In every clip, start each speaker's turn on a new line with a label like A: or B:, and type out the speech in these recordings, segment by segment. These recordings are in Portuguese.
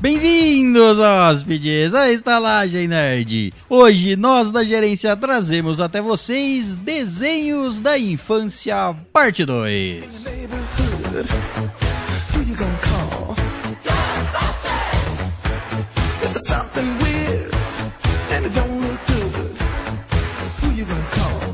A: Bem-vindos, hóspedes, à Estalagem Nerd. Hoje, nós da gerência trazemos até vocês Desenhos da Infância, parte 2.
B: neighborhood. Who you gonna call? If it's something weird and it don't look good, who you gonna call?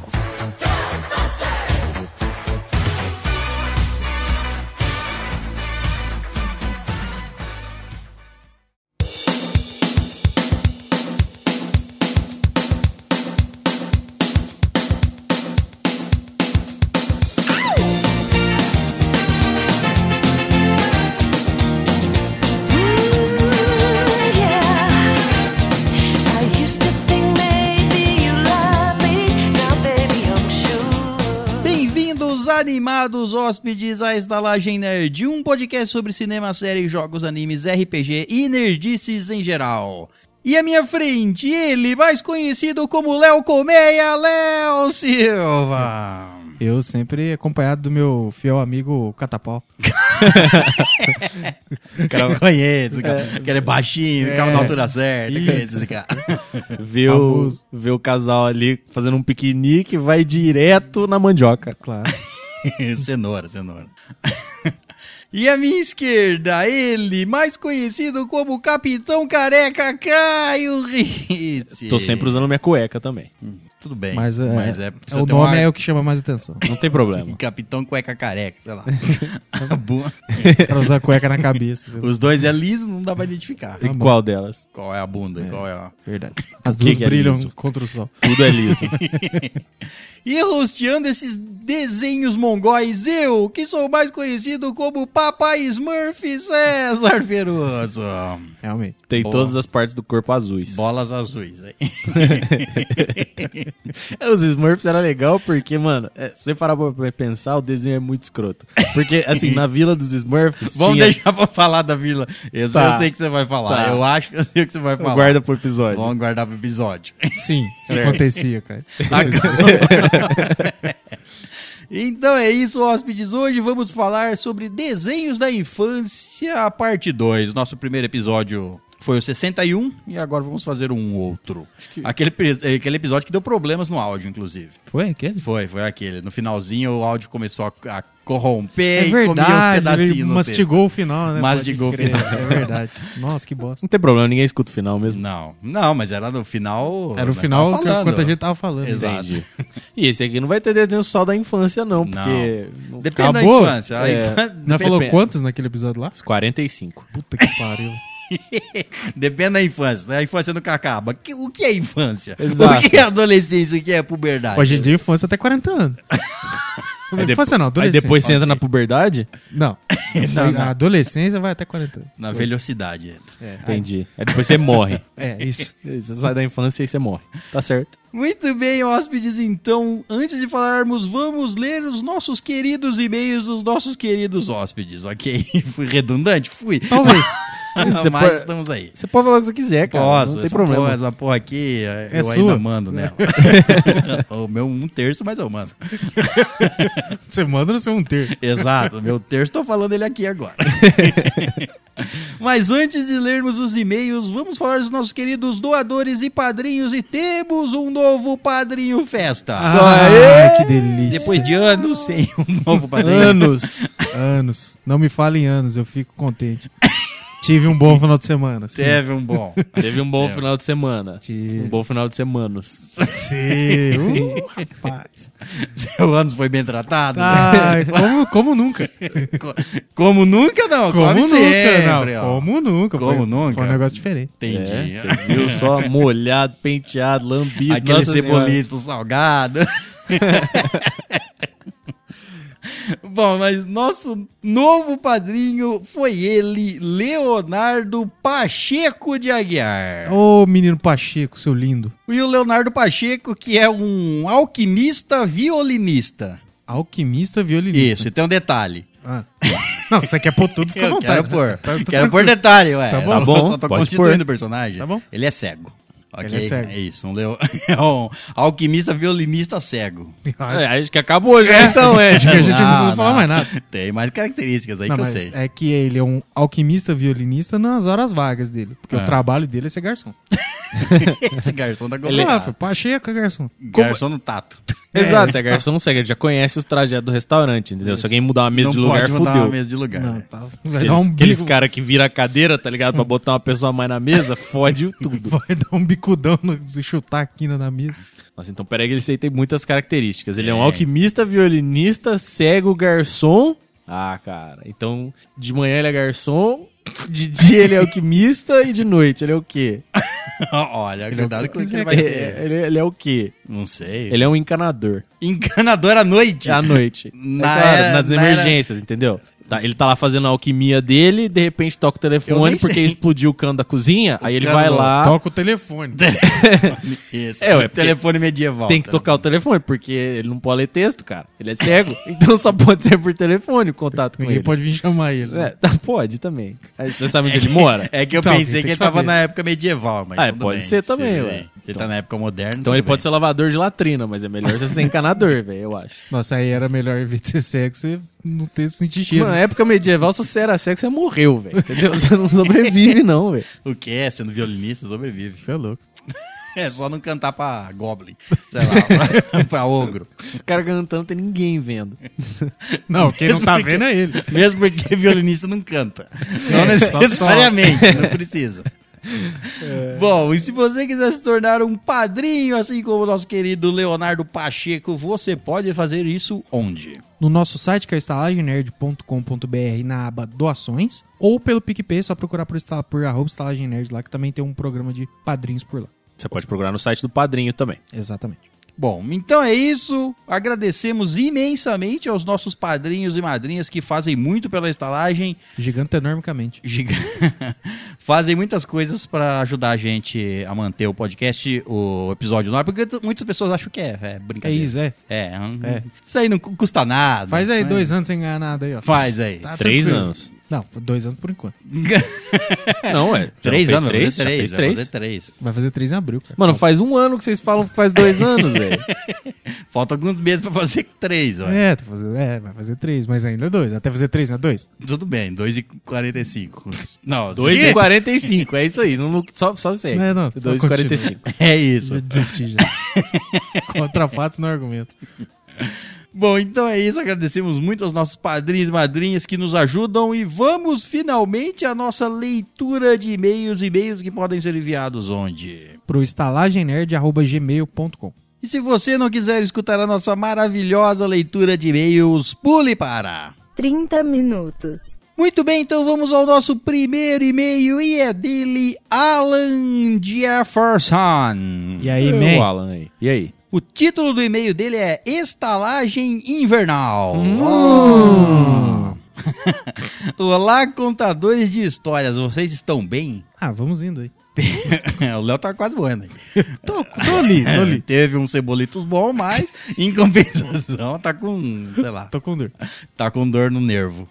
A: Bem-vindos, animados hóspedes, à Estalagem Nerd, um podcast sobre cinema, séries, jogos, animes, RPG e nerdices em geral. E à minha frente, ele, mais conhecido como Léo Colmeia, Léo Silva.
C: Eu sempre acompanhado do meu fiel amigo Catapó.
A: Cara, eu conheço, cara. Que ele é baixinho, ficava na altura certa. Conheço esse cara.
D: Vê o,
C: Famoso.
D: vê o casal ali fazendo um piquenique vai direto na mandioca.
C: Claro.
A: cenoura, cenoura. E à minha esquerda, ele, mais conhecido como Capitão Careca Caio Ritz.
D: Tô sempre usando minha cueca também.
A: Tudo bem.
C: Mas, é,
A: você
C: o
A: tem
C: nome
A: uma-
C: é o que chama mais atenção.
D: Não tem problema.
A: Capitão Cueca Careca, sei lá. A bunda-
C: Pra usar cueca na cabeça. sei lá.
A: Os dois é liso, não dá pra identificar.
C: É. Tá
D: E qual delas?
A: Qual é a bunda? Qual é a.
C: Verdade. As
D: que
C: duas
D: que é
C: brilham
D: isso?
C: contra o sol.
D: Tudo é liso.
A: E rosteando esses desenhos mongóis, eu, que sou mais conhecido como Papai Smurf César Feroso.
C: Realmente.
D: Tem
A: Boa.
D: todas as partes do corpo azuis.
A: Bolas azuis, hein?
D: É, Os Smurfs era legal porque, mano, é, se você parar pra pensar, o desenho é muito escroto. Porque, assim, na vila dos Smurfs
A: Vamos
D: tinha...
A: deixar pra falar da vila. Eu,
D: Tá.
A: eu sei o que você vai falar.
D: Tá.
A: Eu acho que eu sei o que você vai falar.
D: Guarda pro episódio.
A: Vamos guardar pro episódio.
C: Sim, isso
D: Certo.
C: acontecia, cara.
A: então é isso, hóspedes. Hoje vamos falar sobre desenhos da infância, parte 2. Nosso primeiro episódio foi o 61 e agora vamos fazer um outro. Aquele, pre- aquele episódio que deu problemas no áudio, inclusive.
C: Foi aquele?
A: Foi, foi aquele. No finalzinho o áudio começou a, a corromper
C: É
A: e comia uns
C: verdade, ele
A: pedacinhos. no texto.
C: mastigou o final, né?
A: Mastigou
C: Pode
A: o
C: crer,
A: final.
C: É verdade. Nossa, que bosta.
D: Não tem problema, ninguém escuta o final mesmo.
A: Não, não, mas era no final.
C: Era o
A: né,
C: final
A: tava
C: que-
A: falando.
C: enquanto a gente tava falando.
A: Exato.
D: Entendi. E esse aqui não vai ter desenho só da infância, não, porque... não-
A: Depende
C: Acabou?
A: da infância. A
D: É.
A: infância-
C: Não
A: depende,
C: falou
D: Pepe.
C: quantos naquele episódio lá?
D: Os 45.
C: Puta que pariu.
A: depende da infância, né? A infância nunca acaba. Que- o que é infância?
D: Exato.
A: O que é adolescência? O que é puberdade?
C: Hoje em dia, infância até 40 anos.
D: Aí depo-
C: Infância não,
D: Aí
C: adolescência.
D: depois você entra na puberdade?
C: Não.
A: Não, não.
C: A adolescência vai até 40 anos.
A: Na velhocidade.
D: Entendi. Aí depois você morre.
C: É, isso.
D: Você sai da infância e você morre. Tá certo.
A: Muito bem, hóspedes. Então, antes de falarmos, vamos ler os nossos queridos e-mails dos nossos queridos hóspedes, ok? Fui redundante? Fui.
C: Talvez.
A: Mas
D: Você pode-
A: estamos aí.
D: Você pode falar o que você quiser, cara.
A: Posso,
D: não tem
A: essa
D: problema.
A: Porra, essa porra aqui, eu ainda
C: É sua.
A: mando nela. o meu um terço, mas eu mando.
C: Você manda no seu um terço.
A: Exato, meu terço, tô falando ele aqui agora. Mas antes de lermos os e-mails, vamos falar dos nossos queridos doadores e padrinhos e temos um novo padrinho
D: Ah,
A: festa.
C: Ah, Ai, que delícia.
A: Depois de anos sem um novo padrinho.
D: Anos.
C: Anos. Não me falem anos, eu fico contente. Tive um bom final de semana. sim.
A: Teve um bom.
D: Teve um bom final de semana.
C: Tive.
D: Um bom final de semanas.
C: Sim. Uh, rapaz.
A: Seu anos foi bem tratado. né?
C: Ai, como, como nunca.
A: Co- Como nunca, não.
C: Como
A: come
C: nunca.
A: sempre,
C: não,
A: ó.
C: como nunca.
A: Como
C: foi,
A: nunca.
C: Foi um negócio diferente.
A: Entendi.
D: É, você viu só molhado, penteado, lambido.
A: Aquele
D: Nossa Senhora.
A: cebolito salgado. Bom, mas nosso novo padrinho foi ele, Leonardo Pacheco de Aguiar.
C: Ô, menino Pacheco, seu lindo.
A: E o Leonardo Pacheco, que é um alquimista violinista.
C: Alquimista violinista.
A: Isso, e tem um detalhe.
C: Ah. Não, se você quer pôr tudo, fica à
A: Eu
C: vontade.
A: quero pôr.
C: Tá- tá
A: quero
C: tranquilo.
A: pôr detalhe, ué.
C: Tá
A: Eu
C: bom.
A: só- Só tô
D: Pode
A: constituindo
D: pôr.
A: o personagem.
C: Tá bom.
A: Ele é cego. Ok,
C: Ele é cego.
A: é isso. Um, leo... é um alquimista violinista cego.
D: É, acho que acabou já, então, é.
C: Acho que a gente não precisa falar mais nada.
A: Ah, Tem mais características aí
C: Não,
A: que eu
C: mas
A: sei.
C: é que ele é um alquimista violinista nas horas vagas dele. Porque
A: Ah.
C: o trabalho dele é ser garçom.
D: é-
A: Esse garçom tá
C: Ele... Ah, foi
A: complicado.
C: Pacheco é garçom.
A: Garçom no tato.
D: Exato, é garçom cego, ele já conhece os trajetos do restaurante, entendeu? Se alguém mudar uma mesa
A: não
D: de lugar,
A: pode mudar
D: fudeu.
A: uma mesa de lugar.
C: Não,
A: né?
C: tá. Vai
D: Aqueles,
C: dar um
D: aqueles
C: bico,
D: cara que vira a cadeira, tá ligado? Pra botar uma pessoa a mais na mesa, fode tudo.
C: vai dar um bicudão no, chutar aqui na- na mesa.
D: Nossa, então peraí que ele tem muitas características. Ele é, um alquimista, violinista, cego, garçom. Ah, cara. Então, de manhã ele é garçom, de dia ele é alquimista e de noite ele é o quê?
A: Olha, cuidado com isso que ele vai
D: É,
A: ser.
D: ele, ele é o quê?
A: Não sei.
D: Ele é um encanador.
A: Encanador à noite.
D: É à noite.
A: Na
D: É claro,
A: era-
D: nas
A: na
D: emergências, entendeu? Tá, ele tá lá fazendo a alquimia dele, de repente toca o
A: Eu nem
D: telefone porque
A: sei.
D: explodiu o cano da cozinha, aí ele
A: cano
D: vai
A: não.
D: lá.
C: Toca o telefone.
A: Isso.
D: É, ué, porque
A: telefone medieval. tá.
D: Tem que tocar o telefone, porque ele não pode ler texto, cara. Ele é cego, então só pode ser por telefone o contato com
C: Ninguém
D: ele.
C: pode vir chamar ele. né?
D: É, tá, pode também. Aí você sabe onde ele mora?
A: É que eu
C: Então,
A: pensei
C: tem
A: que
C: que
A: ele tava
C: saber.
A: na época medieval, mas.
D: Ah, é,
A: tudo
D: pode
A: bem.
D: ser também,
A: Se-
D: ué.
A: Se ele tá
D: Então-
A: na época moderna.
D: Então
A: tudo
D: ele pode
A: bem.
D: ser lavador de latrina, mas é melhor você ser encanador, velho, eu acho.
C: Nossa, aí era melhor em vez de ser cego, você não ter sentir cheiro.
A: é
D: Mano, na época medieval, se você era cego, você morreu, velho. Entendeu? Você não sobrevive, não, velho.
A: O que é? Sendo violinista, sobrevive.
C: Você é louco.
A: É só não cantar pra Goblin. Sei lá, pra, pra ogro.
D: O cara cantando, tem ninguém vendo.
C: Não, quem não tá
A: Porque-
C: vendo é ele.
A: Mesmo porque violinista não canta. Não
C: É, só- É.
A: necessariamente, não precisa. Bom, e se você quiser se tornar um padrinho, assim como o nosso querido Leonardo Pacheco, você pode fazer isso onde?
C: No nosso site, que é estalagenerd.com.br, na aba doações, ou pelo PicPay, só procurar por, estala- por arroba estalagem nerd lá, que também tem um programa de padrinhos por lá.
D: Você pode procurar no site do padrinho também.
C: Exatamente.
A: Bom, então é isso. Agradecemos imensamente aos nossos padrinhos e madrinhas que fazem muito pela estalagem.
C: Gigante enormicamente.
A: Giga- fazem muitas coisas pra ajudar a gente a manter o podcast, o episódio no ar, porque t- muitas pessoas acham que é, é
C: É
A: brincadeira.
C: isso, é.
A: É, hum,
C: É.
A: isso aí não cu- custa nada.
C: Faz aí
A: Mas-
C: dois anos sem ganhar nada aí, ó.
A: Faz é. aí.
C: Tá
D: Três
C: tranquilo.
D: anos.
C: Não, dois anos por enquanto.
D: Não, é.
A: Três anos,
D: três,
A: vai fazer três, vai
D: três, já fez
A: fazer
D: três.
A: três.
C: Vai fazer três em abril, cara.
D: Mano, faz um ano que vocês falam que faz dois anos, velho.
A: Falta alguns meses pra fazer três, ó.
C: É, tá fazendo, é, vai fazer três, mas ainda é dois. Até fazer três, não é dois?
A: Tudo bem, 2,45. Não,
D: Dois
A: se-
D: e quarenta e cinco, é isso aí. Não, não- só, só sei.
C: Não, não, só
D: Dois e quarenta e cinco.
A: É
C: Já
A: isso.
C: desisti já. Contra fatos não é argumento.
A: Bom, então é isso. Agradecemos muito aos nossos padrinhos e madrinhas que nos ajudam e vamos finalmente à nossa leitura de e-mails, e-mails que podem ser enviados onde?
C: pro estalagemnerd.gmail.com.
A: E se você não quiser escutar a nossa maravilhosa leitura de e-mails, pule para.
E: 30 minutos.
A: Muito bem, então vamos ao nosso primeiro e-mail e é dele, Alan Jefferson.
C: E aí,
D: E o
C: man?
D: Alan aí. E aí?
A: O título do e-mail dele é Estalagem Invernal.
C: Hum.
A: Olá, contadores de histórias, vocês estão bem?
C: Ah, vamos indo aí.
A: o Léo tá quase morrendo. aí.
C: Tô, tô ali, tô ali.
A: Teve uns cebolitos bom, mas em compensação tá com, sei lá,
C: Tô com dor.
A: tá com dor no nervo.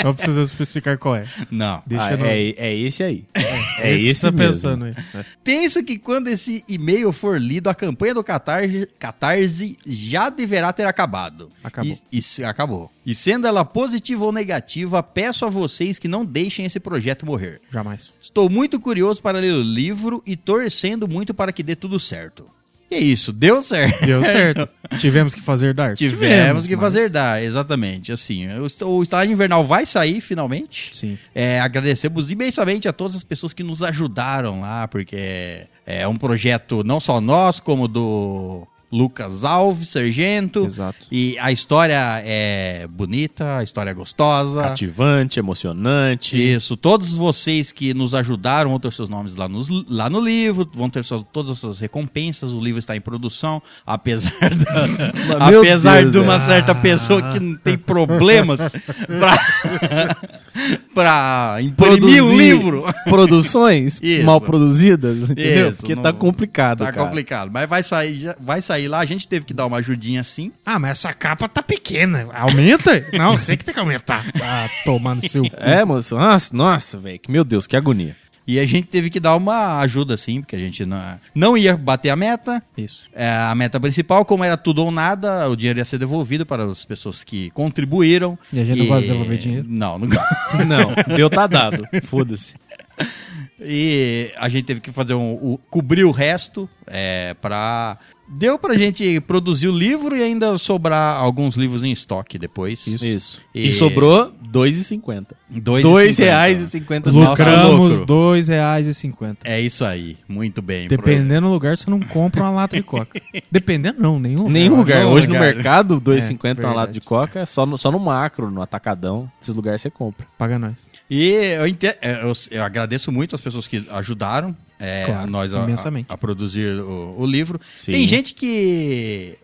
C: Só precisamos especificar qual é.
A: Não.
C: Deixa
D: Ah,
C: eu não-
D: é, é esse aí. É,
C: isso que
D: esse
C: você tá
D: mesmo.
C: pensando aí.
A: Penso que quando esse e-mail for lido, a campanha do Catarse, Catarse já deverá ter acabado.
C: Acabou.
A: E, e se- acabou. E sendo ela positiva ou negativa, peço a vocês que não deixem esse projeto morrer.
C: Jamais.
A: Estou muito curioso para ler o livro e torcendo muito para que dê tudo certo. E é isso, deu certo.
C: Deu certo. Tivemos que fazer dar.
A: Tivemos, que
C: mas-
A: fazer dar, exatamente. Assim, o, o estágio invernal vai sair finalmente.
C: Sim.
A: É, agradecemos imensamente a todas as pessoas que nos ajudaram lá, porque é um projeto não só nosso, como do Lucas Alves, Sargento.
C: Exato.
A: E a história é bonita, a história é gostosa.
D: Cativante, emocionante.
A: Isso, todos vocês que nos ajudaram vão ter seus nomes lá, nos, lá no livro, vão ter suas- todas as suas recompensas. O livro está em produção, apesar, da-
D: Meu
A: apesar
D: Deus, é. Ah.
A: de uma
D: velho.
A: certa pessoa que não tem problemas pra, pra imprimir o um livro.
D: Produções
A: Isso.
D: mal produzidas, entendeu?
A: Isso,
D: Porque
A: não-
D: tá complicado,
A: Tá
D: cara.
A: complicado, mas vai sair, já- vai sair lá. A gente teve que dar uma ajudinha sim.
C: Ah, mas essa capa tá pequena. Aumenta? Não, sei que tem que aumentar. Ah, tomar no seu cu.
D: É, moço. Nossa, nossa, velho. que- Meu Deus, que agonia.
A: E a gente teve que dar uma ajuda, assim, porque a gente não, não ia bater a meta.
C: Isso.
A: É, a meta principal, como era tudo ou nada, o dinheiro ia ser devolvido para as pessoas que contribuíram.
C: E a gente não gosta de devolver dinheiro?
A: Não, não gosta.
D: Não, deu tá dado. Foda-se.
A: E a gente teve que fazer um, o- cobrir o resto é, para deu pra gente produzir o livro e ainda sobrar alguns livros em estoque depois.
D: Isso.
A: E-
D: E, sobrou R$2,50.
A: Dois, e cinquenta.
D: R$2,50.
A: Lucra-
D: Nossa,
C: Lucramos
A: lucro.
C: R$ 2,50.
A: É isso aí, muito bem.
C: Dependendo do lugar, você não compra uma lata de coca. Dependendo, não, nenhum lugar.
D: Nenhum lugar.
A: Nenhum
D: É, Hoje no
A: lugar.
D: mercado,
C: É,
D: 2,50 uma
C: verdade.
D: lata de coca. Só no, só no macro, no atacadão. Esses lugares você compra.
C: Paga nós.
A: E eu, inte- é, eu, eu agradeço muito as pessoas que ajudaram é,
C: Claro,
A: a nós a,
C: imensamente.
A: a- a produzir o, o livro.
D: Sim.
A: Tem gente que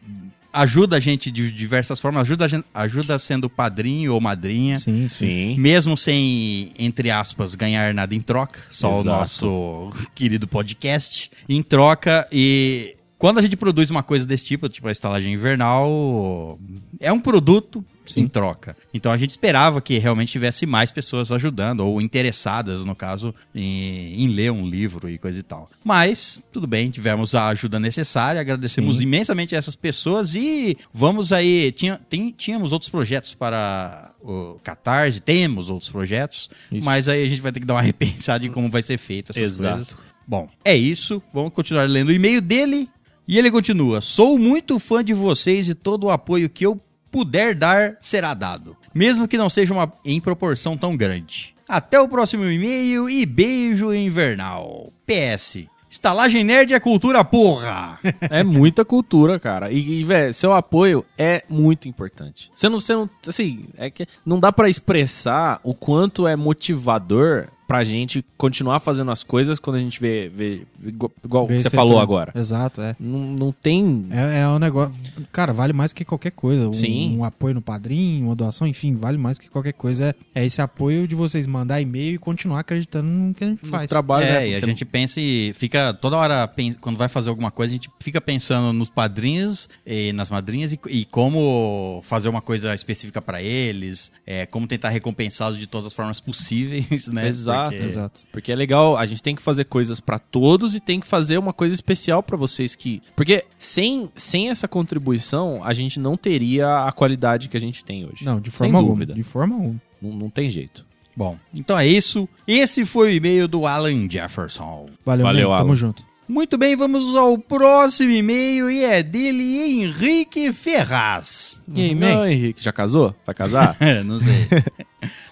A: ajuda a gente de diversas formas, ajuda, a gen- ajuda sendo padrinho ou madrinha,
C: Sim,
D: Sim.
A: mesmo sem, entre aspas, ganhar nada em troca, só o
D: Exato.
A: nosso querido podcast em troca e... Quando a gente produz uma coisa desse tipo, tipo a estalagem invernal, é um produto em troca. Então a gente esperava que realmente tivesse mais pessoas ajudando, ou interessadas, no caso, em, em ler um livro e coisa e tal. Mas, tudo bem, tivemos a ajuda necessária, agradecemos imensamente a essas pessoas e vamos aí. Tinha, tem- tínhamos outros projetos para o Catarse, temos outros projetos,
D: Isso.
A: mas aí a gente vai ter que dar uma repensada em como vai ser feito essas
D: Exato.
A: coisas. Bom, é isso. Vamos continuar lendo o e-mail dele. E ele continua: Sou muito fã de vocês e todo o apoio que eu puder dar será dado, mesmo que não seja uma em proporção tão grande. Até o próximo e-mail e beijo invernal. PS. Estalagem nerd é cultura, porra.
D: É muita cultura, cara. E, e velho, seu apoio é muito importante. Você não, você não, assim, é que não dá pra expressar o quanto é motivador pra gente continuar fazendo as coisas quando a gente vê, vê igual, igual
C: Vê
D: que você
C: se
D: falou
C: tá-
D: agora.
C: Exato, é.
D: Não, não tem.
C: É, é um negócio. Cara, vale mais que qualquer coisa. Um,
D: Sim.
C: um apoio no padrinho, uma doação, enfim, vale mais que qualquer coisa. É, é esse apoio de vocês mandar e-mail e continuar acreditando no que a gente
D: no
C: faz.
D: trabalho, né?
A: É, e a
D: Você
A: gente pensa e fica toda hora, pen- quando vai fazer alguma coisa, a gente fica pensando nos padrinhos e nas madrinhas e, e como fazer uma coisa específica pra eles, é, como tentar recompensá-los de todas as formas possíveis, né? Porque-
D: Exato,
C: Exato.
D: Porque é legal, a gente tem que fazer coisas pra todos e tem que fazer uma coisa especial pra vocês que, porque sem, sem essa contribuição, a gente não teria a qualidade que a gente tem hoje.
C: Não, de
D: Sem
C: forma alguma.
D: dúvida.
C: De forma alguma.
D: Não, não tem jeito.
A: Bom, então é isso. Esse foi o e-mail do Alan Jefferson.
C: Valeu,
D: Valeu,
C: mano. Tamo
D: Alan.
C: junto.
A: Muito bem, vamos ao próximo e-mail e é dele Henrique Ferraz.
C: E aí, man?
D: Não, Henrique, já casou? Vai casar?
A: Não sei.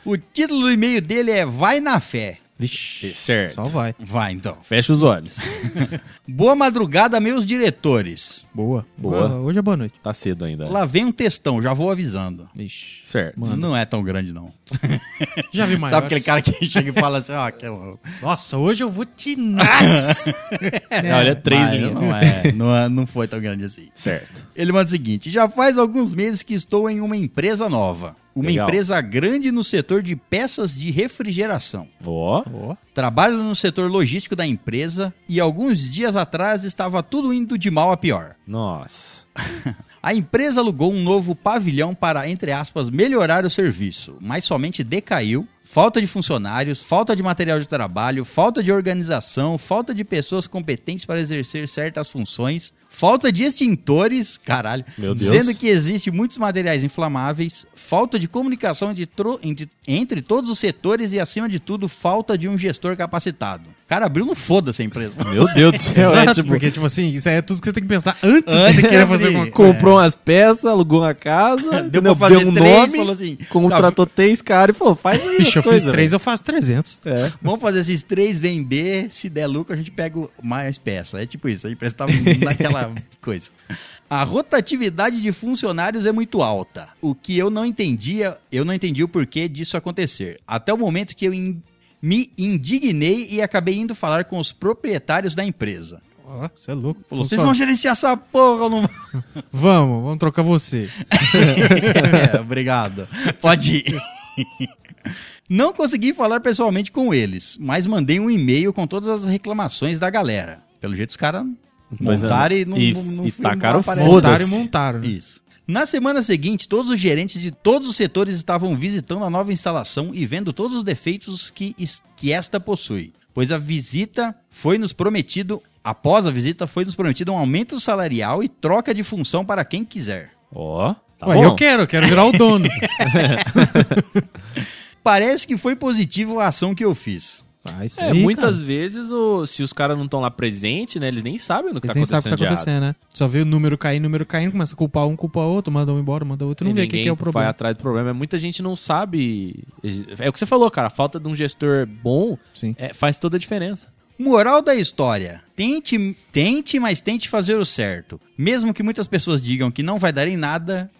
A: o título do e-mail dele é Vai na Fé.
C: Vixe.
D: É certo.
C: Só vai.
A: Vai então.
D: Fecha os olhos.
A: Boa madrugada, meus diretores.
C: Boa.
D: Boa.
C: Ah, Hoje é boa noite.
D: Tá cedo ainda.
A: Lá vem um textão, já vou avisando.
C: Ixi.
D: Certo.
C: Mano. Manda.
A: Não é tão grande, não.
C: Já vi mais.
A: Sabe aquele cara que chega e fala assim, ó, que eu-
C: Nossa, hoje eu vou te. Nossa!
D: Não, É, olha, três
A: Mas
D: linhas.
A: Não, é, não, é- não foi tão grande assim.
D: Certo.
A: Ele manda o seguinte: já faz alguns meses que estou em uma empresa nova. Uma
D: Legal.
A: empresa grande no setor de peças de refrigeração.
D: Ó.
C: Ó.
A: Trabalho no setor logístico da empresa e alguns dias atrás estava tudo indo de mal a pior.
D: Nossa.
A: A empresa alugou um novo pavilhão para, entre aspas, melhorar o serviço, mas somente decaiu. Falta de funcionários, falta de material de trabalho, falta de organização, falta de pessoas competentes para exercer certas funções, falta de extintores, caralho,
D: Meu Deus.
A: sendo que existe muitos materiais inflamáveis, falta de comunicação entre, tro- entre- entre todos os setores e, acima de tudo, falta de um gestor capacitado. Cara, abriu no foda-se a empresa.
D: Meu Deus do céu. é
C: Exato,
D: tipo,
C: porque, tipo assim, isso aí é tudo que você tem que pensar antes,
A: Antes
C: de você
A: de
C: querer fazer
A: abrir.
C: alguma coisa.
D: comprou umas peças, alugou uma casa,
A: Deu
D: entendeu?
A: pra fazer
D: deu um
A: três,
D: nome,
A: falou assim,
D: contratou três caras e falou, faz aí
C: Vixe, eu fiz
D: as coisas,
C: três, eu faço 300.
D: velho. É.
A: Vamos fazer esses três vender, se der lucro a gente pega o- mais peça. É tipo isso, a empresa tava naquela coisa. A rotatividade de funcionários é muito alta. O que eu não entendia, eu não entendi o porquê disso acontecer. Até o momento que eu in- me indignei e acabei indo falar com os proprietários da empresa.
C: Ó, você é louco.
A: Falou,
C: Vamos
A: vocês
C: só-
A: vão gerenciar essa porra ou não
C: Vamos, vamos trocar você.
A: É, obrigado. Pode ir. Não consegui falar pessoalmente com eles, mas mandei um e-mail com todas as reclamações da galera. Pelo jeito, os caras
D: Pois é.
A: montaram e não,
D: E-
A: não, não
D: e tacaram
A: aparece.
D: foda-se.
C: Montaram e montaram. né?
A: Isso. Na semana seguinte, todos os gerentes de todos os setores estavam visitando a nova instalação e vendo todos os defeitos que, es- que esta possui. pois a visita foi nos prometido, após a visita foi nos prometido um aumento salarial e troca de função para quem quiser.
D: Ó, tá
C: Ué,
D: bom.
C: eu quero, eu quero virar o dono.
A: Parece que foi positivo a ação que eu fiz.
C: Ah, isso
D: É,
C: aí,
D: muitas
C: cara.
D: vezes, o- se os caras não estão lá presentes, né? Eles nem sabem do que
C: Eles
D: tá
C: nem
D: acontecendo.
C: sabem o que tá
D: de errado.
C: acontecendo, né? Só vê o número caindo, o número caindo, começa a culpar um, culpa outro, manda um embora, manda outro, não
D: E
C: vê o que,
D: ninguém
C: que é o
D: Vai
C: problema.
D: atrás do problema. Muita gente não sabe. É o que você falou, cara. A falta de um gestor bom
C: Sim.
D: é, faz toda a diferença.
A: Moral da história: tente, tente, mas tente fazer o certo. Mesmo que muitas pessoas digam que não vai dar em nada,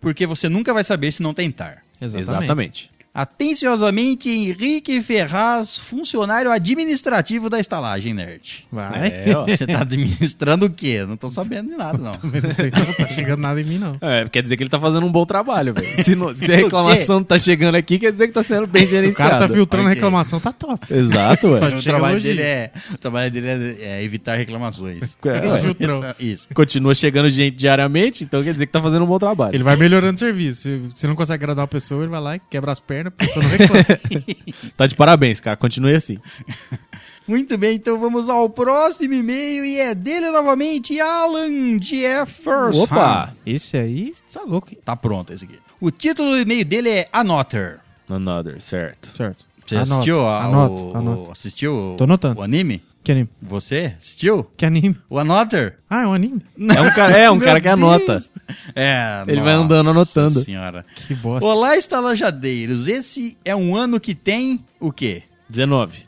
A: porque você nunca vai saber se não tentar.
D: É, Exatamente.
A: Atenciosamente, Henrique Ferraz, funcionário administrativo da estalagem nerd.
C: Vai.
D: É, ó.
A: Você tá administrando o quê? Não tô sabendo de nada, não.
C: Não sei, não tá chegando nada em mim, não.
D: É, quer dizer que ele tá fazendo um bom trabalho, velho. Se, não- se a reclamação não tá chegando aqui, quer dizer que tá sendo bem
C: Se o cara
D: gerenciado.
C: tá filtrando a
A: Ok.
C: reclamação, tá top.
D: Exato,
C: Só
D: velho.
A: O
C: chega
A: trabalho,
C: elogio.
A: dele é, o trabalho dele é, é evitar reclamações.
D: É, ué.
C: Filtrou.
A: Isso.
D: Continua chegando gente diariamente, então quer dizer que tá fazendo um bom trabalho.
C: Ele vai melhorando o serviço. Se- Se não consegue agradar a pessoa, ele vai lá e quebra as pernas, a pessoa não reclama.
D: Tá de parabéns, cara. Continue assim.
A: Muito bem, então vamos ao próximo e-mail e é dele novamente, Alan Jefferson.
D: Opa!
C: Esse aí, tá louco, hein?
A: Tá pronto esse aqui. O título do e-mail dele é Anotter.
D: Another, certo.
C: Certo.
A: Você
C: Anoto,
A: assistiu a,
C: anoto,
A: o,
C: anoto.
A: assistiu o-
C: Tô anotando.
A: o anime?
C: Que anime?
A: Você assistiu?
C: Que anime?
A: O Anotter?
C: Ah, é um anime?
D: É um cara, é um
A: Meu
D: cara que
A: Deus!
D: anota.
A: É,
D: Ele vai andando,
A: nossa
D: anotando.
A: senhora.
C: Que bosta.
A: Olá, estalajadeiros. Esse é um ano que tem o quê?
D: 19.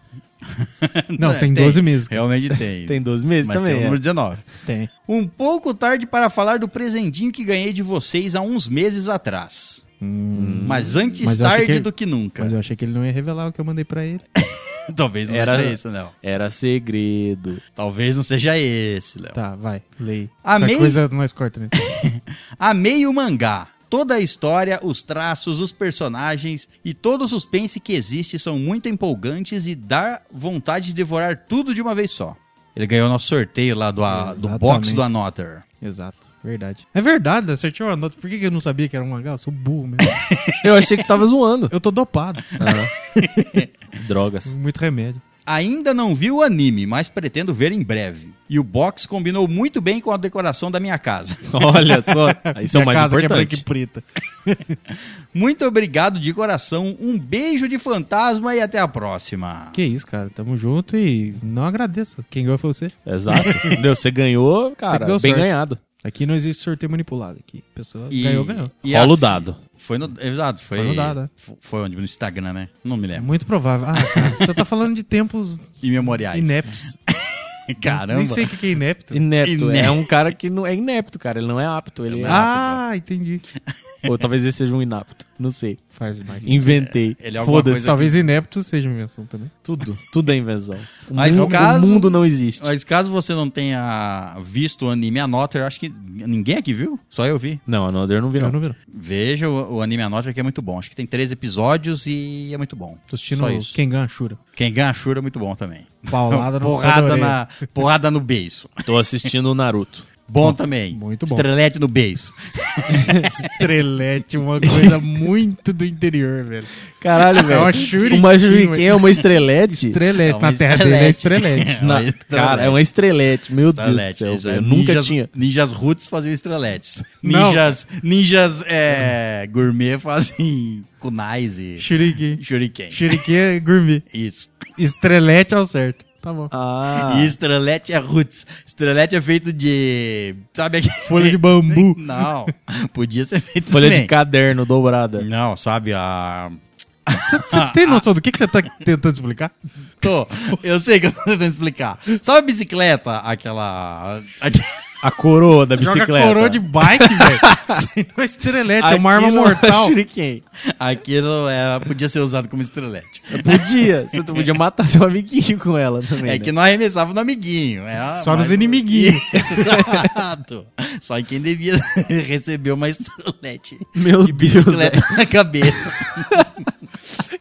C: Não, tem 12 meses.
A: Realmente tem.
D: Tem 12 meses
A: Mas
D: também.
A: tem o
D: é.
A: número 19.
C: Tem.
A: Um pouco tarde para falar do presentinho que ganhei de vocês há uns meses atrás. mas antes
C: Hum. Mas eu achei
A: tarde
C: que-
A: do que nunca.
C: Mas eu achei que ele não ia revelar o que eu mandei pra ele.
A: Talvez não
D: Era-
A: seja isso, não.
D: Era segredo.
A: Talvez não seja esse, Léo.
C: Tá, vai. Lei.
A: Amei.
C: Qualquer coisa nós corta, né?
A: Amei o mangá. Toda a história, os traços, os personagens e todo o suspense que existe são muito empolgantes e dá vontade de devorar tudo de uma vez só. Ele ganhou nosso sorteio lá do, a- do box
C: Exatamente.
A: do Anotter.
C: Exato. Verdade. É verdade, acertou a nota. Por que que eu não sabia que era um mangá? Eu sou burro mesmo.
D: Eu achei que você tava zoando.
C: eu tô dopado.
D: Drogas.
C: Muito remédio.
A: Ainda não vi o anime, mas pretendo ver em breve. E o box combinou muito bem com a decoração da minha casa.
D: Olha só. Isso é o
C: Minha
D: mais
C: casa que
D: importante.
C: branca e preta.
A: Muito obrigado de coração, um beijo de fantasma e até a próxima.
C: Que isso, cara. Tamo junto e não agradeça. Quem ganhou foi você.
D: Exato. Entendeu? Você ganhou, cara,
C: que deu
D: bem
C: sorte.
D: ganhado.
C: Aqui não existe sorteio manipulado. Aqui, a pessoa
A: E-
C: ganhou, ganhou.
A: e
D: Rola o
A: assim-
D: dado.
A: Foi no, exato, foi,
C: Foi no dado, é.
A: f- Foi onde? No Instagram, né? Não me
C: É
A: lembro.
C: muito provável. Ah, cara, você tá falando de tempos
A: E memoriais.
C: ineptos.
A: Caramba.
C: né? Nem sei o que que é inepto.
D: Inepto.
A: Inep-
D: É um cara que não é inepto, cara. Ele não é apto. Ele é apto,
C: Ah, entendi.
D: né? Ou talvez ele seja um inapto. Não sei.
C: Faz mais.
D: Inventei.
A: Ele é alguma
D: Foda-se.
A: coisa-
C: Talvez inepto seja uma invenção também.
D: Tudo. Tudo é invenção. O,
A: Mas
D: mundo,
A: no caso-
D: o mundo não existe.
A: Mas caso você não tenha visto o anime Anotter, acho que ninguém aqui viu, só eu vi.
D: Não, a Another eu não vi, não.
C: Eu não vi, não.
A: Veja o, o anime Anotter que é muito bom. Acho que tem três episódios e é muito bom.
C: Tô assistindo
A: Só isso.
C: Quem Ganha Shura.
A: Quem ganha a Shura é muito bom também.
C: Paulada no pé da
A: porrada,
C: orelha.
A: na, porrada no beiço.
D: Tô assistindo o Naruto.
A: Bom também.
C: muito bom.
A: Estrelete no beiço.
C: Estrelete, uma coisa muito do interior, velho.
D: Caralho, velho.
C: uma shuriken,
D: Uma shuriken é uma estrelete?
C: Estrelete,
A: É uma
C: na terra dele é
A: estrelete.
C: estrelete.
A: É uma
D: Na- Cara, é uma estrelete. Meu
A: Estrelete.
D: Deus do
A: isso
D: céu,
A: é
D: velho. Eu nunca
A: ninjas-
D: tinha.
A: Ninjas roots faziam estreletes.
C: Não.
A: Ninjas, ninjas é, gourmet fazem kunais e
C: Shuriken.
A: shuriken.
C: Shuriken é gourmet.
A: Isso.
C: Estrelete ao certo. Tá bom.
D: Ah,
A: E estrelete é roots. Estrelete é feito de. Sabe aqui?
C: Folha de bambu.
A: Não. Podia ser feito
D: folha
A: também.
D: de caderno dobrada.
A: Não, sabe a.
C: Você tem noção do que que você tá tentando explicar?
A: Tô. Eu sei que eu tô tentando explicar. Sabe a bicicleta? Aquela.
D: A coroa da bicicleta.
C: Joga coroa de bike, velho. Isso aí não é estrelete, é uma arma
D: Aquilo é
C: mortal.
D: shuriken.
A: Aquilo era, é, podia ser usado como estrelete.
D: Podia. Você podia matar seu um amiguinho com ela também.
A: É
D: né?
A: que não arremessava no amiguinho. era
C: Só nos
A: mais- um
C: inimiguinhos.
A: Exato. Só que quem devia receber uma estrelete
D: Meu Deus.
A: bicicleta na cabeça.
D: velho.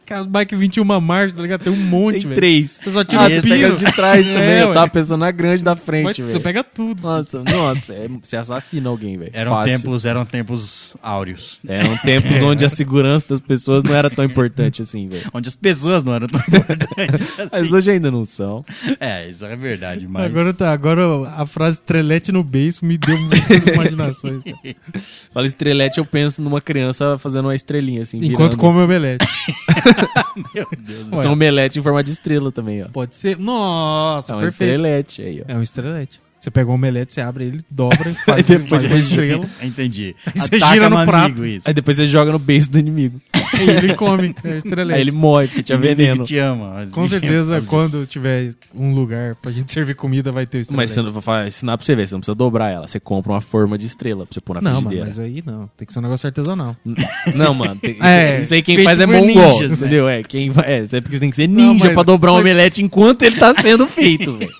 C: Aquelas bike 21 marchas, tá ligado? Tem um monte,
D: Tem
C: velho.
D: três.
C: Você só tira
D: Ah,
C: a
D: você pega
C: pino.
D: as de trás
C: É,
D: também. eu
C: ué.
D: tava pensando na grande da
C: Mas
D: frente,
C: você
D: velho.
C: pega tudo.
D: Nossa, nossa, é- você assassina alguém, velho.
A: Eram
D: Fácil.
A: tempos, eram tempos áureos.
D: Eram
C: É.
D: tempos onde a segurança das pessoas não era tão importante assim, velho.
A: Onde as pessoas não eram tão importantes.
D: Mas hoje ainda não são.
A: assim. É, isso é verdade, mas.
C: Agora, tá, agora a frase trelete no beijo me deu muitas imaginações. cara.
D: Fala estrelete, eu penso numa criança fazendo uma estrelinha, assim.
C: Enquanto é.
D: virando.
C: come omelete.
A: Meu Deus.
D: Pode ser um omelete em forma de estrela também, ó.
C: Pode ser. Nossa,
D: É um
C: perfeito.
D: estrelete aí, ó.
C: É um estrelete. Você pega um omelete, você abre ele, dobra, faz,
D: Aí depois
C: faz uma
D: você gira.
C: estrela
A: Entendi.
C: você
A: Ataca um
C: gira no
A: amigo,
C: prato.
A: Isso.
D: Aí depois você joga no beijo do inimigo.
C: e ele come. É um estrelete.
D: Aí ele um morre, porque tinha
A: Amigo que
D: veneno.
A: te ama.
C: Com certeza, quando tiver um lugar pra gente servir comida, vai ter o estrelete.
D: Mas você não vou falar, ensinar pra você ver, você não precisa dobrar ela. Você compra uma forma de estrela pra você pôr na
C: Não, mano,
D: frigideira.
C: mas aí não. Tem que ser um negócio artesanal.
D: Não, mano. tem- isso,
C: É,
D: isso aí quem
A: feito
D: faz é
A: por
D: mongol.
A: ninjas, né?
D: entendeu? É, quem vai- é, você- porque você tem que ser
C: Não,
D: ninja
C: mas-
D: pra dobrar um
C: mas-
D: omelete enquanto ele tá sendo feito, velho.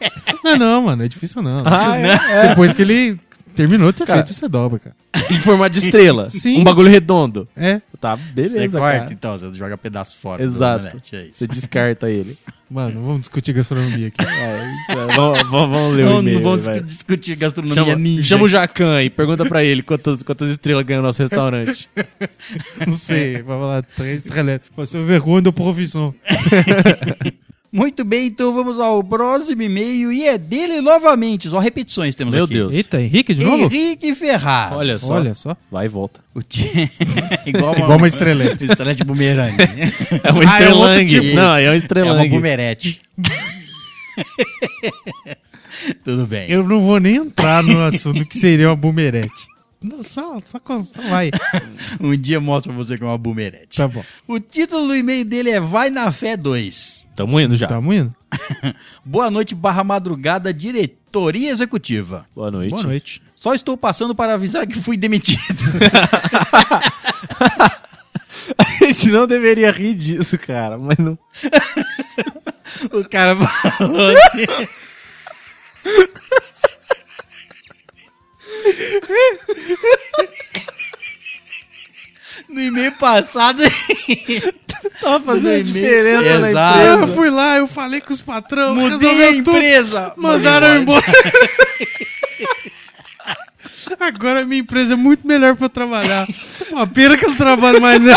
C: não, não, mano. É difícil não.
D: Ah,
C: é. Depois que ele terminou de ser
D: Cara.
C: feito, você dobra, cara.
D: Em formato de estrela.
C: Sim.
D: Um bagulho redondo.
C: É.
D: Tá,
A: Você
D: beleza,
A: corta,
D: cara.
A: então, você joga pedaço fora. do
D: Exato.
A: omelete, é isso.
D: Você descarta ele.
C: Mano, vamos discutir gastronomia aqui.
D: É, isso é. Vamos, vamos- vamos ler o
A: Não,
D: e-mail.
A: não vamos
D: vai.
A: discu- discutir gastronomia
D: Chama,
A: ninja.
D: chama o Jacan e pergunta pra ele quantas, quantas estrelas ganha o nosso restaurante.
C: Não sei, vai falar três estreletes. Você é vergonha da profissão.
A: Muito bem, então vamos ao próximo e-mail e é dele novamente. Só repetições temos
D: Meu
A: aqui.
D: Deus.
C: Eita, Henrique de novo?
A: Henrique Ferraz.
D: Olha só.
C: Olha só.
D: Vai e volta.
A: O ti- igual, uma,
C: Igual uma estrelete.
A: estrelete bumerangue.
D: É um
A: Ah, é outro
D: estrelangue.
A: tipo.
D: Não, é um
A: é uma
D: estrelangue.
A: bumerete. Tudo bem.
C: Eu não vou nem entrar no assunto que seria uma bumerete. Não, Só, só, con- só vai.
A: Um dia mostro pra você que é uma bumerete.
C: Tá bom.
A: O título do e-mail dele é Vai na Fé 2.
D: Tamo indo já.
C: Tá indo?
A: Boa noite barra madrugada, diretoria executiva.
D: Boa noite.
C: Boa noite.
A: Só estou passando para avisar que fui demitido.
D: A gente não deveria rir disso, cara, mas não.
A: O cara falou assim. No e-mail passado.
D: Tava fazendo
A: diferença na
C: Eu
A: empresa.
C: fui lá, eu falei com os patrão,
A: Mudei a
C: resolveu tudo.
A: empresa.
C: Mandaram eu embora. Agora minha empresa é muito melhor pra eu trabalhar. Uma pena que eu não trabalho mais né?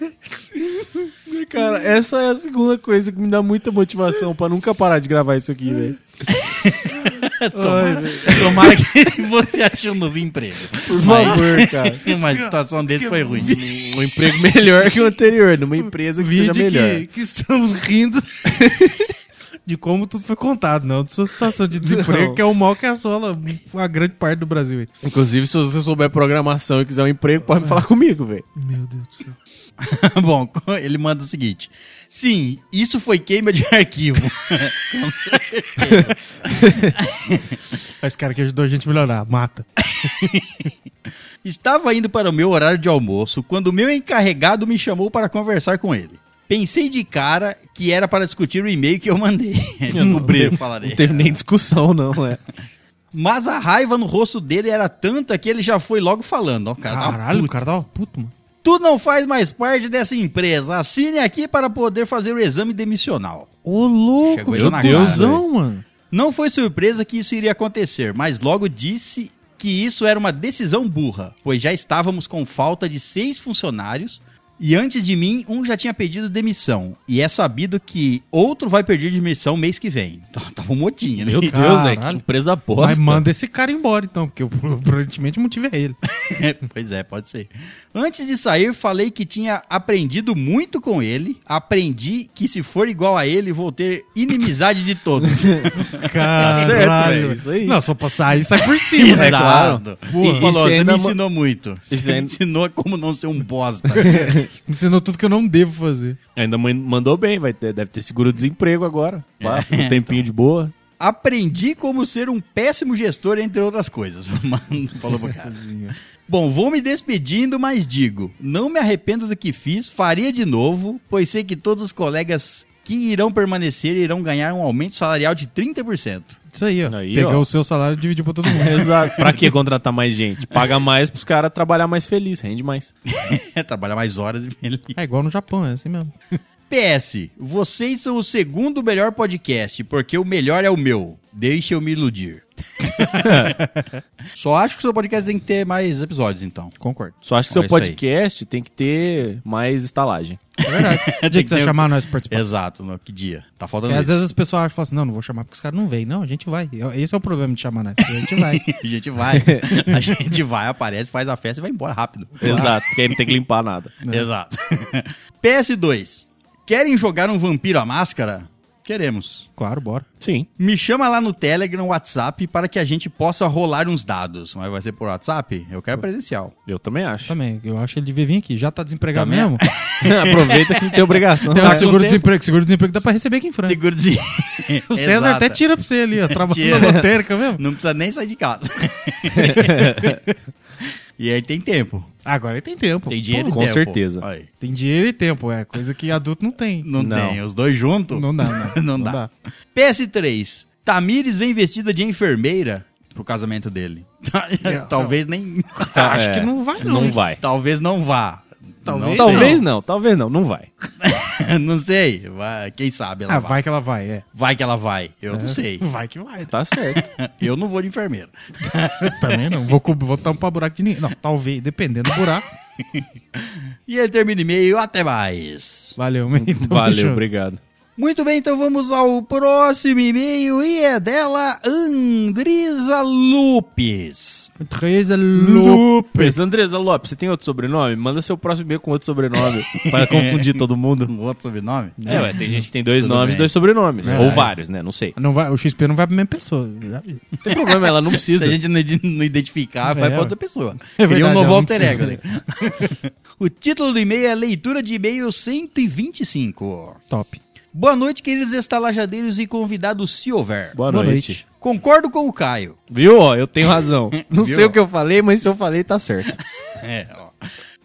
C: não.
D: Cara, essa é a segunda coisa que me dá muita motivação pra nunca parar de gravar isso aqui, né? velho.
A: Tomara, tomara que você achou um novo emprego.
D: Por favor, cara.
A: Uma situação desse foi ruim.
D: Um emprego melhor que o anterior, numa empresa que seja
C: Vídeo
D: melhor.
C: que, que estamos rindo de como tudo foi contado, não de sua situação de desemprego,
D: Não.
C: que é o mal que assola a grande parte do Brasil. aí.
D: Inclusive, se você souber programação e quiser um emprego, pode falar comigo, velho.
C: Meu Deus do céu.
A: Bom, ele manda o seguinte: Sim, isso foi queima de arquivo.
C: Ah, Esse cara que ajudou a gente a melhorar, mata.
A: Estava indo para o meu horário de almoço quando o meu encarregado me chamou para conversar com ele. Pensei de cara que era para discutir o e-mail que eu mandei. Descobri, eu falarei.
D: Não teve nem discussão, não, é.
A: Mas a raiva no rosto dele era tanta que ele já foi logo falando. Ó, cara, tá
C: Caralho, o
A: puto.
C: cara tava puto, mano.
A: Tu não faz mais parte dessa empresa. Assine aqui para poder fazer o exame demissional.
C: Ô, louco,
A: Chegou
D: ele
C: meu
D: na cara,
C: Deusão, mano.
A: Não foi surpresa que isso iria acontecer, mas logo disse que isso era uma decisão burra, pois já estávamos com falta de seis funcionários e antes de mim, um já tinha pedido demissão. E é sabido que outro vai pedir demissão mês que vem. Então, Tava um motinho, né?
D: Meu Deus,
C: Caralho.
D: velho, que empresa bosta.
C: Mas manda esse cara embora, então, porque eu, aparentemente o motivo é ele.
A: pois é, pode ser. Antes de sair, falei que tinha aprendido muito com ele. Aprendi que se for igual a ele, vou ter inimizade de todos.
D: Caralho.
C: velho, isso aí. Não, só pra sair, sai por cima, né?
A: Exato.
D: Boa.
A: E é falou,
D: Isso
A: você
D: ainda
A: me
D: mo-
A: ensinou muito.
D: Isso
A: Você me
D: ainda-
A: ensinou a como não ser um bosta.
C: Me ensinou tudo que eu não devo fazer.
D: Ainda man- mandou bem, vai ter, deve ter seguro-desemprego agora. Vai, fica um tempinho de boa.
A: Aprendi como ser um péssimo gestor, entre outras coisas. Mano, falou pro cara. Bom, vou me despedindo, mas digo, não me arrependo do que fiz, faria de novo, pois sei que todos os colegas que irão permanecer e irão ganhar um aumento salarial de 30%.
C: Isso aí, ó.
D: Aí,
C: Pegar
D: ó.
C: o seu salário e dividir pra todo mundo.
D: Exato. Pra que contratar mais gente? Paga mais pros caras trabalhar mais feliz, rende mais.
A: É, Trabalhar mais horas e feliz.
C: É igual no Japão, é assim mesmo.
A: PS, vocês são o segundo melhor podcast, porque o melhor é o meu. Deixa eu me iludir. Só acho que o seu podcast tem que ter mais episódios, então.
C: Concordo.
D: Só acho que
A: É
D: seu
A: isso aí.
D: podcast tem que ter mais estalagem.
C: É verdade. O dia
A: Tem
C: que
A: que
C: você
A: ter-
C: chamar nós pra participar.
A: Exato, no- que dia? Tá faltando
C: É, às
A: isso.
C: vezes as pessoas acham, falam assim, não, não vou chamar porque os caras não vêm. Não, a gente vai. Esse é o problema de chamar nós. A gente vai.
A: A gente vai, a gente vai, aparece, faz a festa e vai embora rápido.
D: Exato, porque aí não tem que limpar nada.
C: É.
A: Exato. PS2, querem jogar um Vampiro à Máscara? Queremos.
C: claro, bora.
D: Sim.
A: Me chama lá no Telegram, WhatsApp, para que a gente possa rolar uns dados. Mas vai ser por WhatsApp? Eu quero presencial.
D: Eu também acho.
C: Também, eu acho que ele devia vir aqui. Já tá desempregado
A: Também.
C: mesmo?
D: Aproveita que não tem obrigação. né?
A: Tá
C: Tem o
A: com
C: seguro-desemprego. Seguro-desemprego dá pra receber aqui em Franca.
A: Seguro de...
C: O César
A: Exato.
C: até tira pra você ali, ó. Trabalhando
A: Tira.
C: na lotérica mesmo.
A: Não precisa nem sair de casa. e aí tem tempo.
C: Agora ele tem tempo.
A: Tem dinheiro
C: Pô,
A: e
D: com
A: tempo.
D: certeza.
A: Aí.
C: Tem dinheiro e tempo, é. Coisa que adulto não tem.
A: Não,
D: Não.
A: tem. Os dois juntos?
C: Não dá, não.
A: Não dá. PS3. Tamires vem vestida de enfermeira pro casamento dele. talvez nem.
C: Acho que não vai, não,
D: Ah, É, Não
C: hein?
D: vai.
A: talvez não vá.
C: Talvez
A: não. sei.
D: Talvez não, talvez não, não vai.
A: não sei. Vai- quem sabe ela
C: Ah,
A: vai.
C: vai que ela vai, é.
A: Vai que ela vai. Eu não sei.
C: Vai que vai.
D: Tá certo.
A: Eu não vou de enfermeira.
C: Também não. Vou, cu- vou tampar buraco de ninguém. Não, talvez, dependendo do buraco.
A: E ele termina o e-mail. Até mais.
C: Valeu, man. Tamo
D: Valeu,
C: junto.
D: obrigado.
A: Muito bem, então vamos ao próximo e-mail e é dela Andrisa Lopes.
C: Teresa Lopes.
D: Andresa Lopes, você tem outro sobrenome? Manda seu próximo e-mail com outro sobrenome para confundir todo mundo.
A: Um outro sobrenome?
D: É, ué, tem gente que tem dois
A: Tudo
D: nomes
A: bem.
D: dois sobrenomes. Ou
C: Verdade.
D: vários, né? Não sei.
C: Não vai, o XP não vai pra mesma pessoa. já vi.
D: Não tem problema, ela não
A: Se
D: precisa.
A: a gente não id- não identificar, vai
C: É,
A: pra outra
C: ué.
A: pessoa.
C: É
A: Cria um
C: verdade,
A: novo
C: ela não
A: alter ego.
C: precisa.
A: né? o título do e-mail é Leitura de E-mail 125.
C: Top.
A: Boa noite, queridos estalajadeiros e convidados, se houver.
D: Boa,
C: Boa
D: noite.
C: noite.
A: Concordo com o Caio.
D: Viu? Ó, eu tenho razão. Não
A: Viu?
D: sei o que eu falei, mas se eu falei, tá certo.
A: É, ó.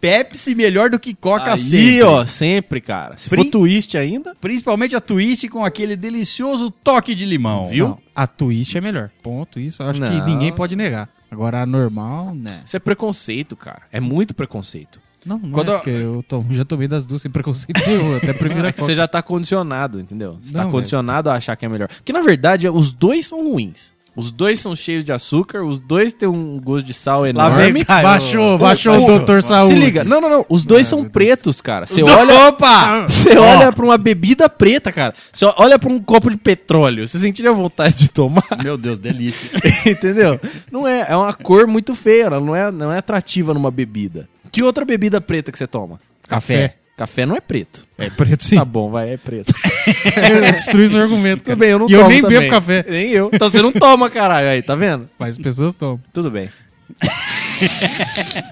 A: Pepsi melhor do que Coca
D: Aí,
A: sempre.
D: ó, sempre, cara. Se
A: Fri-
D: for twist ainda,
A: Principalmente a Twist com aquele delicioso toque de limão.
D: Viu?
C: Não, a Twitch é melhor. Ponto. Isso eu acho que
D: Não.
C: ninguém pode negar. Agora a normal, né?
D: isso é preconceito, cara. É muito preconceito.
C: Não, não
A: Quando
C: é,
A: eu-
C: porque eu to- já tomei das duas sem preconceito nenhum. Até prefiro
D: É
C: a
D: que você
C: Coca.
D: já tá condicionado, entendeu? Você tá
C: Não,
D: condicionado a achar que é melhor. Porque, na verdade, os dois são ruins. Os dois são cheios de açúcar, os dois têm um gosto de sal
A: Lá
D: enorme.
A: vem Caio.
C: Baixou, baixou
A: Ô,
C: o doutor saúde.
D: Se liga, não, não, não. Os dois são
C: meu Deus.
D: pretos, cara. Você
A: Os dois-
D: olha,
A: Opa!
D: você olha pra uma bebida preta, cara. Você olha pra um copo de petróleo. Você sentiria vontade de tomar?
A: Ah, Meu Deus, delícia.
D: Entendeu? Não é, é uma cor muito feia, ela não é, não é atrativa numa bebida. Que outra bebida preta que você toma?
C: Café.
D: Café não é preto.
C: É preto sim.
D: Tá bom, vai, é preto.
C: Destrui seu argumento.
D: Tudo
C: cara.
D: bem, eu não
C: E
D: tomo
C: eu nem
D: também.
C: bebo café.
D: Nem eu. Então você não toma, caralho, aí, tá vendo?
C: Mas as pessoas tomam.
D: Tudo bem.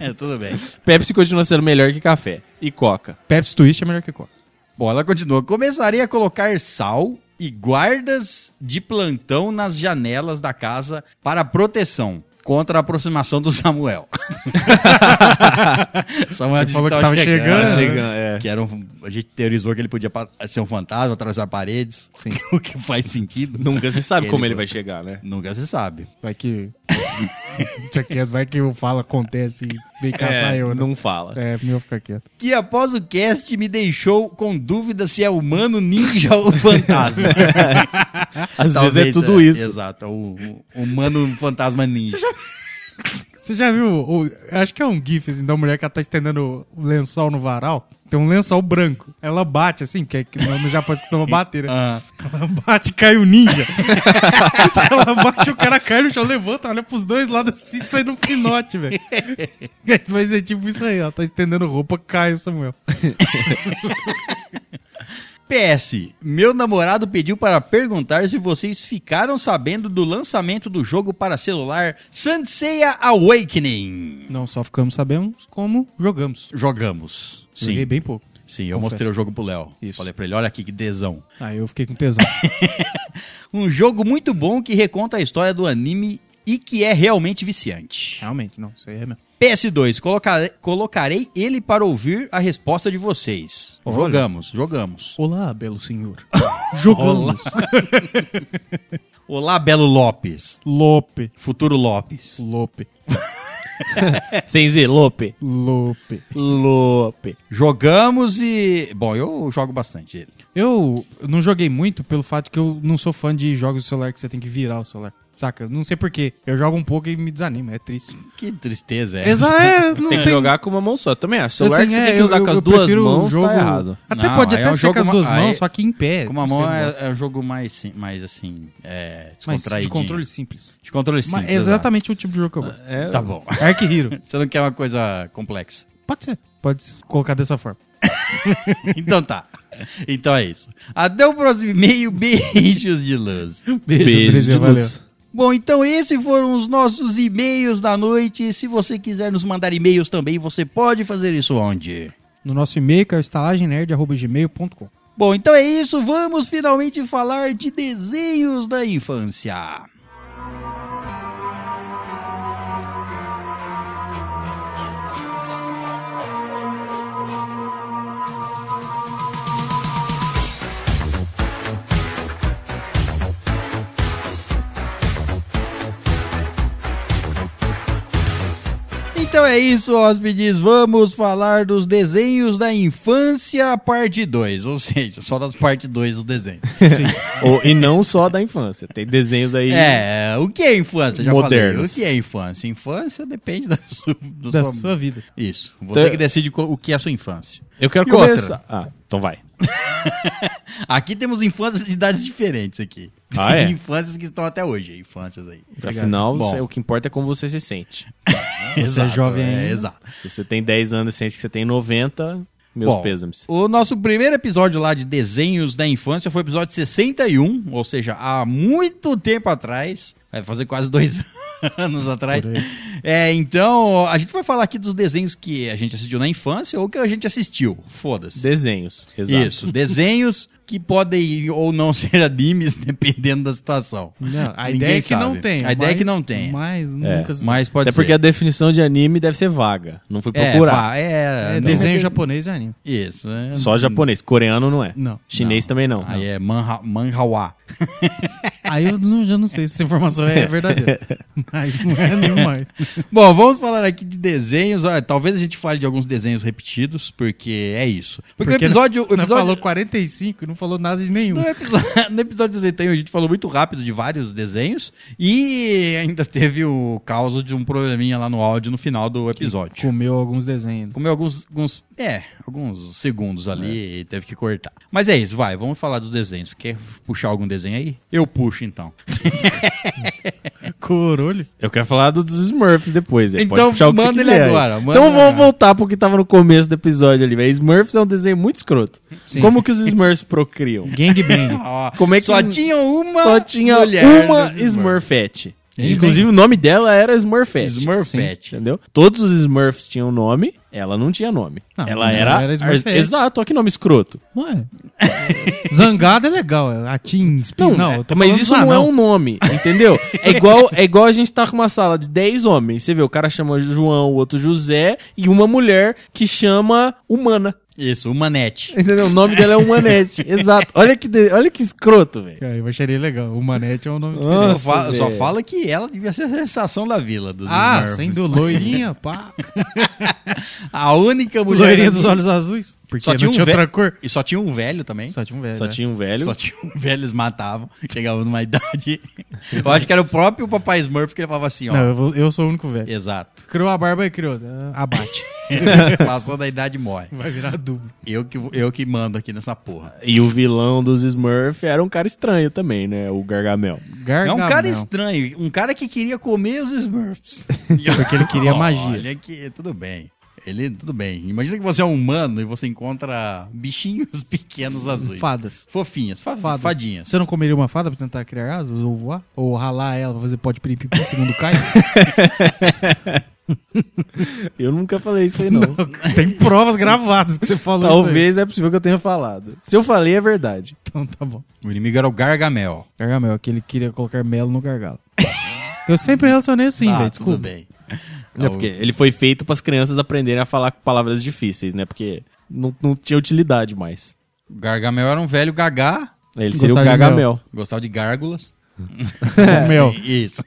A: É, Tudo bem.
D: Pepsi continua sendo melhor que café. E Coca.
C: Pepsi Twist é melhor que Coca.
A: Bom, ela continua. Começaria a colocar sal e guardas de plantão nas janelas da casa para proteção contra a aproximação do Samuel. Samuel disse
C: falou que tava chegando, né?
D: chegando, é.
A: Que era um, a gente teorizou que ele podia pa- ser um fantasma, atravessar paredes, o que faz sentido.
D: Nunca se sabe
A: Ele
D: como ele
A: foi-
D: vai chegar, né?
A: Nunca se sabe.
C: Vai que. Deixa quieto, vai que eu falo, acontece e vem caçar
D: É,
C: eu. né?
D: não fala.
C: É, meu ficar quieto.
A: Que após o cast me deixou com dúvida se é humano, ninja ou fantasma.
D: Às vezes é
A: Talvez,
D: tudo isso.
A: Exato, o, o humano fantasma ninja.
C: Você já viu? o- acho que é um GIF assim, da mulher que ela tá estendendo o lençol no varal. Tem um lençol branco. Ela bate assim, que é que no, no Japão se costuma bater, né?
A: Ah.
C: Ela bate e cai o ninja. ela bate, o cara cai no chão, levanta, olha pros dois lados assim, sai no pinote, velho. Vai ser tipo isso aí, ela tá estendendo roupa, cai o Samuel.
A: PS, meu namorado pediu para perguntar se vocês ficaram sabendo do lançamento do jogo para celular Sanseiya Awakening.
C: Não só ficamos sabemos como jogamos.
A: Jogamos.
C: Joguei
A: Sim,
C: bem pouco.
A: sim, eu
C: Confesso.
A: mostrei o jogo pro Léo.
C: Isso.
A: Falei pra ele, olha aqui que desão.
C: Aí eu fiquei com tesão.
A: Um jogo muito bom que reconta a história do anime e que é realmente viciante.
C: Realmente, não, isso aí é mesmo.
A: PS2, coloca- colocarei ele para ouvir a resposta de vocês. Jogamos, jogamos.
C: Olá, belo senhor. Jogamos.
A: Olá, Belo Lopes.
C: Lope.
A: Futuro Lopes.
C: Lope.
D: Sem Z, Lope.
C: Lope.
D: Lope.
A: Jogamos e. Bom, eu jogo bastante ele.
C: Eu não joguei muito pelo fato que eu não sou fã de jogos de celular que você tem que virar o celular. Saca? Não sei porquê. Eu jogo um pouco e me desanima. É triste.
A: Que tristeza é
C: Exato. É,
D: Tem Assim, que jogar com uma mão só. Também acho.
C: Eu
D: Celular
C: sei,
D: que você
C: é,
D: tem que
C: eu-
D: usar
C: eu-
D: com as
C: eu
D: duas
C: prefiro o
D: mãos,
C: jogo-
D: tá errado.
C: Até
A: Não,
C: pode
A: aí
C: até
A: é um
C: ser com
A: jogo
C: as duas
A: ma- aí-
C: mãos, só que em pé.
A: Com uma
C: Por isso
A: mão
C: que eu não
A: é,
C: gosto.
A: é um jogo mais, sim- mais assim, é,
C: Mas
A: descontraído.
C: de controle simples.
A: De controle
C: Mas
A: simples.
C: é exatamente o tipo de jogo que eu gosto.
D: É,
A: exato. Tá bom.
C: Ark Hero.
A: Você não quer uma coisa complexa.
C: Pode ser. Pode se colocar dessa forma.
A: Então tá. Então é isso. Até o próximo e-mail. Beijos de luz.
D: Beijo,
C: Belezinha,
D: de
C: valeu.
D: luz.
A: Bom, então esses foram os nossos e-mails da noite. Se você quiser nos mandar e-mails também, você pode fazer isso onde?
C: No nosso e-mail, que é o estalagemnerd.gmail.com.
A: Bom, então é isso. Vamos finalmente falar de desenhos da infância. Então é isso, hóspedes. Vamos falar dos desenhos da infância, parte 2. Ou seja, só das parte 2 do desenho.
D: Ou- e não só da infância. Tem desenhos aí.
A: É, o que é infância? Já falei.
D: Modernos.
A: O que é infância? Infância depende da sua, do
C: Da
A: sua-
C: sua vida. Então-
A: Isso. Você
D: Tá.
A: que decide co- o que é a sua infância.
D: Eu quero
A: E outra?
D: começar. Ah, então vai.
A: Aqui temos infâncias de idades diferentes aqui.
D: Ah, é?
A: infâncias que estão até hoje, infâncias aí.
D: Afinal,
A: Bom.
D: você- o que importa é como você se sente.
C: Você é jovem
A: é,
C: ainda.
A: exato.
D: Se você tem 10 anos e sente que você tem 90, meus
A: Bom,
D: pêsames.
A: O nosso primeiro episódio lá de desenhos da infância foi o episódio 61, ou seja, há muito tempo atrás, vai fazer quase dois anos atrás. É, então, a gente vai falar aqui dos desenhos que a gente assistiu na infância ou que a gente assistiu. Foda-se.
D: Desenhos. Exato.
A: Isso, desenhos que podem ou não ser animes, dependendo da situação.
C: Não, a
A: Ninguém
C: ideia é que
A: sabe.
C: não tem.
A: A ideia é que não tem.
C: Mas
D: É.
C: nunca se-
A: Mas pode
D: Até porque a
A: ser.
D: definição de anime deve ser vaga. Não fui
A: É,
D: procurar.
A: fa- é, não-
C: É, desenho japonês é anime.
A: Isso. é-
D: Só japonês. Coreano não é.
C: Não.
D: Chinês também não.
A: Aí é manha, manhwa.
C: Aí eu não, já não sei se essa informação é verdadeira. Mas não é nenhum mais.
A: Bom, vamos falar aqui de desenhos. Ah, talvez a gente fale de alguns desenhos repetidos, porque é isso. Porque, o episódio. O
C: Nós falou
A: episódio...
C: 45 e não falou nada de nenhum.
A: No episódio, no episódio 61, a gente falou muito rápido de vários desenhos e ainda teve o caso de um probleminha lá no áudio no final do episódio.
C: Comeu alguns desenhos.
A: Comeu alguns, alguns. É, alguns segundos
D: É.
A: ali e teve que cortar. Mas é isso, vai, vamos falar dos desenhos. Quer puxar algum desenho aí? Eu puxo então.
C: Corolho.
D: Eu quero falar do- dos Smurfs depois. é.
A: Então,
D: Pode puxar o que você
A: manda ele
D: quiser aí.
A: agora, manda
D: Então
A: agora.
D: vamos voltar pro que tava no começo do episódio ali. velho. Smurfs é um desenho muito escroto. Como que os Smurfs procriam?
C: Gangbang.
A: Ó,
D: Como é que-
A: só tinha uma
D: Só tinha
A: mulher
D: uma
A: no
D: Smurfette.
C: Ele
D: Inclusive, o nome dela era Smurfette.
A: Smurfette.
D: Sim, entendeu? Todos os Smurfs tinham nome, ela não tinha nome.
C: Não,
D: ela
C: não,
D: era.
C: era Smurfette.
D: Exato, olha que nome escroto.
C: Ué. Zangado é legal. é A Team Speed. Não, eu tô
D: mas
C: falando
D: isso
C: do
D: não é
C: anão.
D: um nome, entendeu? É igual, é igual a gente tá com uma sala de 10 homens. Você vê, o cara chama João, o outro José, e uma mulher que chama Humana.
A: Isso, o Manete.
D: Entendeu? O nome dela é Humanete. Exato. Olha que, de- olha que escroto, velho.
C: Cara, eu acharia legal. O Manete é um nome
D: Ah,
A: Só
D: Nossa,
C: diferente.
A: fala, só
D: velho.
A: fala que ela devia ser a sensação da vila dos
C: Ah,
A: Smurfs.
C: sendo loirinha, pá.
A: A única mulher.
C: Loirinha dos olhos azuis. Porque
A: Só
C: não
A: tinha,
C: tinha
A: um
C: outra
A: velho,
C: cor.
A: E só tinha um velho também. Só,
C: Só tinha um velho.
D: Só
C: né?
D: tinha um velho.
A: tinha um velho, eles matavam. Chegavam numa idade. Eu acho que era o próprio Papai Smurf que ele falava assim, ó.
C: Não, eu, vou- eu sou o único velho.
A: Exato.
C: Criou a barba e criou. Abate.
A: Passou da idade e morre.
C: Vai virar adubo.
A: Eu que, eu que mando aqui nessa porra.
D: E o vilão dos Smurf era um cara estranho também, né? O Gargamel.
A: É
C: Gargamel.
A: um cara estranho, um cara que queria comer os Smurfs. Porque
C: ele queria magia.
A: Olha que tudo bem. Ele, tudo bem. Imagina que você é um humano e você encontra bichinhos pequenos azuis.
C: Fadas.
A: Fofinhas, fa-
C: Fadas.
A: fadinhas.
C: Você não comeria uma fada pra tentar criar asas ou voar? Ou ralar ela pra fazer pode piripipi segundo cai?
D: Eu nunca falei isso aí, não.
C: Tem provas gravadas que você falou. isso aí.
D: Talvez é possível que eu tenha falado. Se eu falei, é verdade.
C: Então tá bom. é
A: O inimigo era o Gargamel.
C: Gargamel, aquele que queria colocar melo no gargalo. Eu sempre relacionei assim,
A: Tá, tudo
C: velho. Desculpa.
A: bem.
D: É porque ele foi feito para as crianças aprenderem a falar palavras difíceis, né? Porque não, não tinha utilidade mais.
A: O Gargamel era um velho gagá,
D: Ele seria o
C: Gostava de
D: Gagamel.
A: gostava de gárgulas. É, Né?
C: O É mel.
A: Isso.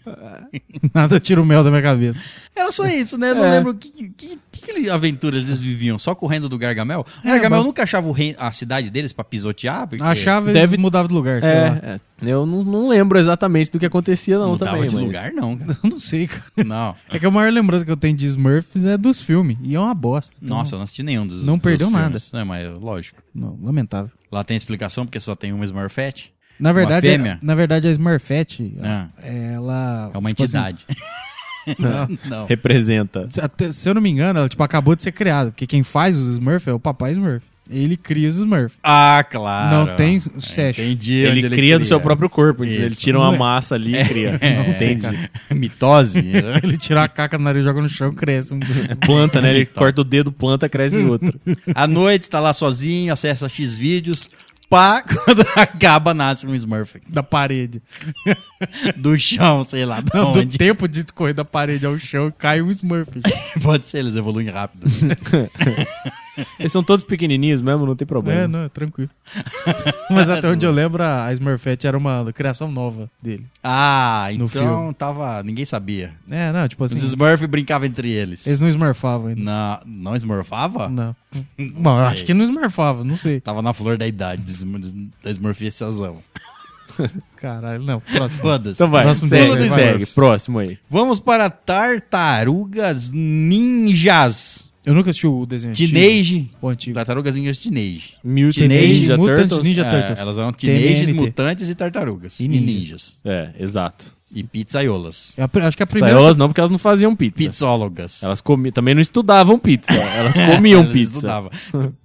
C: Nada tira o mel da minha cabeça.
A: Era só isso, né? Eu não
D: É.
A: lembro que, que, que ele- aventura eles viviam, só correndo do Gargamel. O Gargamel
C: mas-
A: nunca achava o rei- a cidade deles pra pisotear, porque
C: Achava Deve...
D: Deve-
C: eles mudavam de lugar, sei lá.
D: É, é. eu não, não lembro exatamente do que acontecia, não,
A: não mudava
D: também.
A: de
D: mas-
A: lugar, não. cara.
C: Eu não sei, cara.
A: Não.
C: É que a maior lembrança que eu tenho de Smurfs é dos filmes. E é uma bosta. Então,
A: Nossa, eu não assisti nenhum dos
C: Não
A: dos
C: perdeu
A: filmes, Né? Mas, lógico.
C: não, lamentável.
A: Lá tem explicação, porque só tem uma Smurfette.
C: Na
A: Uma
C: verdade,
A: fêmea?
C: na verdade a Smurfette,
A: Ah.
C: ela...
A: É uma
C: Tá. tipo assim,
A: entidade. não.
D: Representa.
C: Se- até- se eu não me engano, ela tipo, acabou de ser criada. Porque quem faz os Smurfs é o papai Smurf. Ele cria os Smurfs.
A: Ah, claro. É,
C: Não tem sexo.
A: Entendi.
D: Ele,
A: onde
D: cria, do seu próprio corpo, ele- ele
A: Isso.
D: tira uma massa ali e cria.
A: É,
D: Entende?
A: Mitose.
C: Ele tira a caca do nariz, joga no chão, cresce. um-
D: Planta, né? Ele corta o dedo, planta, cresce outro.
A: à noite, tá lá sozinho, acessa X vídeos. Pá, quando acaba, nasce um Smurf.
C: da parede.
A: Do chão, sei lá. de
C: Não, do
A: onde.
C: tempo de correr da parede ao chão, cai um Smurf.
A: Pode ser, eles evoluem rápido.
D: Eles são todos pequenininhos mesmo, não tem problema.
C: é, não, é tranquilo. Mas até onde eu lembro, a Smurfette era uma criação nova dele.
A: Ah,
C: No
A: então
C: filme.
A: tava. Ninguém sabia.
C: É, não, tipo assim,
A: Os Smurf brincavam entre eles.
C: eles não smurfavam ainda.
A: Na- Não, smurfava?
C: Não. Bom, eu
A: sei.
C: acho que não esmorfava, não sei.
A: Tava na flor da idade, des- des- da esmorfização.
C: Caralho, não. Próximo.
A: Foda-se.
D: Então vai,
C: Próximo
D: segue,
C: desenho,
D: segue,
C: vai.
D: próximo aí.
A: Vamos para Tartarugas Ninjas.
C: Eu nunca assisti o desenho antigo.
A: Teenage.
C: O antigo.
A: Tartarugas Ninjas Teenage.
D: Mutant
A: Teenage
D: Ninja
C: Mutant
D: Turtles.
C: Ninja-
A: É,
C: Turtles.
A: elas eram teenagers,
C: TNT.
A: mutantes e tartarugas. E,
C: E ninjas.
A: ninjas.
D: É, exato.
A: E pizzaiolas.
C: É a pri- acho que a primeira...
D: Saiolas não, porque elas não faziam pizza.
A: Pizzólogas.
D: Elas comi... também não estudavam pizza, elas comiam
A: É, Elas
D: pizza.
A: estudavam.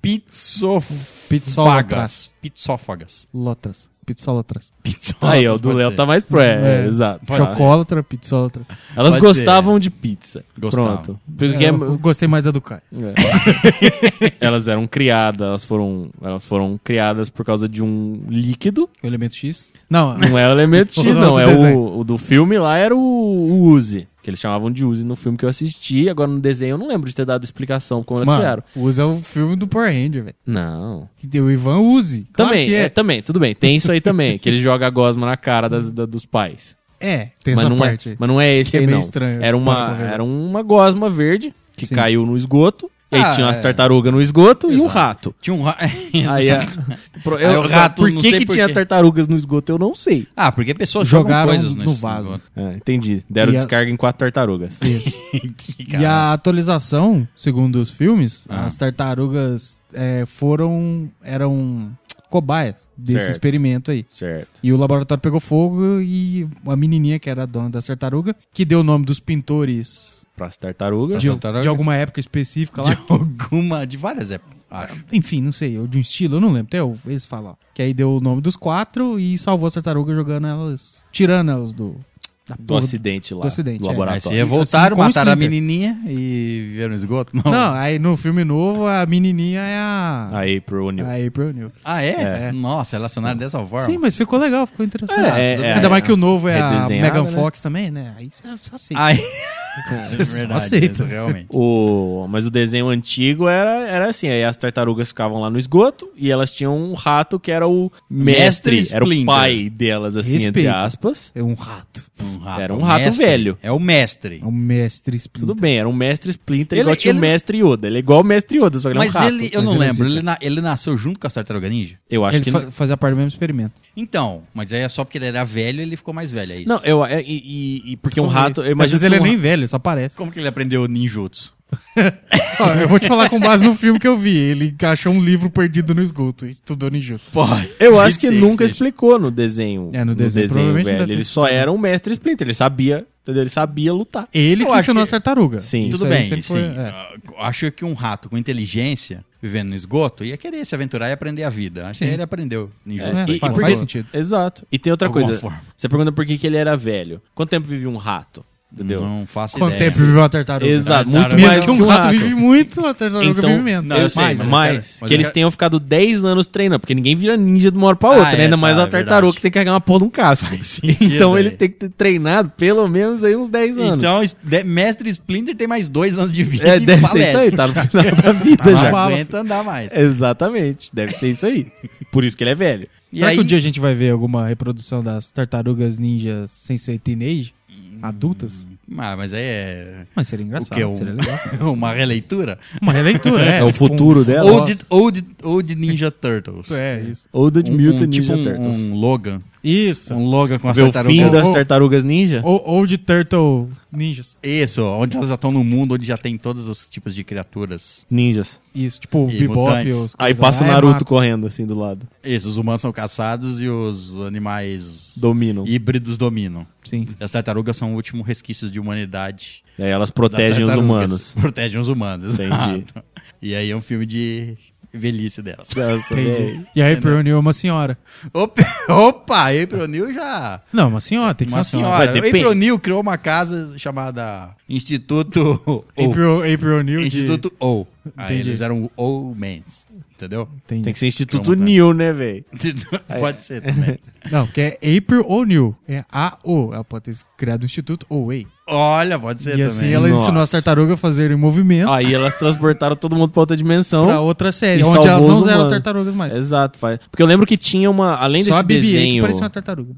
A: Pizzofagas.
C: Pizzólogas.
A: Pizzófagas.
C: Lotras. Pizzólatras.
A: Pizzólogas,
D: Aí, ó, o do
A: pode
D: Léo
A: ser.
D: tá mais pro. É,
C: É.
D: exato.
C: Chocólatra, pizzólatra.
D: Elas
A: Pode
D: gostavam de pizza.
A: Gostavam.
D: Pronto. Porque
C: É, Eu- eu gostei mais da do Kai.
D: é- elas eram criadas, elas foram, elas foram criadas por causa de um líquido.
C: O elemento X? Não,
D: Não é o elemento X,
C: Outro
D: não. É
C: desenho.
D: o, o do filme lá era o, o Uzi. Que eles chamavam de Uzi no filme que eu assisti. Agora no desenho eu não lembro de ter dado explicação como elas
C: mano,
D: criaram.
C: usa o filme do Power Ranger, velho.
D: Não.
C: Que deu o Ivan Uzi. Claro
D: também,
C: que
D: é, também, tudo bem. Tem isso aí também, que ele joga a gosma na cara das- da- dos pais.
C: É, tem
D: mas
C: essa
D: não
C: parte.
D: É, mas não é esse
C: que é
D: aí,
C: meio
D: não.
C: estranho,
D: Era
C: para
D: uma,
C: conver-
D: era uma gosma verde que
C: Sim.
D: caiu no esgoto. E
A: Ah,
D: aí tinha umas
A: é.
D: tartarugas no esgoto e um rato.
A: Tinha um ra...
D: Aí, a- pro-
A: Aí o
D: eu-
A: rato,
D: por
A: não
D: que,
A: sei
D: que
A: por
D: tinha
A: quê.
D: tartarugas no esgoto, eu não sei.
A: Ah, porque pessoas
C: Jogaram
A: jogam coisas
C: no
A: nesse
C: vaso.
A: negócio.
D: Ah, entendi. Deram
C: É, E a-
D: descarga em quatro tartarugas.
C: Isso.
A: Que
C: e a atualização, segundo os filmes,
D: Ah.
C: as tartarugas é, foram. eram cobaias desse
D: Certo.
C: experimento aí.
D: Certo.
C: E o laboratório pegou fogo e a menininha, que era a dona da tartaruga, que deu o nome dos pintores
D: Para as tartarugas.
C: de,
A: tartarugas?
C: de alguma época específica lá.
A: De alguma, de várias épocas,
D: É,
A: acho.
C: Enfim, não sei, ou de um estilo, eu não lembro. Até eu- eles falam. Que aí deu o nome dos quatro e salvou as tartarugas jogando elas. tirando elas do. Da
D: do
C: porra
D: acidente lá.
C: do acidente,
D: do
C: é.
A: Aí se
D: laboratório.
A: revoltaram,
C: como o
A: mataram a
C: Splinter.
A: menininha e vieram no esgoto? Não.
D: é.
C: Não, aí no filme novo a menininha é a.
D: Aí pro O'Neill.
C: A April New.
A: Ah, é? Nossa, relacionaram dessa forma.
C: Sim, mas ficou legal, ficou interessante.
D: É, é,
C: Ainda
D: é,
C: mais que o novo é a
D: redesenhada,
C: Megan
D: né?
C: Fox também, né? Aí você você aceita.
A: Ai.
C: só aceita.
A: é isso realmente.
D: O... Mas o desenho antigo era, era assim, aí as tartarugas ficavam lá no esgoto e elas tinham um rato que era o
A: Mestre
D: mestre, era o
A: Splinter.
D: pai delas, assim, entre
C: Respeita.
D: aspas.
C: É um rato.
A: Um rato,
D: Era um
A: o
D: rato
A: mestre.
D: velho.
A: É o mestre.
C: É um mestre Splinter.
D: Tudo bem, era um mestre Splinter
A: Ele-
D: igual tinha
A: ele-
D: o mestre Yoda. Ele é igual o mestre Yoda, só que ele é um
A: Mas
D: rato.
A: ele, eu
C: mas
A: não
C: ele
A: lembro,
C: existe.
A: ele, na- ele nasceu junto com a tartaruga ninja?
D: Eu acho
C: ele
D: que...
C: fa- fazia parte do mesmo experimento.
A: Então, mas aí é só porque ele era velho ele ficou mais velho, é isso?
D: Não, eu... é- e, e- e porque um
C: Talvez.
D: rato... Eu
C: Às
D: imagino
C: vezes
D: que
C: ele é
D: um
C: nem velho, só parece.
A: Como que ele aprendeu ninjutsu?
C: Ó, eu vou te falar com base no filme que eu vi. Ele achou um livro perdido no esgoto e estudou ninjutsu.
A: Pode.
D: Eu acho que
A: ser
D: nunca
A: seja.
D: explicou no desenho.
C: É, no desenho, provavelmente não
D: velho.
C: deve
D: Ele
C: ter
D: só era um mestre Splinter, ele sabia, entendeu? Ele sabia lutar.
C: Ele
A: Eu
C: que
A: acho
C: ensinou
A: que-
C: a tartaruga.
D: Sim.
C: Isso
A: Tudo
C: aí
A: bem,
C: sempre
A: sim.
C: foi- é.
A: Eu Acho que um rato com inteligência, vivendo no esgoto, ia querer se aventurar e aprender a vida. Acho que
C: Sim.
A: ele aprendeu né? ninjutsu.
C: É,
A: aí.
C: faz-
A: Por
C: faz
A: quê?
C: sentido.
D: Exato. E tem outra
A: Alguma
D: coisa.
A: forma.
D: Você pergunta por que, que ele era velho. Quanto tempo vivia um rato? Entendeu?
A: Não faço
C: Quanto
A: ideia.
C: tempo viveu a tartaruga? né?
D: Exato,
A: Tartaruga.
D: muito
A: Mesmo
D: mais
C: Mesmo que um rato vive muito, a tartaruga
D: Então,
C: vive menos.
D: não,
A: Eu
D: eu
A: sei,
D: sei,
A: mas
D: mas,
A: espera, mas
D: que eles
A: eu-
D: tenham ficado 10 anos treinando, porque ninguém vira ninja de uma hora pra outra,
A: Ah,
D: né?
A: é,
D: ainda mais
A: tá,
D: a
A: é
D: tartaruga
A: verdade.
D: que tem que carregar uma porra num casco.
A: sentido,
D: então
A: é.
D: eles têm que ter treinado pelo menos aí uns 10 anos.
A: Então, es- de- mestre Splinter tem mais dois anos de vida.
D: é,
A: e
D: deve ser
A: falece.
D: isso aí, tá no final da
A: Tá,
D: vida
A: Não
D: já.
A: aguenta andar
C: É,
A: mais.
D: Exatamente, deve ser isso aí. Por isso que ele é velho.
A: E
C: Será
A: aí,
C: que um dia a gente vai ver alguma reprodução das tartarugas ninjas sem ser teenage? Adultas?
A: Ah, mas aí é
C: Mas seria engraçado.
A: O quê? Um-
C: Seria legal.
A: uma releitura.
C: Uma releitura, é.
D: É o
C: tipo um-
D: futuro dela.
A: Ou de, ou, de, ou de Ninja Turtles.
C: É, isso.
D: Ou do
A: Um-
D: Mutant
A: um- tipo
D: Ninja
A: um,
D: Turtles.
A: um Logan.
C: Isso.
A: Um Logan com as
D: Ver o fim é
A: tartarugas.
D: das tartarugas ninja?
C: Ou, ou de turtle ninjas.
A: Isso, onde elas já estão no mundo onde já tem todos os tipos de criaturas.
D: Ninjas.
C: Isso, tipo o
A: E
C: bebop.
A: mutantes.
C: Os
D: Aí
C: coisas
D: passa o
C: lá, é
D: Naruto
C: mato.
D: correndo assim do lado.
A: Isso, os humanos são caçados e os animais
D: Dominam.
A: híbridos dominam.
C: Sim.
A: E As tartarugas são o último resquício de humanidade.
D: Aí elas
A: das
D: protegem os
A: tartarugas.
D: humanos.
A: Protegem os humanos,
D: Entendi.
A: exato. E aí é um filme de velhice delas.
D: Nossa, velho.
C: Entendi. E aí reuniu uma senhora.
A: Opa, opa a April Neal já...
C: Não, uma senhora, tem que
A: Uma
C: ser uma senhora.
A: senhora. A
D: Vai, depende.
A: April Neal criou uma casa chamada Instituto... O.
C: April, April O'Neil. de-
A: Instituto O. Aí
C: Entendi.
A: eles eram o O Mans, entendeu?
C: Entendi.
D: Tem que ser Instituto
A: Calma, tá.
D: New, né, velho?
A: Pode ser também.
C: Não, porque é April O'Neil. É A-O. Ela pode ter criado o Instituto OA.
A: Olha, pode ser
C: E
A: também.
C: assim ela ensinou
D: Nossa. Ah,
C: as tartarugas a fazerem movimentos
D: Aí elas transportaram todo mundo pra outra dimensão.
C: pra outra série,
D: e
C: onde elas
D: salvou
C: não
D: os
C: eram
D: humanos.
C: tartarugas mais.
D: Exato, faz. Porque eu lembro que tinha uma. Além
C: Só a
D: desse
C: BB-8
D: É desenho.
C: parecia uma tartaruga.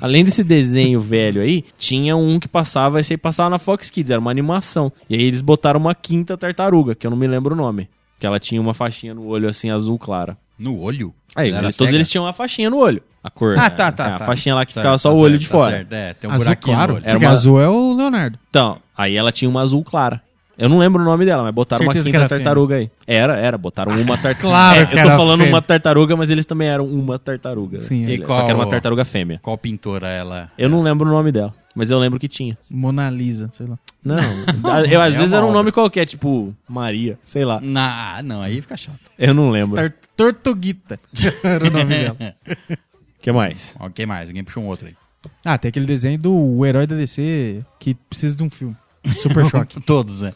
D: Além desse desenho velho aí, tinha um que passava, esse aí passava na Fox Kids, era uma animação. E aí eles botaram uma quinta tartaruga, que eu não me lembro o nome. Que ela tinha uma faixinha no olho, assim, azul clara.
A: No olho?
D: Aí,
A: Ela
D: ele-
A: era
D: todos
A: cega?
D: eles tinham uma faixinha no olho. A cor.
A: Ah,
D: né?
A: tá, tá,
D: A
A: tá.
D: faixinha lá que
A: Tá,
D: ficava só
A: tá
D: o olho
A: certo,
D: de
A: tá
D: fora. Ah,
A: certo. É, tem um
C: azul
A: buraquinho
C: claro.
A: no olho.
D: Era
C: Porque
D: uma-
C: azul é o Leonardo.
D: Então, aí ela tinha uma azul clara. Eu não lembro o nome dela, mas botaram
C: Certeza que
D: uma
C: era
D: quinta tartaruga aí. Era, era, botaram uma tartaruga.
C: claro
D: É,
C: que
D: eu tô
C: era
D: falando
C: fêmea.
D: uma tartaruga, mas eles também eram uma tartaruga.
C: Sim,
D: né?
A: é. E
D: Só que era
A: qual-
D: uma tartaruga fêmea.
A: Qual pintora ela?
D: Eu não lembro o nome dela, mas eu lembro que tinha.
C: Mona Lisa, sei lá.
D: Não, eu, às
A: é
D: vezes
A: uma
D: era um
A: obra.
D: nome qualquer, tipo Maria, sei lá.
A: Ah, não, aí fica chato.
D: Eu não lembro. O
C: Tar- Tortuguita era o nome dela.
D: que mais?
A: Ó, Quem mais? Alguém puxou um outro aí.
C: Ah, tem aquele desenho do o herói da DC que precisa de um filme. Super Choque.
A: Todos, né?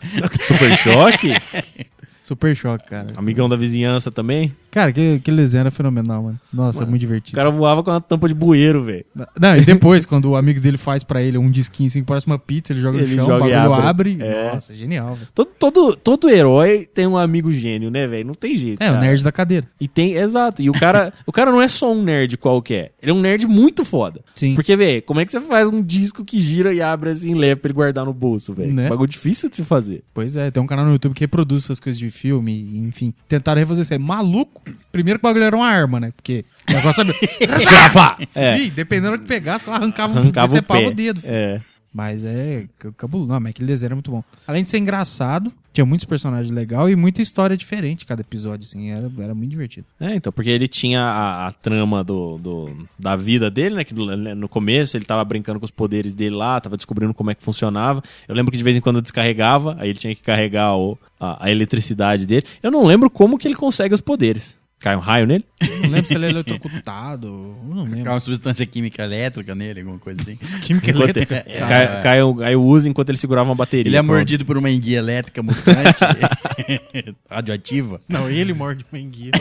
D: Super Choque?
C: Super Choque, cara.
D: Amigão da vizinhança também?
C: Cara, aquele, aquele desenho era fenomenal, mano. Nossa, é muito
D: O
C: divertido.
D: cara voava com uma tampa de bueiro, velho.
C: Não, e depois, quando o amigo dele faz pra ele um disquinho assim, que parece uma pizza, ele joga no
D: Ele
C: chão, o
D: joga e
C: bagulho abre.
D: abre. É.
C: Nossa, genial, velho.
D: Todo, todo, todo herói tem um amigo gênio, né, velho? Não tem jeito.
C: É, o
D: cara.
C: nerd da cadeira.
D: E tem, exato. E o cara, o cara não é só um nerd qualquer. Ele é um nerd muito foda.
C: Sim.
D: Porque, velho, como é que você faz um disco que gira e abre assim, e leva pra ele guardar no bolso, velho?
C: Né?
D: Bagulho difícil de se fazer.
C: Pois é, tem um canal no YouTube que reproduz essas coisas de filme, enfim. Tentaram refazer isso aí. Maluco, primeiro que o bagulho era uma arma, né? Porque o negócio era...
D: Java! É.
C: Ih, dependendo do que pegasse, ela arrancava,
D: Arrancava o
C: decepava
D: pé.
C: o dedo. filho.
D: É.
C: Mas é c- cabuloso. Não, mas aquele desenho era muito bom. Além de ser engraçado, tinha muitos personagens legais e muita história diferente cada episódio, assim. Era, era muito divertido.
D: É, então, porque ele tinha a, a trama do, do- da vida dele, né? Que do- no começo ele tava brincando com os poderes dele lá, tava descobrindo como é que funcionava. Eu lembro que de vez em quando descarregava, aí ele tinha que carregar o- a, a eletricidade dele. Eu não lembro como que ele consegue os poderes. Cai um raio nele?
C: Eu Não lembro se ele era eletrocutado, eu não
A: Ficar
C: lembro.
A: uma substância química elétrica nele, alguma coisa assim.
C: Química
D: Enquanto-
A: é,
C: Ah.
D: cai, cai um, o, cai o Uzi enquanto ele segurava uma bateria.
A: Ele é
D: Pronto.
A: mordido por uma enguia elétrica mutante, radioativa.
C: Não, ele morde mangueira.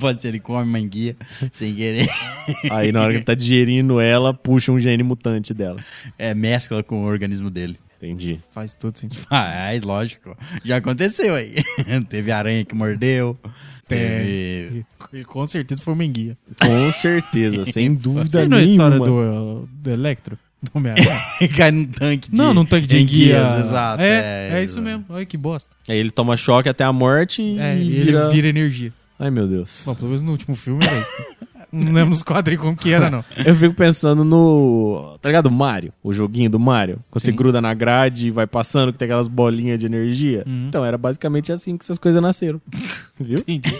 A: Pode ser, ele come uma enguia sem querer.
D: Aí na hora que ele tá digerindo ela, puxa um gene mutante dela.
A: É, mescla com o organismo dele.
D: Entendi.
C: Faz todo sentido.
A: Mas, lógico, já aconteceu aí. Teve aranha que mordeu.
D: É.
A: Teve.
C: E com certeza foi mangueira.
D: Com certeza, sem dúvida
C: Você não é a
D: nenhuma.
C: história do, do Electro? Do Homem-Aranha?
A: Cai num tanque de
C: não, num tanque de
A: enguias,
C: enguia.
A: exato.
C: É, é, isso
A: exato.
C: mesmo. Olha que bosta.
D: Aí ele toma choque até a morte e,
C: É, e
D: vira...
C: ele vira energia.
D: Ai, meu Deus.
C: Bom, pelo menos no último filme era isso. não lembro nos quadrinhos como que era, não.
D: Eu fico pensando no. Tá ligado? Mario. O joguinho do Mario. Quando você gruda na grade e vai passando, que tem aquelas bolinhas de energia. Então, era basicamente assim que essas coisas nasceram. Viu?
C: Entendi.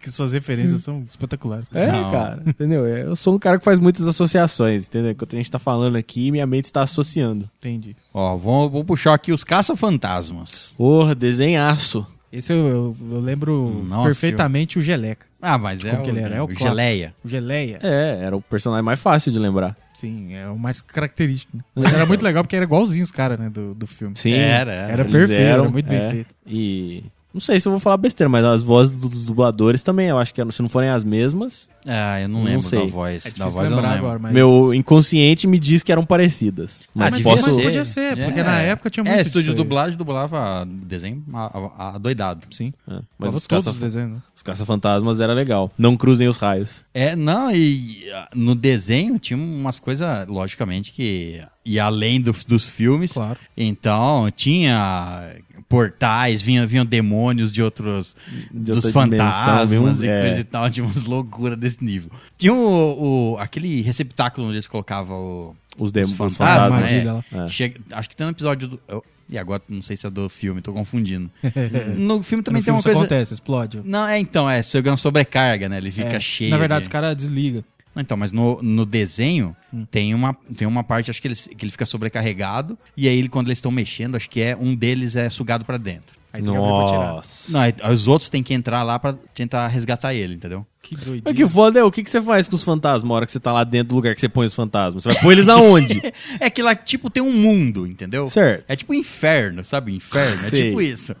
C: que suas referências são espetaculares.
D: É, cara. Entendeu? É, Eu sou um cara que faz muitas associações, entendeu? Enquanto a gente tá falando aqui, minha mente está associando.
C: Entendi.
A: Ó, vamos, vou puxar aqui os caça-fantasmas.
D: Porra, desenhaço.
C: Esse eu, eu- eu lembro
A: Nossa,
C: perfeitamente o Geleca.
A: Ah, mas é
C: Como
A: o,
C: que ele era? É o clássico.
A: Geleia.
C: O Geleia.
D: É, era o personagem mais fácil de lembrar.
C: Sim, é o mais característico. né? Mas era muito legal porque era igualzinho os caras, né, do, do filme.
D: Sim.
A: Era, era.
C: Era
D: Eles
C: perfeito,
D: eram,
C: era muito bem
D: é.
C: feito.
D: E. Não sei se eu vou falar besteira, mas as vozes dos dubladores também, eu acho que eram- se não forem as mesmas,
A: Ah, eu não
D: Não
A: lembro da
D: sei.
A: voz.
C: É
A: da
C: difícil
A: voz eu não
C: lembrar
A: lembro.
C: agora, mas...
D: meu inconsciente me diz que eram parecidas.
A: Ah,
D: Mas,
A: devia
D: posso. É,
C: ser. podia porque na época tinha
A: é,
C: muito
A: estúdio
C: disso aí.
A: dublagem dublava desenho a- a- a- doidado.
C: Sim.
D: Ah, mas
C: Mas
D: os
C: todos
D: caça-
C: os desenhos. né?
D: os caça-fantasmas era legal. Não cruzem os raios.
A: É, não, e ah, no desenho tinha umas coisas, logicamente, que ia além do- dos filmes.
C: Claro.
A: Então, tinha portais, vinha, vinham demônios de outros,
D: De
A: dos
D: outra
A: fantasmas
D: dimensão, viu?
A: e
D: É.
A: coisa e tal, tinha umas loucuras desse nível. Tinha o, o- aquele receptáculo onde eles colocavam o,
D: Os, dem-
A: os
D: os
A: fantasmas,
D: fantasmas.
C: armadilha
A: né?
D: lá. É.
A: Chega- acho que tem um episódio do... eu- e agora não sei se é do filme, tô confundindo. no filme também tem
C: no filme
A: uma
C: isso
A: coisa...
C: acontece, explode.
A: Não, é então, é, chega uma sobrecarga, né? Ele fica
C: É,
A: cheio. né?
C: Na verdade,
A: de-
C: os caras desligam.
A: não, Então, mas no, no desenho tem, uma, tem uma parte, acho que ele, que ele fica sobrecarregado, e aí ele, quando eles estão mexendo, acho que é um deles é sugado pra dentro.
C: Aí tem que abrir pra tirar.
D: Nossa.
A: Não, aí os outros têm que entrar lá pra tentar resgatar ele, entendeu?
C: Que
D: Mas
C: doideira.
D: que foda é, o que, que você faz com os fantasmas na hora que você tá lá dentro do lugar que você põe os fantasmas? Você vai pôr eles aonde?
A: É que lá, tipo, tem um mundo, entendeu?
D: Certo. Ah,
A: É tipo inferno, sabe? Inferno, é
D: Sei.
A: tipo isso.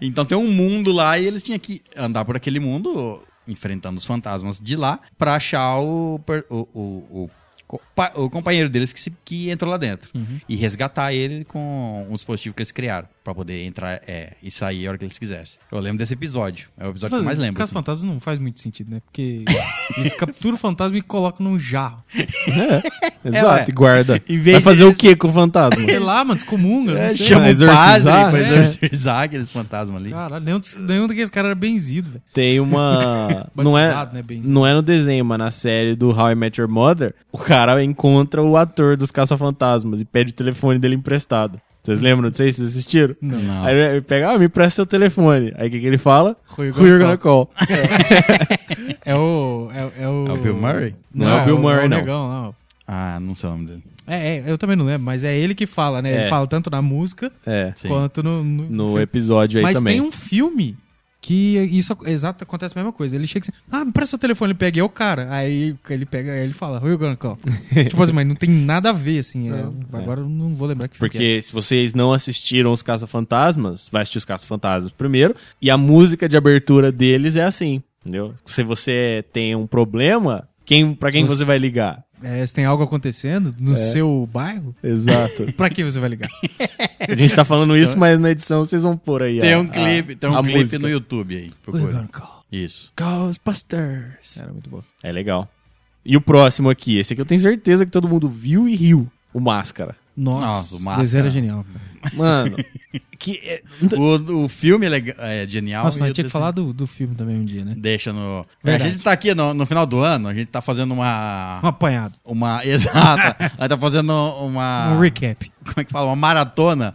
A: Então tem um mundo lá e eles tinham que andar por aquele mundo, enfrentando os fantasmas de lá, pra achar o, per- o, o, o compa- o companheiro deles que, se- que entrou lá dentro.
D: Uhum.
A: E resgatar ele com um dispositivo que eles criaram, pra poder entrar é, e sair a hora que eles quisessem. Eu lembro desse episódio. É o episódio que eu mais lembro.
C: Caso
A: assim.
C: fantasma não faz muito sentido, né? Porque eles capturam o fantasma e colocam num jarro.
D: Exato, e guarda.
A: Em
D: Vai
A: vez
D: fazer
A: disso-
D: o que com o fantasma?
C: Sei lá, mano, descomunga.
A: É,
C: não sei.
A: chama o padre
D: exorcizar,
A: pra
D: né? Ah,
A: exorcizar aqueles fantasmas ali.
C: Caralho, nenhum, dos- nenhum daqueles caras era benzido, velho.
D: Tem uma. não, é,
C: Batizado, né, bem-
D: não é no desenho, mas na série do How I Met Your Mother, o cara encontra o ator dos Caça-Fantasmas e pede o telefone dele emprestado. Vocês lembram disso aí? Vocês assistiram?
A: Não.
D: Aí ele pega, ah, me empresta seu telefone. Aí o que, que ele fala?
C: Who you
D: Who you
C: gonna
D: gonna call?
C: É o. É, é o...
A: É o Bill Murray?
D: Não é o Bill Murray,
C: o
D: não.
C: negão lá, ó.
A: Ah, não sei o nome dele.
C: É, é, eu também não lembro, mas é ele que fala, né?
D: É.
C: Ele fala tanto na música
D: É,
A: Sim.
C: quanto no. No,
D: no
C: filme.
D: episódio aí
C: Mas
D: também.
C: tem um filme que isso ac- exato, acontece a mesma coisa. Ele chega assim, ah, me presta o telefone, ele pega e é o cara. Aí ele pega ele fala, Who you gonna call? tipo assim, mas não tem nada a ver, assim. é- agora eu não vou lembrar que filme que
D: Porque se vocês não assistiram os Caça-Fantasmas, vai assistir os Caça-Fantasmas primeiro. E a música de abertura deles é assim, entendeu? Se você tem um problema, quem, pra quem
C: você-
D: você vai
C: é.
D: ligar?
C: É, se tem algo acontecendo no seu bairro,
D: Exato.
C: pra que você vai ligar?
D: A gente tá falando isso, mas na edição vocês vão pôr aí.
A: Então,
C: É,
A: Tem
D: a-
A: um clipe,
D: a-
A: tem um
D: a
A: clipe
D: música.
A: no YouTube aí. Procura. Isso.
D: Ghostbusters.
C: Era muito bom.
D: É legal. E o próximo aqui, esse aqui eu tenho certeza que todo mundo viu e riu. O Máscara.
A: Nossa,
C: Nossa,
A: o
C: o
A: Máscara.
C: desenho era genial. cara.
D: Mano, que é-
A: O, o filme é, lega- é genial.
C: Nossa,
A: e
C: nós
A: o
C: tinha que
A: desenho-
C: falar do, do filme também um dia, né?
A: Deixa no.
C: Verdade.
A: A gente tá aqui no, no final do ano, a gente tá fazendo
C: Um
A: uma.
C: apanhado.
A: Uma. Exata. A gente tá fazendo uma.
C: Um recap.
A: Como é que fala? Uma maratona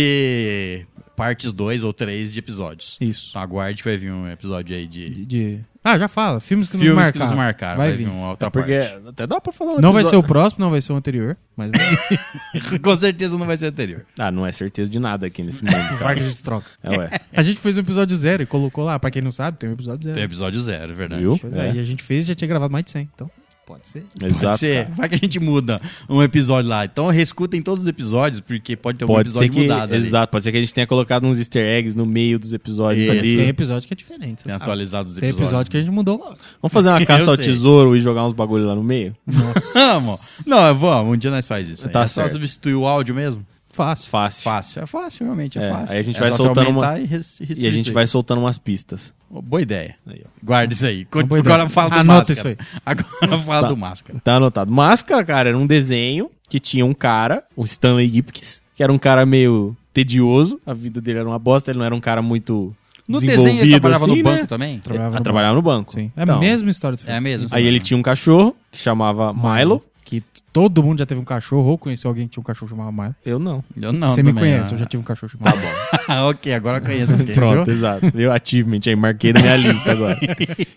A: de partes 2 ou 3 de episódios.
C: Isso.
A: Então aguarde que vai vir um episódio aí de.
C: De- de- Ah, já fala. Filmes que nos
A: filmes
C: marcaram.
A: que nos marcaram.
C: Vai,
A: Vai,
C: vir. É
A: vir um uma outra
D: porque
A: parte.
D: até dá pra falar um
C: Não vai ser
D: episódio-
C: o próximo, não vai ser o anterior, mas vai vir.
A: Com certeza não vai ser anterior.
D: Ah, não é certeza de nada aqui nesse mundo, cara.
C: Vai que a gente troca.
D: É, ué.
C: A gente fez um episódio zero e colocou lá. Pra quem não sabe, tem um episódio zero.
A: Tem episódio zero, é verdade.
D: Viu?
C: Pois é,
D: É,
C: E a gente fez e já tinha gravado mais de 100, então pode ser.
A: Pode
D: Exato.
A: ser.
D: cara.
A: Vai que a gente muda um episódio lá. Então reescutem todos os episódios, porque pode ter um
D: Pode ser
A: episódio
D: que.
A: mudado. ali.
D: Exato, pode ser que a gente tenha colocado uns easter eggs no meio dos episódios
A: Isso.
D: ali.
C: Tem episódio que é diferente, você
A: Tem
C: sabe.
A: né, atualizado os
C: Tem
A: episódios.
C: episódio que a gente mudou logo.
D: Vamos fazer uma caça
A: Eu
D: ao
A: sei.
D: tesouro e jogar uns bagulho lá no meio?
A: Vamos! Não, vamos, um dia nós faz isso. aí.
D: Tá
A: é só
D: certo.
A: substituir o áudio mesmo?
C: Fácil.
D: Fácil.
A: Fácil, é fácil, realmente, é,
D: É,
A: fácil.
D: aí a gente
A: É
D: vai
A: só você
D: soltando
A: aumentar
D: uma-
A: E, res-
D: E a gente
A: restringir.
D: vai soltando umas pistas.
A: Boa ideia.
D: Aí, ó.
A: Guarda isso aí. Conti-
C: boa ideia.
A: Agora fala do
C: Anota
A: máscara.
C: isso
A: Agora fala
D: Tá.
A: do máscara.
D: Tá anotado. Máscara, cara, era um desenho que tinha um cara, o Stanley Gipkins, que era um cara meio tedioso, a vida dele era uma bosta, ele não era um cara muito
A: No
D: desenvolvido
A: desenho ele trabalhava
D: assim,
A: no
D: né?
A: banco também?
D: Ah,
C: Trabalhava
D: Trabalhava,
C: no
D: no banco.
C: Sim. É
D: Então,
C: a mesma história do filme.
A: É a mesma
D: Aí
A: história,
D: ele
A: né?
D: tinha um cachorro que chamava Milo.
C: Que todo mundo já teve um cachorro ou conheceu alguém que tinha um cachorro chamado Milo.
D: Eu não.
A: Eu não,
C: Você me
A: também,
C: conhece,
A: né?
C: eu já tive um cachorro chamado Milo.
A: Ah, ok, agora eu conheço. é. ok.
D: Pronto, exato. Meu achievement aí, marquei na minha lista agora.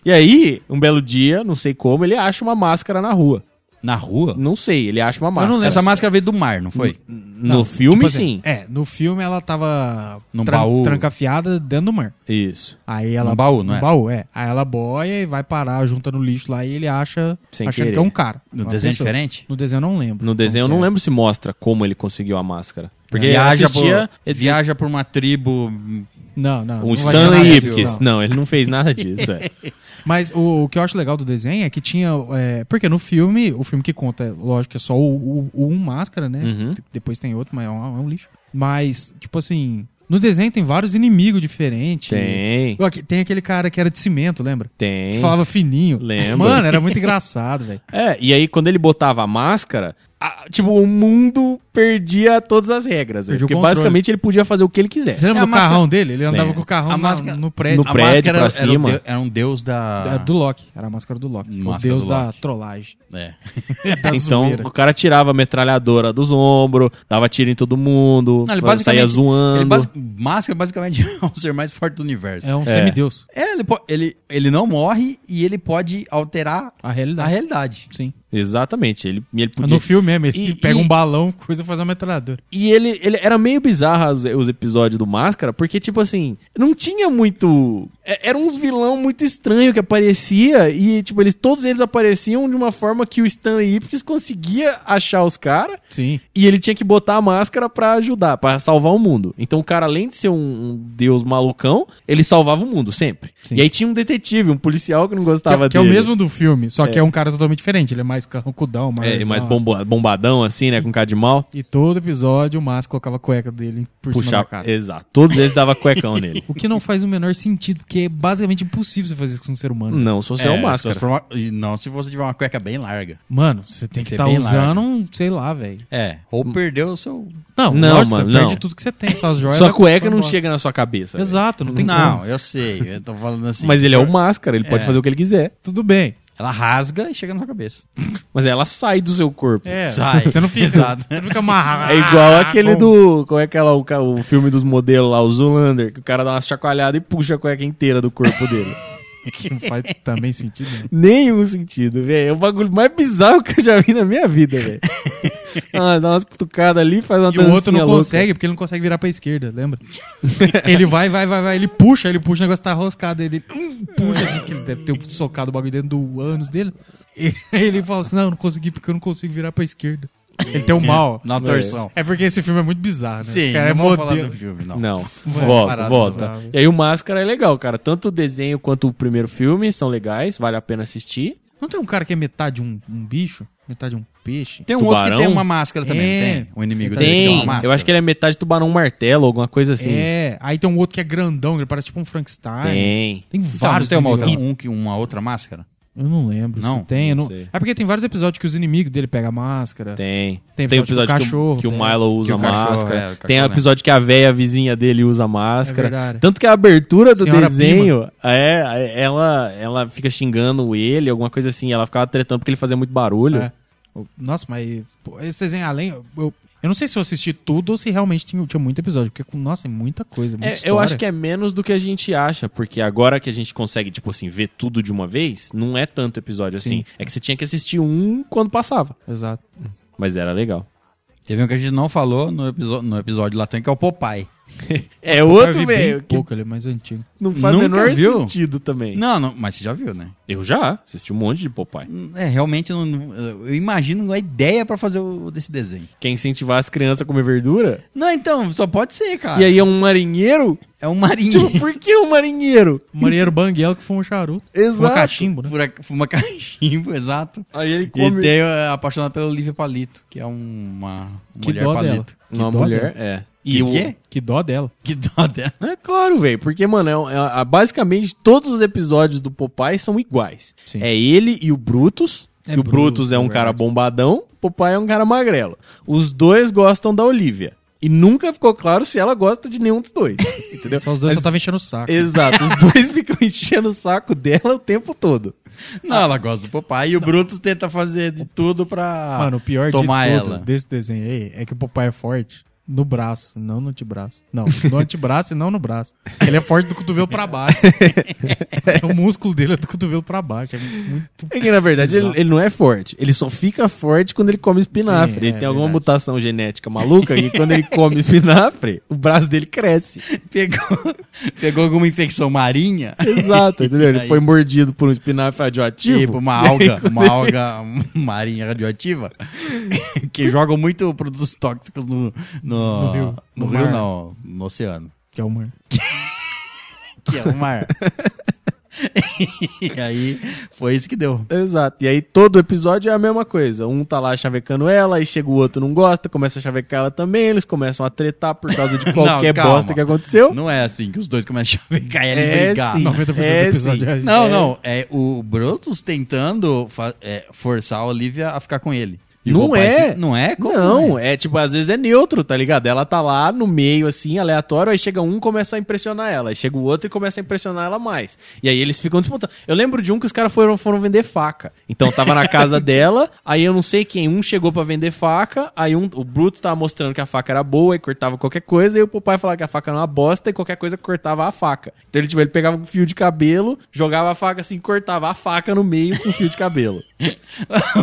D: E aí, um belo dia, não sei como, ele acha uma máscara na rua.
A: Na rua?
D: Não sei, ele acha uma máscara.
C: não lembro.
A: Essa máscara veio do mar, não foi?
D: No
C: Não,
D: filme,
C: tipo assim,
D: sim.
C: É, no filme ela tava
A: Num baú.
C: trancafiada dentro do mar.
D: Isso.
C: Aí ela.
A: Num baú, não
C: num
A: é?
C: baú, é. Aí ela boia e vai parar, junta no lixo lá e ele acha.
D: Sem
C: achando
D: querer.
C: que é um cara.
A: No
C: Uma
A: desenho é
C: pessoa.
A: diferente?
C: No desenho eu não lembro.
D: No desenho eu
C: Como
D: não
C: que é.
D: lembro se mostra como ele conseguiu a máscara. Porque ele
A: viaja,
D: assistia
A: por, viaja por uma tribo. hum,
C: Não, não.
D: um
C: não vai ser nada
D: Stanley
C: disso,
D: Ipkiss. Não. ele não fez nada disso. é.
C: Mas o, o que eu acho legal do desenho é que tinha. é, porque no filme, o filme que conta, é, lógico, é só o, o- o um máscara, né?
D: Uhum.
C: T- Depois tem outro, mas é um, é um lixo. Mas, tipo assim, no desenho tem vários inimigos diferentes.
D: Tem,
C: Ó, que- Tem aquele cara que era de cimento, lembra? Que
D: tem.
C: falava fininho.
D: Lembro.
C: Mano, era muito engraçado, velho.
D: É, e aí quando ele botava a máscara, a- tipo, o mundo perdia todas as regras. velho.
C: Perdia o
D: porque
C: controle.
D: basicamente ele podia fazer o que ele quisesse.
C: Você lembra
A: É, a
C: do
A: máscara-
C: carrão dele? Ele andava
D: Lembro.
C: com o carrão
A: A
C: na-
A: máscara-
C: no prédio.
D: No Ah. prédio
A: máscara
D: pra
A: era, era
D: cima.
A: um deu- era um deus
C: Era
A: da.
C: do Loki. Era a máscara do Loki. o
A: Máscara
C: deus
A: do
C: da
A: Loki.
C: trollagem.
A: É.
C: Da
D: Então
C: zoeira.
D: o cara tirava a metralhadora dos ombros, dava tiro em todo mundo,
A: Não, ele
D: fa- saía
A: basicamente-
D: zoando.
A: Ele basi- máscara basicamente é o ser mais forte do universo.
C: É um semideus.
A: É, ele, po- ele, ele não morre e ele pode alterar
C: A
A: a
C: realidade.
A: realidade.
C: Sim.
D: Exatamente, ele, e ele podia.
C: No filme mesmo, ele
D: E-
C: pega
D: e-
C: um balão, coisa faz uma metralhadora.
D: E ele, ele era meio bizarro as- os episódios do Máscara, porque, tipo assim, não tinha muito. é- Era uns vilão muito estranho que aparecia e, tipo, eles, todos eles apareciam de uma forma que o Stanley Ipkiss conseguia achar os caras
C: Sim.
D: e ele tinha que botar a máscara pra ajudar, pra salvar o mundo. Então o cara, além de ser um, um deus malucão, ele salvava o mundo sempre.
C: Sim.
D: E aí tinha um detetive, um policial que não gostava
C: que, que é o
D: dele.
C: mesmo do filme, só que
D: É.
C: é um cara totalmente diferente. Ele é mais carrancudão, mais.
D: É, e mais
C: sei lá.
D: bomba- bombadão, assim, né? Com cara de mal.
C: E todo episódio o Márcio colocava a cueca dele por cima da
D: Puxava. é.
C: cara.
D: Exato. Todos eles davam cuecão nele.
C: O que não faz o menor sentido, porque é basicamente impossível você fazer isso com um ser humano.
D: Não, se você é, um máscara.
A: se for uma- e Não, se você tiver uma cueca bem larga.
C: Mano, você tem
A: Tem que
C: que
A: ser
C: estar
A: bem
C: usando
A: largo.
C: um, sei lá, velho.
A: É,
D: Hum.
A: ou perdeu o seu.
C: Não,
D: Não,
C: lógico,
D: mano,
C: você
D: não.
C: perde tudo que você tem, suas joias.
D: Sua
C: vai-
D: cueca
C: vai
D: não
C: embora.
D: chega na sua cabeça. velho.
C: é um Exato, não tem
A: não,
C: como.
A: eu sei, eu tô falando assim.
D: Mas ele é o máscara, ele pode
A: É.
D: fazer o que ele quiser.
C: Tudo bem.
A: Ela rasga e chega na sua cabeça.
D: Mas ela sai do seu corpo.
C: É, Ah,
A: Sai.
C: você não fica,
A: Exato.
C: você não fica amarrado.
D: É igual aquele
C: com-
D: do. Qual é aquela, o, ca- o filme dos modelos lá, o Zulander, que o cara dá uma chacoalhada e puxa a cueca inteira do corpo dele.
C: Que não faz também sentido, né?
D: Nenhum sentido, velho. É o bagulho mais bizarro que eu já vi na minha vida, velho. Ah, dá umas cutucadas ali, faz uma
C: E o outro
D: dancinha
C: não
D: louca.
C: consegue, porque ele não consegue virar pra esquerda, lembra? ele vai, vai, vai, vai, ele puxa, ele puxa, o negócio tá arroscado, ele hum, puxa assim, que ele deve ter socado o bagulho dentro do ânus dele. E ele fala assim, não, não consegui, porque eu não consigo virar pra esquerda. Ele tem um mal.
A: Na torção.
C: É porque esse filme é muito bizarro, né?
A: Sim,
C: O cara é
A: não vou falar
C: modelo.
A: do filme, não.
D: Não,
A: Vai,
D: volta,
A: parada,
D: volta.
C: sabe?
D: E aí o Máscara é legal, cara. Tanto o desenho quanto o primeiro filme são legais, vale a pena assistir.
C: Não tem um cara que é metade um, um bicho, metade um peixe?
A: Tem um outro que
D: Tubarão?
A: tem uma máscara também,
C: É.
A: não tem? Um
D: Tá
A: inimigo dele que tem uma
D: Tem,
A: máscara.
D: eu acho que ele é metade tubarão martelo, alguma coisa assim.
C: É, aí tem um outro que é grandão, ele parece tipo um Frankenstein.
D: Tem.
C: Tem
A: Então, não
C: vários.
A: tem uma outra,
C: inimigos.
A: um, que- uma outra máscara?
C: Eu não lembro
A: Não?
C: se tem. eu
D: Não
C: não-
D: sei.
C: É porque tem vários episódios que os inimigos dele pegam a máscara.
D: Tá. Tem.
C: Tem
D: Tem o
C: episódio do
D: episódio que, o-
C: cachorro,
D: que o
C: tem.
D: Milo usa
A: Que o
D: a
A: cachorro,
D: máscara.
A: é, o cachorro,
D: tem o
A: né?
D: episódio que a véia vizinha dele usa a
C: É
D: máscara.
C: verdade.
D: Tanto que a abertura do
C: Senhora
D: desenho, é, é, ela, ela fica xingando ele, alguma coisa assim. Ela ficava tretando porque ele fazia muito barulho.
C: É. Nossa, mas pô, esse desenho além. Eu, eu, eu não sei se eu assisti tudo ou se realmente tinha, tinha muito episódio, porque, com- nossa, tem muita coisa. Muita
D: É, eu acho que é menos do que a gente acha, porque agora que a gente consegue, tipo assim, ver tudo de uma vez, não é tanto episódio assim.
C: Sim.
D: É que você tinha que assistir um quando passava.
C: Exato.
D: Mas era legal.
A: Teve um que a gente não falou no, episo- no episódio lá, tem que é o Popeye.
D: É
C: eu
D: outro
C: vi
D: meio
C: bem
D: que
C: pouco, ele é mais antigo.
D: não faz o
A: Nunca
D: menor
A: viu?
D: sentido também.
A: Não, não, mas você já viu, né?
D: Eu já assisti um monte de Popeye.
A: É, realmente, eu não- eu imagino a ideia pra fazer o desse desenho.
D: Quer incentivar as crianças a comer verdura?
A: Não, então, só pode ser, cara.
D: E aí é um marinheiro?
A: É um marinheiro.
D: Tipo, por que um marinheiro?
C: O marinheiro Banguel que foi um charuto.
D: Exato.
C: Um cachimbo, né?
A: Fura- Fuma cachimbo, exato.
D: Aí ele
A: E
D: come
A: tem é, apaixonado pela Olivia Palito, que é uma
C: Que
A: mulher
C: dó
A: palito.
C: dela.
D: uma
C: Que dó
D: mulher,
C: dela.
D: é.
A: Que
D: o-
A: quê?
C: Que dó dela.
A: Que dó dela.
D: É claro, velho, porque, mano, é um- é- a- basicamente todos os episódios do Popeye são iguais.
C: Sim.
D: É ele e o Brutus,
C: É
D: que o Brutus
C: Brutus,
D: é um
C: é
D: cara
C: verdade.
D: bombadão, o Popeye é um cara magrelo. Os dois gostam da Olivia. E nunca ficou claro se ela gosta de nenhum dos dois, entendeu?
C: Só os dois
D: Mas-
C: só estavam enchendo o saco.
D: Exato, os dois ficam enchendo o saco dela o tempo todo.
A: Não, ela gosta do papai. E o Brutus tenta fazer de tudo pra
C: Mano, o pior
A: Ah, tomar
C: de tudo
A: ela.
C: desse desenho aí é que o papai é forte. No braço, não no antebraço. Não, no antebraço e não no braço. Ele é forte do cotovelo pra baixo. o músculo dele é do cotovelo pra baixo. É muito.
D: É que, na verdade, ele,
C: Exato.
D: ele não é forte. Ele só fica forte quando ele come espinafre.
C: Sim,
D: ele
C: é
D: tem alguma
C: verdade.
D: mutação genética maluca e quando ele come espinafre, o braço dele cresce.
A: Pegou, pegou alguma infecção marinha?
D: Exato, entendeu? Ele
A: Aí.
D: foi mordido por um espinafre radioativo.
A: Tipo, uma alga, uma alga marinha radioativa que jogam muito produtos tóxicos no, no,
C: No rio.
A: No,
C: No
A: rio,
C: mar.
A: não, no oceano,
C: Que é o mar.
A: que é o mar. e aí, foi isso que deu.
D: Exato. E aí todo episódio é a mesma coisa. Um tá lá chavecando ela, aí chega o outro não gosta, começa a chavecar ela também, eles começam a tretar por causa de qualquer
A: calma.
D: bosta que aconteceu.
A: Não é assim que os dois começam a chavecar e ele
D: É
A: brigar.
D: sim.
C: 90%
D: É,
C: do episódio
D: sim.
C: é isso.
A: Não, não, é o Brutus tentando fa- é, forçar a Olivia a ficar com ele. E o
D: Não
A: Popeye
D: é.
A: se- Não é? Como
D: não, é? tipo, às vezes é neutro, tá ligado? Ela tá lá no meio, assim, aleatório, aí chega um e começa a impressionar ela, aí chega o outro e começa a impressionar ela mais. E aí eles ficam disputando. Eu lembro de um que os caras foram, foram vender faca. Então tava na casa dela, aí eu não sei quem, um chegou pra vender faca, aí um, o Bruto tava mostrando que a faca era boa e cortava qualquer coisa, e o papai falava que a faca era uma bosta e qualquer coisa cortava a faca. Então ele, tipo, ele pegava um fio de cabelo, jogava a faca assim, cortava a faca no meio com o fio de cabelo.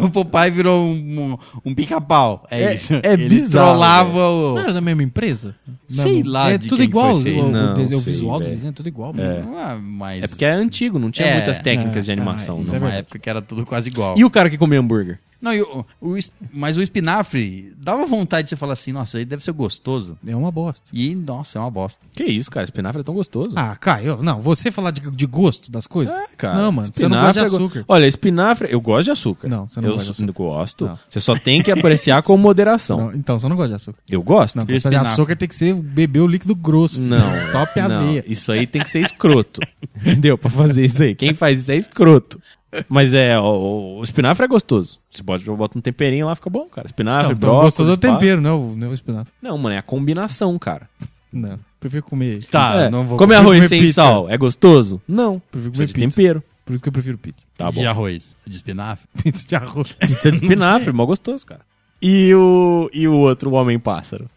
A: o Popeye virou um, um, um pica-pau. É,
D: É-
A: isso.
D: é
A: Ele
D: bizarro,
A: trollava o.
C: Não era da mesma empresa?
A: Sei
C: Não,
A: lá
C: É
A: de
C: tudo
A: quem
C: igual
A: foi feito.
C: o, o
D: Não
C: desenho o
D: sei,
C: visual do
D: velho.
C: desenho, é tudo igual. mesmo.
A: Ah, mas.
D: É porque é antigo, não tinha
A: É,
D: muitas
C: é,
D: técnicas de animação.
C: é,
D: não.
A: Isso é uma época que era tudo quase igual.
D: E o cara que comia hambúrguer?
A: Não, e o- o es- mas o espinafre dava vontade de você falar assim, nossa, ele deve ser gostoso.
C: É uma bosta.
A: E, nossa, é uma bosta.
D: Que isso, cara? Espinafre é tão gostoso.
C: Ah, Caio, não, você falar de, de gosto das coisas?
D: É, cara.
C: Não, mano, você
D: espinafre
C: não gosta de
D: é go-
C: açúcar.
D: Olha, espinafre, eu gosto de açúcar.
C: Não, você não
D: eu
C: gosta de
D: s-
C: açúcar.
D: gosto.
C: Não.
D: Você só tem que apreciar com moderação.
C: Não, então, você não gosta de açúcar.
D: Eu gosto.
C: Não,
A: E
C: gostar de
A: espinafre?
C: açúcar tem que ser beber o líquido grosso. filho.
D: Não.
C: Top a
D: não.
C: veia.
D: Isso aí tem que ser escroto. entendeu? Pra fazer isso aí. Quem faz isso é escroto. Mas é, o, o espinafre é gostoso. Você pode botar um temperinho lá, fica bom, cara. Espinafre,
C: Não, então,
D: brócolis,
C: gostoso é o
D: pá.
C: tempero, né? O, né, o espinafre.
D: Não, mano, é a combinação, cara.
C: Não, prefiro comer.
A: Tá,
D: é.
A: não vou
D: Come
C: eu
D: arroz
C: comer
D: sem
C: pizza.
D: sal, é gostoso? Não.
C: Prefiro
D: Precisa
C: comer
D: de
C: pizza.
D: tempero.
C: Por isso que eu prefiro pizza.
D: Tá
A: de arroz, de espinafre.
C: Pizza de arroz.
D: Pizza de espinafre, mó gostoso, cara. E o, e o outro, o Homem-Pássaro?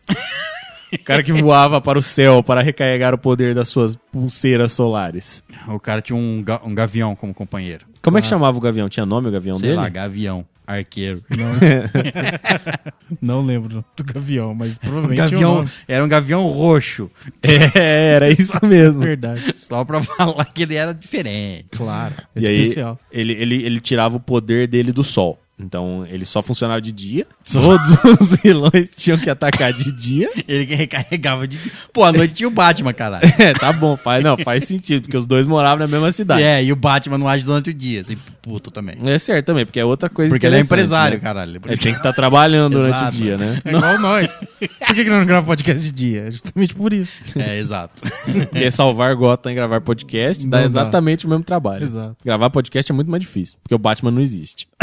D: o cara que voava para o céu para recarregar o poder das suas pulseiras solares.
A: O cara tinha um, ga- um gavião como companheiro.
D: Como é que chamava o gavião? Tinha nome o gavião
A: Sei
D: Um dele?
A: lá, gavião, arqueiro.
C: Não lembro do gavião, mas provavelmente é o
A: Gavião,
C: nome.
A: era um gavião roxo.
D: É, era isso mesmo.
C: Verdade,
A: Só pra falar que ele era diferente.
C: claro. É
D: E aí,
C: especial.
D: ele, ele, ele tirava o poder dele do sol. Então, ele só funcionava de dia. Todos os vilões tinham que atacar de dia.
A: Ele que recarregava de. Pô, à noite tinha o Batman, caralho.
D: É, tá bom. Faz, não, faz sentido, porque os dois moravam na mesma cidade.
A: É, e o Batman não age durante o dia, assim, puto também.
D: É certo também, porque é outra coisa
A: Porque ele é
D: interessante,
A: empresário,
D: né?
A: caralho. Por
D: Ele
A: isso
D: tem que estar trabalhando durante o
A: Exato.
D: dia, né?
C: É igual nós. Por que, que nós não gravamos podcast de dia? É justamente por isso.
A: que- É, exato.
D: Porque salvar Gotham e gravar podcast dá
C: Não dá.
D: exatamente o mesmo trabalho.
C: Exato.
D: Gravar podcast é muito mais difícil, porque o Batman não existe.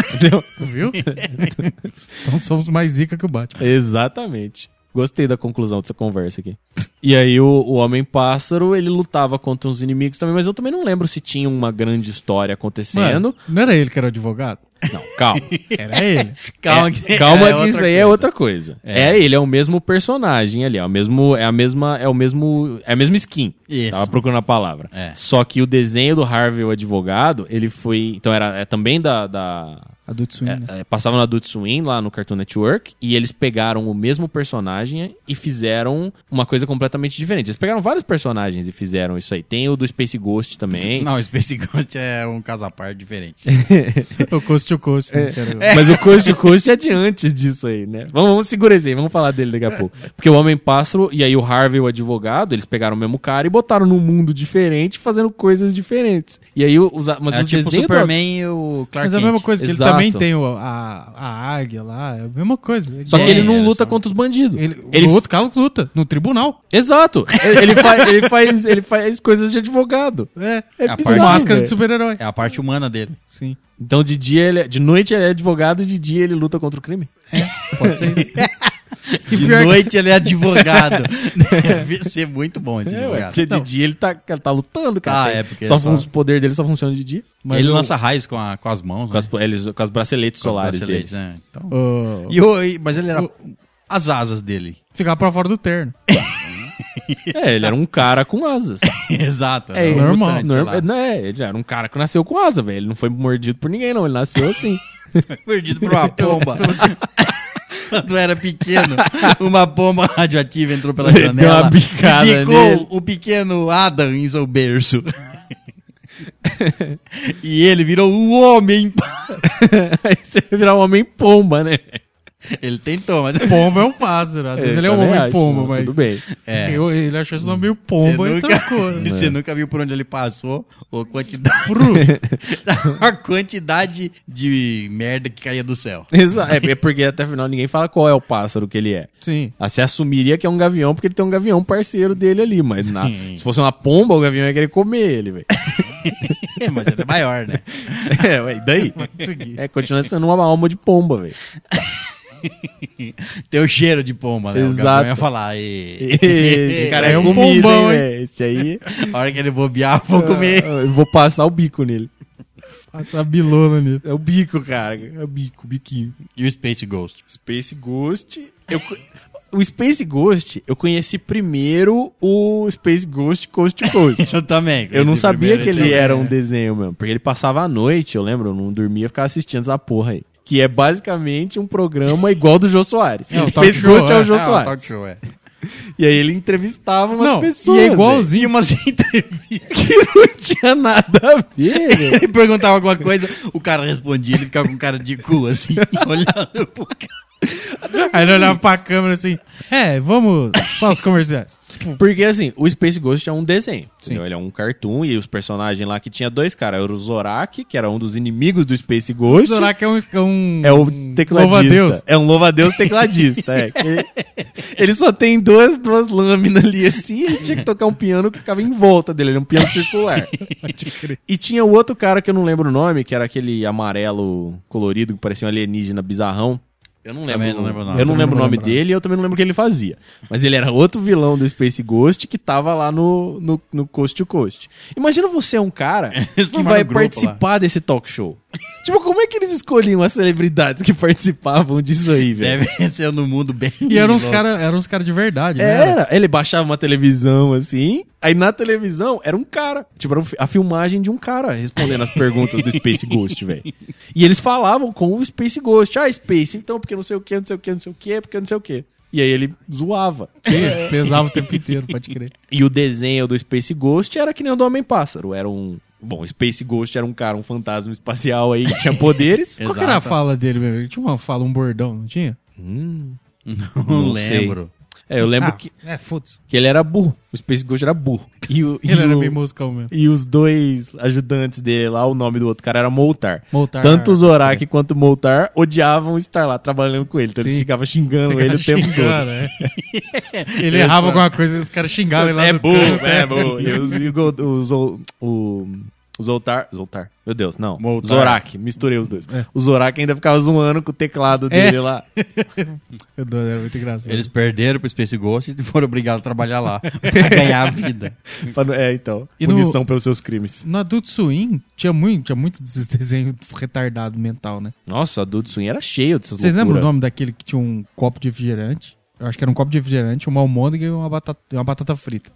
C: Viu? então somos mais zica que o Batman.
D: exatamente. Gostei da conclusão dessa conversa aqui. E aí o, o Homem-Pássaro, ele lutava contra uns inimigos também, mas eu também não lembro se tinha uma grande história acontecendo.
C: Mano, não era ele que era o advogado?
D: Não, calma.
C: Era ele.
A: Calma,
D: É,
A: que,
D: calma
A: é
D: que
A: outra
D: isso aí é outra coisa. É. ele é o mesmo personagem ali, é o mesmo, é a mesma, é o mesmo, é a mesma skin.
A: Isso.
D: Tava procurando a palavra.
A: É.
D: Só que o desenho do Harvey, o advogado, ele foi, então era é também da, da
C: Adult Swim,
A: Uhum.
C: né?
D: é, é, passava no Adult Swim lá no Cartoon Network e eles pegaram o mesmo personagem e fizeram uma coisa completamente diferente. Eles pegaram vários personagens e fizeram isso aí. Tem o do Space Ghost também.
A: Não, o Space Ghost é um caso à parte diferente.
C: O coast to coast. né? Que era o-
D: Mas o Coast to Coast é de antes disso aí, né? Vamos, vamos segurar esse aí, vamos falar dele daqui a pouco. Porque o Homem-Pássaro e aí o Harvey, o advogado, eles pegaram o mesmo cara e botaram num mundo diferente, fazendo coisas diferentes. E aí, os, a- mas
A: é
D: os
A: tipo o
D: desenhos... do-
A: Superman e o Clark
C: Mas é a
A: Kent.
C: mesma coisa que
D: Exato.
C: ele também tem o- a, a águia lá. É a mesma coisa.
D: Só que ele não
A: É,
D: luta
A: só-
D: contra os bandidos.
C: Ele,
D: Ele-
C: O outro cara luta no tribunal.
D: Exato. Ele, ele faz, ele, faz, ele faz coisas de advogado.
C: É,
D: É
A: a
C: com
A: parte-
D: bizarro,
C: máscara
D: velho.
C: de super-herói.
A: É a parte humana dele.
C: Sim.
D: Então de dia ele é- de noite ele é advogado e de dia ele luta contra o crime.
C: Pode ser isso. E
A: De
C: pior que-
A: noite ele é advogado. Deve ser muito bom esse
D: É, ué,
A: advogado.
D: porque de dia ele tá, ele tá lutando, cara.
A: Ah,
D: Tem-
A: é, porque
D: só
A: só-
D: fun- o poder dele só funciona de dia.
C: Mas
A: ele
C: o-
A: lança raios com, a- com as mãos, né?
D: Com as, eles- com as braceletes
A: Com os
D: solares
A: braceletes,
D: deles.
C: Ah.
A: né? Então-
C: o-
A: E o- e- mas ele era... as asas dele.
C: Ficava pra fora do terno.
D: É, ele era um cara com asas.
A: Exato.
D: É,
A: um
D: normal.
A: mutante, sei
D: normal
A: lá.
D: não, é, ele era um cara que nasceu com asa, velho. Ele não foi mordido por ninguém, não. Ele nasceu assim.
A: Perdido por uma pomba. Quando era pequeno, uma bomba radioativa entrou pela
D: Deu
A: janela.
D: uma bicada
A: e bicou
D: nele.
A: o pequeno Adam em seu berço. e ele virou o homem.
D: Aí você vai virar um homem pomba, né?
A: Ele tentou, mas.
C: Pomba é um pássaro. Às vezes ele é um
D: também
C: homem
D: tá acho,
C: pomba,
D: não,
C: mas.
D: Tudo bem.
A: É.
C: Eu- ele achou esse nome meio
A: Você
C: pomba e
A: nunca,
C: trocou. né?
D: É.
A: você nunca viu por onde ele passou, ou a quantidade, a quantidade de merda que caía do céu.
D: Exato. É é porque até o final ninguém fala qual é o pássaro que ele é.
C: Sim.
D: Ah, Você assumiria que é um gavião, porque ele tem um gavião parceiro dele ali, mas na- se fosse uma pomba, o gavião ia querer comer ele, velho.
A: É, mas ele é maior, né?
D: é, ué, e daí?
C: seguir.
D: É, continua sendo uma alma de pomba, velho.
A: Tem o cheiro de pomba, né? O
D: Exato.
A: Gabriel ia falar. "Ê,
D: Esse cara é, um comida,
C: pombão,
D: hein, velho. Esse aí, Ah,
A: A hora que ele bobear, eu vou comer.
D: eu vou passar o bico nele.
C: Passar bilona nele.
D: É o bico, cara. É o bico, o biquinho.
A: E o Space Ghost.
D: Space Ghost. Eu co- o Space Ghost, eu conheci primeiro o Space Ghost Coast to Coast.
A: Eu também.
D: Eu não sabia que ele era um
A: deles.
D: desenho mesmo, porque ele passava a noite, eu lembro, eu não dormia, eu ficava assistindo essa porra aí. Que é basicamente um programa igual do Jô Soares.
C: É, o
D: o
C: talk
D: Space
C: show,
D: Ghost é o
C: é,
D: Jô
A: Ah, um talk
D: Soares.
A: show, é.
D: E aí ele entrevistava umas
C: Não,
D: pessoas.
C: e é
D: velho,
A: E
C: igualzinho.
A: umas entrevistas.
D: que não tinha nada a ver, velho.
A: Ele perguntava alguma coisa, o cara respondia, ele ficava com cara de cu, assim, olhando pro cara.
C: Aí ele olhava pra câmera assim: É, vamos para os comerciais.
D: Porque assim, o Space Ghost é um desenho. entendeu? Ele é um cartoon e os personagens lá que tinha dois caras. Era o Zorak, que era um dos inimigos do Space Ghost.
C: Será que é um. É, um,
D: é o
C: um
D: tecladista.
C: louva-a-Deus?
D: É um louva-a-Deus tecladista. é. Ele, ele só tem duas, duas lâminas ali assim. Ele tinha que tocar um piano que ficava em volta dele. Ele é um piano circular. e tinha o outro cara que eu não lembro o nome, que era aquele amarelo colorido que parecia um alienígena bizarrão. Eu não lembro,
A: Também não lembro o nome.
D: eu não
C: Também
D: lembro o
C: não vou
D: nome
C: lembrar.
D: dele e eu também não lembro o que ele fazia. Mas ele era outro vilão do Space Ghost que tava lá no, no, no Coast to Coast. Imagina você é um cara que
A: formaram
D: vai
A: um grupo
D: participar desse talk show. Tipo, como é que eles escolhiam as celebridades que participavam disso
A: É.
D: aí, velho?
A: Deve ser no mundo bem.
C: E eram uns
A: louco.
C: caras cara de verdade, né?
D: Era, ele baixava uma televisão assim, aí na televisão era um cara. Tipo, era um fi- a filmagem de um cara respondendo as perguntas do Space Ghost, velho. E eles falavam com o Space Ghost. Ah, Space, então, porque não sei o que, não sei o que, não sei o que, porque não sei o que. E aí ele zoava.
C: Sim, pesava o tempo inteiro, pode crer.
D: E o desenho do Space Ghost era que nem o do Homem-Pássaro. Era um. Bom, o Space Ghost era um cara, um fantasma espacial aí que tinha poderes.
C: Qual que era a
A: Exato.
C: fala dele, meu? Ele tinha uma fala, um bordão, não tinha?
A: Não,
D: Não sei.
A: lembro.
D: É, eu lembro
C: Ah,
D: que,
C: É, foda-se.
D: que ele era burro. O Space Ghost era burro. E, o, e
C: Ele era
D: o-
C: meio moscão mesmo.
D: e os dois ajudantes dele lá, o nome do outro cara era Moltar.
C: Moltar.
D: Tanto o Zorak quanto o Moltar odiavam estar lá trabalhando com ele. Então eles
C: Sim.
D: ficavam xingando ele o tempo todo.
C: Xingando, é. Ele errava alguma coisa e os caras xingavam ele lá
D: é
C: do
D: burro,
C: canto,
D: é burro. E os- e o Gold- o Zol- o- o Zoltar. Zoltar. Meu Deus, não.
A: Moltar.
D: Zorak. Misturei os dois.
C: É.
D: O Zorak ainda ficava zoando com o teclado dele lá.
C: Meu Deus, era é muito engraçado.
A: Eles perderam pro Space Ghost e foram obrigados a trabalhar lá pra ganhar a vida.
D: Pra não- É, então.
C: E no-
D: punição pelos seus crimes.
C: No Adult Swim, tinha muito, tinha muito desses desenhos retardado mental, né?
D: Nossa, o Adult Swim era cheio dessas
C: Vocês lembram o
D: loucuras.
C: nome daquele que tinha um copo de refrigerante? Eu acho que era um copo de refrigerante, uma almôndega e uma batata, uma batata frita.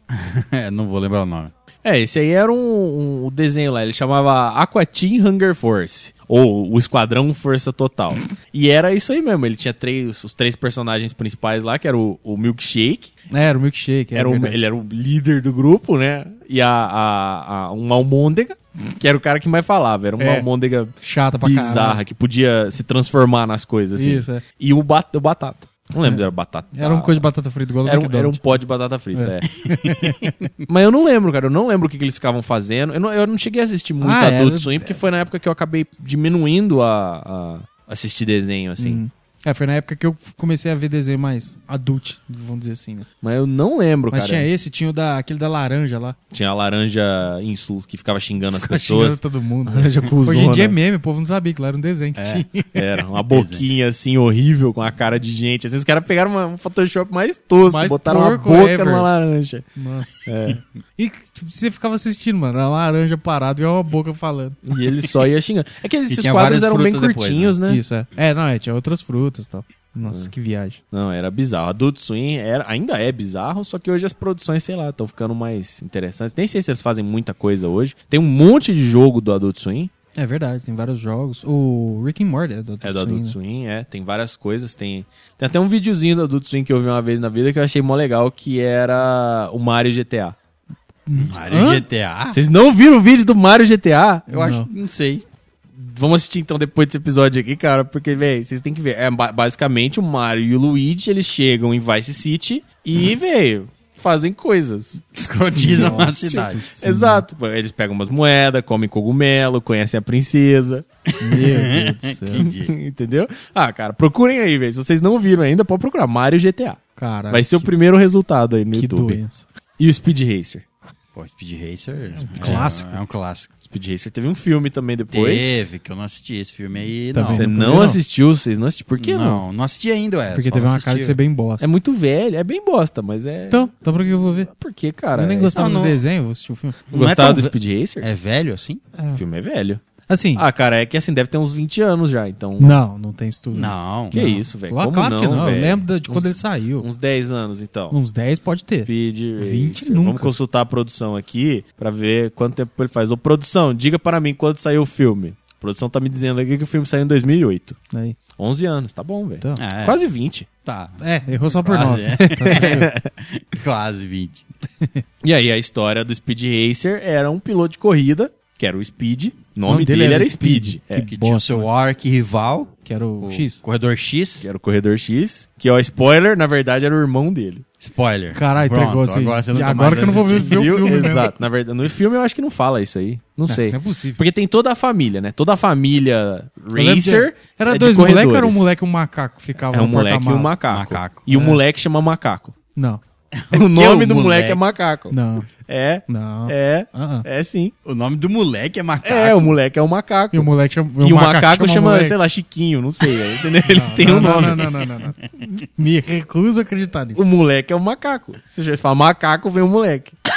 A: É, não vou lembrar o nome.
D: É, esse aí era um, um- o desenho lá. Ele chamava Aquatin Hunger Force. Ou o Esquadrão Força Total. e era isso aí mesmo. Ele tinha três, os três personagens principais lá, que era o, o Milkshake.
C: É, era o milkshake.
D: Era o-
C: verdade.
D: ele era o líder do grupo, né? E a, a, a- uma almôndega, que era o cara que mais falava. Era uma
C: É.
D: almôndega
C: Chata pra
D: bizarra,
C: caralho.
D: que podia se transformar nas coisas, assim.
C: Isso, é.
D: E o, bat, o batata. Não lembro se era batata.
C: Era um coisa de batata frita igual
D: Era
C: do
D: um, era um
C: McDonald's.
D: pó de batata frita, é. Mas eu não lembro, cara. Eu não lembro o que, que eles ficavam fazendo. Eu não, eu não cheguei a assistir muito
C: Ah,
D: Adult
C: era-
D: Swim, porque foi na época que eu acabei diminuindo a, a assistir desenho, assim.
C: Hum. É, foi na época que eu comecei a ver desenho mais adulto, vamos dizer assim, né?
D: Mas eu não lembro,
C: Mas
D: cara.
C: tinha esse, tinha o da, aquele da laranja lá.
D: Tinha a laranja insulto que ficava xingando as
C: Ficava
D: pessoas.
C: xingando todo mundo.
D: Laranja
C: Hoje em
D: cuzona.
C: dia é meme, o povo não sabia que lá era um desenho que tinha.
D: Era uma boquinha assim horrível com a cara de gente. Assim, os caras pegaram uma- um Photoshop mais tosco,
C: Mais
D: botaram uma
C: porco
D: boca
C: ever.
D: numa laranja.
C: Nossa. E tipo, você ficava assistindo, mano, a laranja parada e uma boca falando.
D: E ele só ia xingando. É que esses
A: tinha
D: quadros
A: várias
D: eram bem
A: frutas depois,
D: curtinhos, né?
C: Isso, é. É, não, é, tinha é, outras frutas e tal. Nossa, que viagem.
D: Não, era bizarro. Adult Swim era, ainda é bizarro, só que hoje as produções, sei lá, estão ficando mais interessantes. Nem sei se eles fazem muita coisa hoje. Tem um monte de jogo do Adult Swim.
C: É verdade, tem vários jogos. O Rick and Morty é do Adult
D: É do
C: Swim,
D: Adult
C: né?
D: Swim, é. Tem várias coisas. Tem, tem até um videozinho do Adult Swim que eu vi uma vez na vida que eu achei mó legal, que era o Mario GTA.
A: Mario
C: Hã?
A: GTA?
D: Vocês não viram o vídeo do Mario GTA?
A: Eu acho, não sei.
D: Vamos assistir então depois desse episódio aqui, cara, porque, véi, vocês têm que ver. É ba- basicamente o Mario e o Luigi, eles chegam em Vice City e, véio, fazem coisas.
A: Cotizam a cidade.
D: Exato. pô, Eles pegam umas moedas, comem cogumelo, conhecem a princesa.
C: Meu Deus do céu.
A: Entendi.
D: Entendeu? Ah, cara, procurem aí, velho. Se vocês não viram ainda, pode procurar Mario GTA.
C: Cara,
D: Vai ser o primeiro resultado aí no
C: Ah, que
D: YouTube. É,
C: doença.
D: E o Speed Racer.
A: Pô, Speed Racer é um
C: clássico.
A: É um clássico.
D: Speed Racer teve um filme também depois.
A: Teve, que eu não assisti esse filme aí,
C: Tá
A: não.
C: vendo?
D: Você
C: Eu não
D: não,
C: vi, não.
D: assistiu, vocês não assistiram. Por que não?
A: Não, não assisti ainda, é.
C: Porque
A: só
C: teve uma
A: assisti.
C: cara de ser bem bosta.
D: É muito velho, é bem bosta, mas é.
C: Então, então por que eu vou ver?
D: Por que, cara?
C: eu nem
D: É- Ah,
C: gostava
A: Ah,
C: do
A: não.
C: desenho, vou assistir o filme.
D: Não
A: Não é
D: gostava
A: tão
D: do
A: ve-
D: Speed Racer?
A: É velho assim?
D: O filme é velho.
C: Assim,
D: Ah, cara, é que assim, deve ter uns 20 anos já, então.
C: não, não tem Hum. isso tudo.
A: Não.
D: Que
A: não.
D: isso, velho?
C: Claro,
D: Como
C: claro que não, eu
D: velho?
C: lembro da- de quando ele saiu.
D: Uns 10 anos, então.
C: Uns 10 pode ter.
D: Speed
C: 20
D: Racer.
C: nunca.
D: Vamos consultar a produção aqui pra ver quanto tempo ele faz. Ô, produção, diga para mim quando saiu o filme. A produção tá me dizendo aqui que o filme saiu em 2008.
C: Aí,
D: 11 anos, tá bom, velho.
C: então.
A: É,
D: Quase 20.
A: Tá.
C: É, errou só por Tá
A: Quase,
C: 9.
A: é. Quase 20.
D: E aí a história do Speed Racer era um piloto de corrida, que era o Speed. O nome,
C: nome
D: dele, era Speed. É.
A: que
C: bom,
A: tinha o seu arque rival,
C: Quero
A: o
C: X.
A: Corredor X.
D: Que era o Corredor X, que ó, spoiler, na verdade era o irmão dele.
A: Spoiler.
C: Caralho,
A: Pronto,
C: entregou assim.
A: Agora, você nunca
C: Agora
A: mais
C: que eu não vou ver,
A: assistir.
C: ver o filme mesmo.
D: Exato, na verdade, no filme eu acho que não fala isso aí. Não
C: É,
D: sei.
C: Isso é possível.
D: Porque tem toda a família, né? Toda a família
C: Eu lembro de-
D: Racer. é
C: Era
D: de
C: dois moleques ou era um
D: corredores.
C: moleque e um macaco? que Ficava
D: É um
C: no
D: moleque e um
C: porta-malas?
D: macaco.
A: Macaco. É.
D: E o moleque chama macaco.
C: Não,
D: O nome
A: moleque?
D: do moleque é macaco.
C: não,
D: É,
C: não.
D: é,
C: Ah, ah.
D: é sim.
A: O nome do moleque é macaco.
D: É, o moleque é um macaco.
C: E o moleque chama.
D: E o macaco chama,
C: moleque.
D: sei lá, Chiquinho, não sei, é, entendeu? Ele
C: Não,
D: tem
C: não,
D: um
C: não,
D: nome.
C: Não, não, não, não, não. Me recuso a acreditar nisso.
D: O moleque é um macaco. Se você fala macaco, vem o moleque.
C: Ah,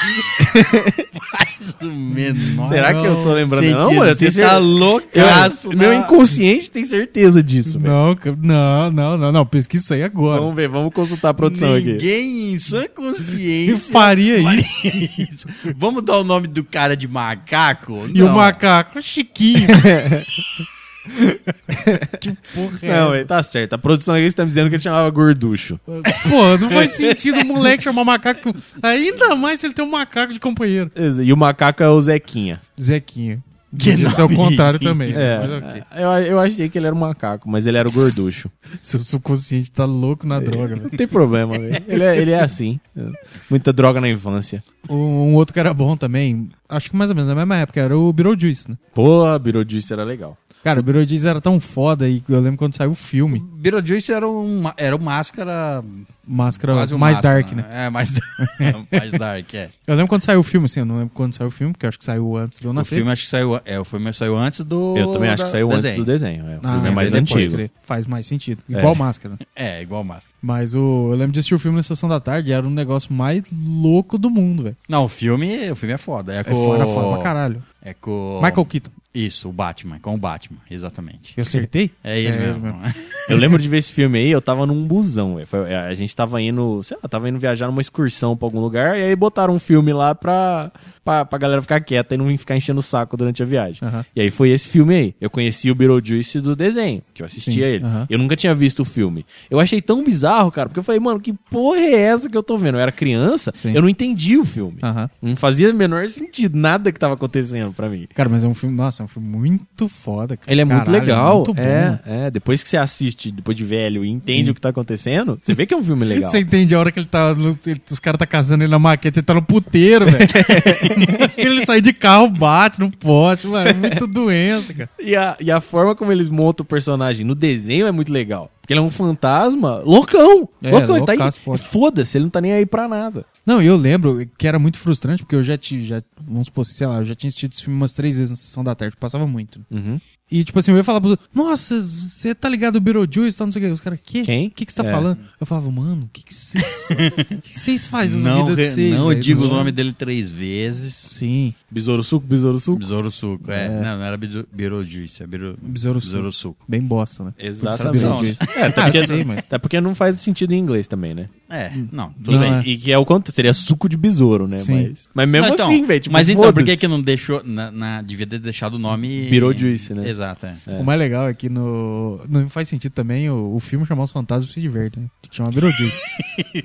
A: Mais ou menos.
D: Será que eu tô lembrando? não, mano, eu
A: Você
D: tenho
A: tá
D: certeza.
A: loucaço.
D: Eu- Meu
A: na-
D: inconsciente tem certeza disso, velho.
C: Não, ca- não, não, não, não. Pesquisa isso aí agora.
D: Vamos ver, vamos consultar a produção aqui.
A: Ninguém em sã
C: E
D: é
A: consciência
C: faria isso.
A: faria isso. Vamos dar o nome do cara de macaco?
C: E o macaco, chiquinho. que porra é
D: Não,
C: essa?
D: ele tá certo. A produção aqui está me dizendo que ele chamava gorducho.
C: Pô, não faz sentido o moleque chamar macaco. Ainda mais se ele tem um macaco de companheiro.
D: E o macaco é o Zequinha.
C: Zequinha.
A: Que
C: Podia ser o
A: nome.
C: contrário também.
D: É,
C: Mas ok.
D: eu, eu achei que ele era um macaco, mas ele era o gorducho.
C: Seu subconsciente tá louco na droga, velho.
D: Não tem problema, velho. Ele, é, ele é assim. Muita droga na infância.
C: Um outro que era bom também, acho que mais ou menos na mesma época, era o Beetlejuice, né?
D: Pô, Beetlejuice era legal.
C: Cara, o Beetlejuice era tão foda e eu lembro quando saiu o filme.
A: Beetlejuice era um, ma- era um máscara...
C: Máscara
A: quase um
C: mais
A: máscara,
C: dark, né?
A: É, mais, mais dark, é.
C: Eu lembro quando saiu o filme, assim, eu não lembro quando saiu o filme, porque eu acho que saiu antes de eu
A: O
C: nascer.
A: filme acho que saiu... É, o filme saiu antes do...
D: Eu também acho
A: da-
D: que saiu
A: desenho.
D: antes do desenho. É, o
C: Ah,
D: filme é
C: mas
D: mais
C: aí pode
D: antigo.
C: crer. Faz mais sentido.
D: É.
C: Igual máscara. né?
A: É, igual máscara.
C: Mas o, eu lembro de assistir o filme na sessão da tarde, era um negócio mais louco do mundo, velho.
A: Não, o filme, o filme é foda. É,
C: É
A: com...
C: foda, foda pra caralho.
A: É com...
C: Michael Keaton.
A: Isso, o Batman. Com o Batman, exatamente.
C: Eu acertei?
A: É ele
C: É ele
A: mesmo.
D: Eu lembro de ver esse filme aí, eu tava num busão, velho. Foi- é, A gente tava indo, sei lá, tava indo viajar numa excursão pra algum lugar, e aí botaram um filme lá pra, pra, pra galera ficar quieta e não ficar enchendo o saco durante a viagem.
C: Aham.
D: E aí foi esse filme aí. Eu conheci o Beetlejuice do desenho, que eu assistia
C: Sim,
D: ele.
C: aham.
D: Eu nunca tinha visto o filme. Eu achei tão bizarro, cara, porque eu falei, mano, que porra é essa que eu tô vendo? Eu era criança,
C: Sim. Ah.
D: eu não entendi o filme.
C: Aham.
D: Não fazia o menor sentido nada que tava acontecendo pra mim.
C: Cara, mas é um filme, nossa, é um filme muito foda. cara.
D: Ele é muito
C: Caralho,
D: legal. É,
C: muito bom.
D: é, depois que você assiste, depois de velho, e entende o que tá acontecendo, você vê que é um filme legal.
C: Você entende a hora que ele tá. no- ele- os caras tá casando ele na maqueta, ele tá no puteiro, velho. ele sai de carro, bate no poste, mano. É muito doença, cara.
D: E a, e a forma como eles montam o personagem no desenho é muito legal. Porque ele é um fantasma loucão.
C: É,
D: loucão, ele tá aí.
C: loucaço, pô.
D: e Foda-se, ele não tá nem aí pra nada.
C: Não, eu lembro que era muito
D: Uhum.
C: frustrante, porque eu já tinha. Já, vamos supor, sei lá, eu já tinha assistido esse filme umas três vezes na sessão da tarde, passava muito. E, tipo assim, eu ia falar pro nossa, você tá ligado o Beetlejuice e tal, não sei o que. Os caras, que?
D: Quem?
C: O que que você tá
D: É.
C: falando? Eu falava, mano, o que que vocês que que vocês fazem na
A: Não,
C: um vida de
A: re-
C: vocês?
A: não
C: velho?"
A: digo o nome dele três vezes.
C: Sim.
D: Besouro suco, besouro suco.
A: Besouro Suco, é. Não, não era beso- Beetlejuice, é beiro-
C: Besouro Suco.
A: Besouro Suco.
C: Bem bosta, né?
D: Exatamente.
C: Não, gente.
D: É, até,
C: Ah,
D: porque,
C: sei, mas-
D: até porque não faz sentido em inglês também, né?
A: É, não, tudo
D: Tudo
A: bem.
D: bem.
C: é.
D: E que é o quanto seria suco de besouro, né?
C: Sim.
D: Mas, mas mesmo
A: Não, então,
D: assim, velho. Tipo,
A: mas então, por que
D: foda-se.
A: que não deixou. Na, na- devia ter deixado o nome.
D: Beetlejuice, né?
A: Exato, é.
C: O mais legal é que no. Não faz sentido também o, o filme chamar os fantasmas se divertem. Né? Tinha que chamar Beetlejuice.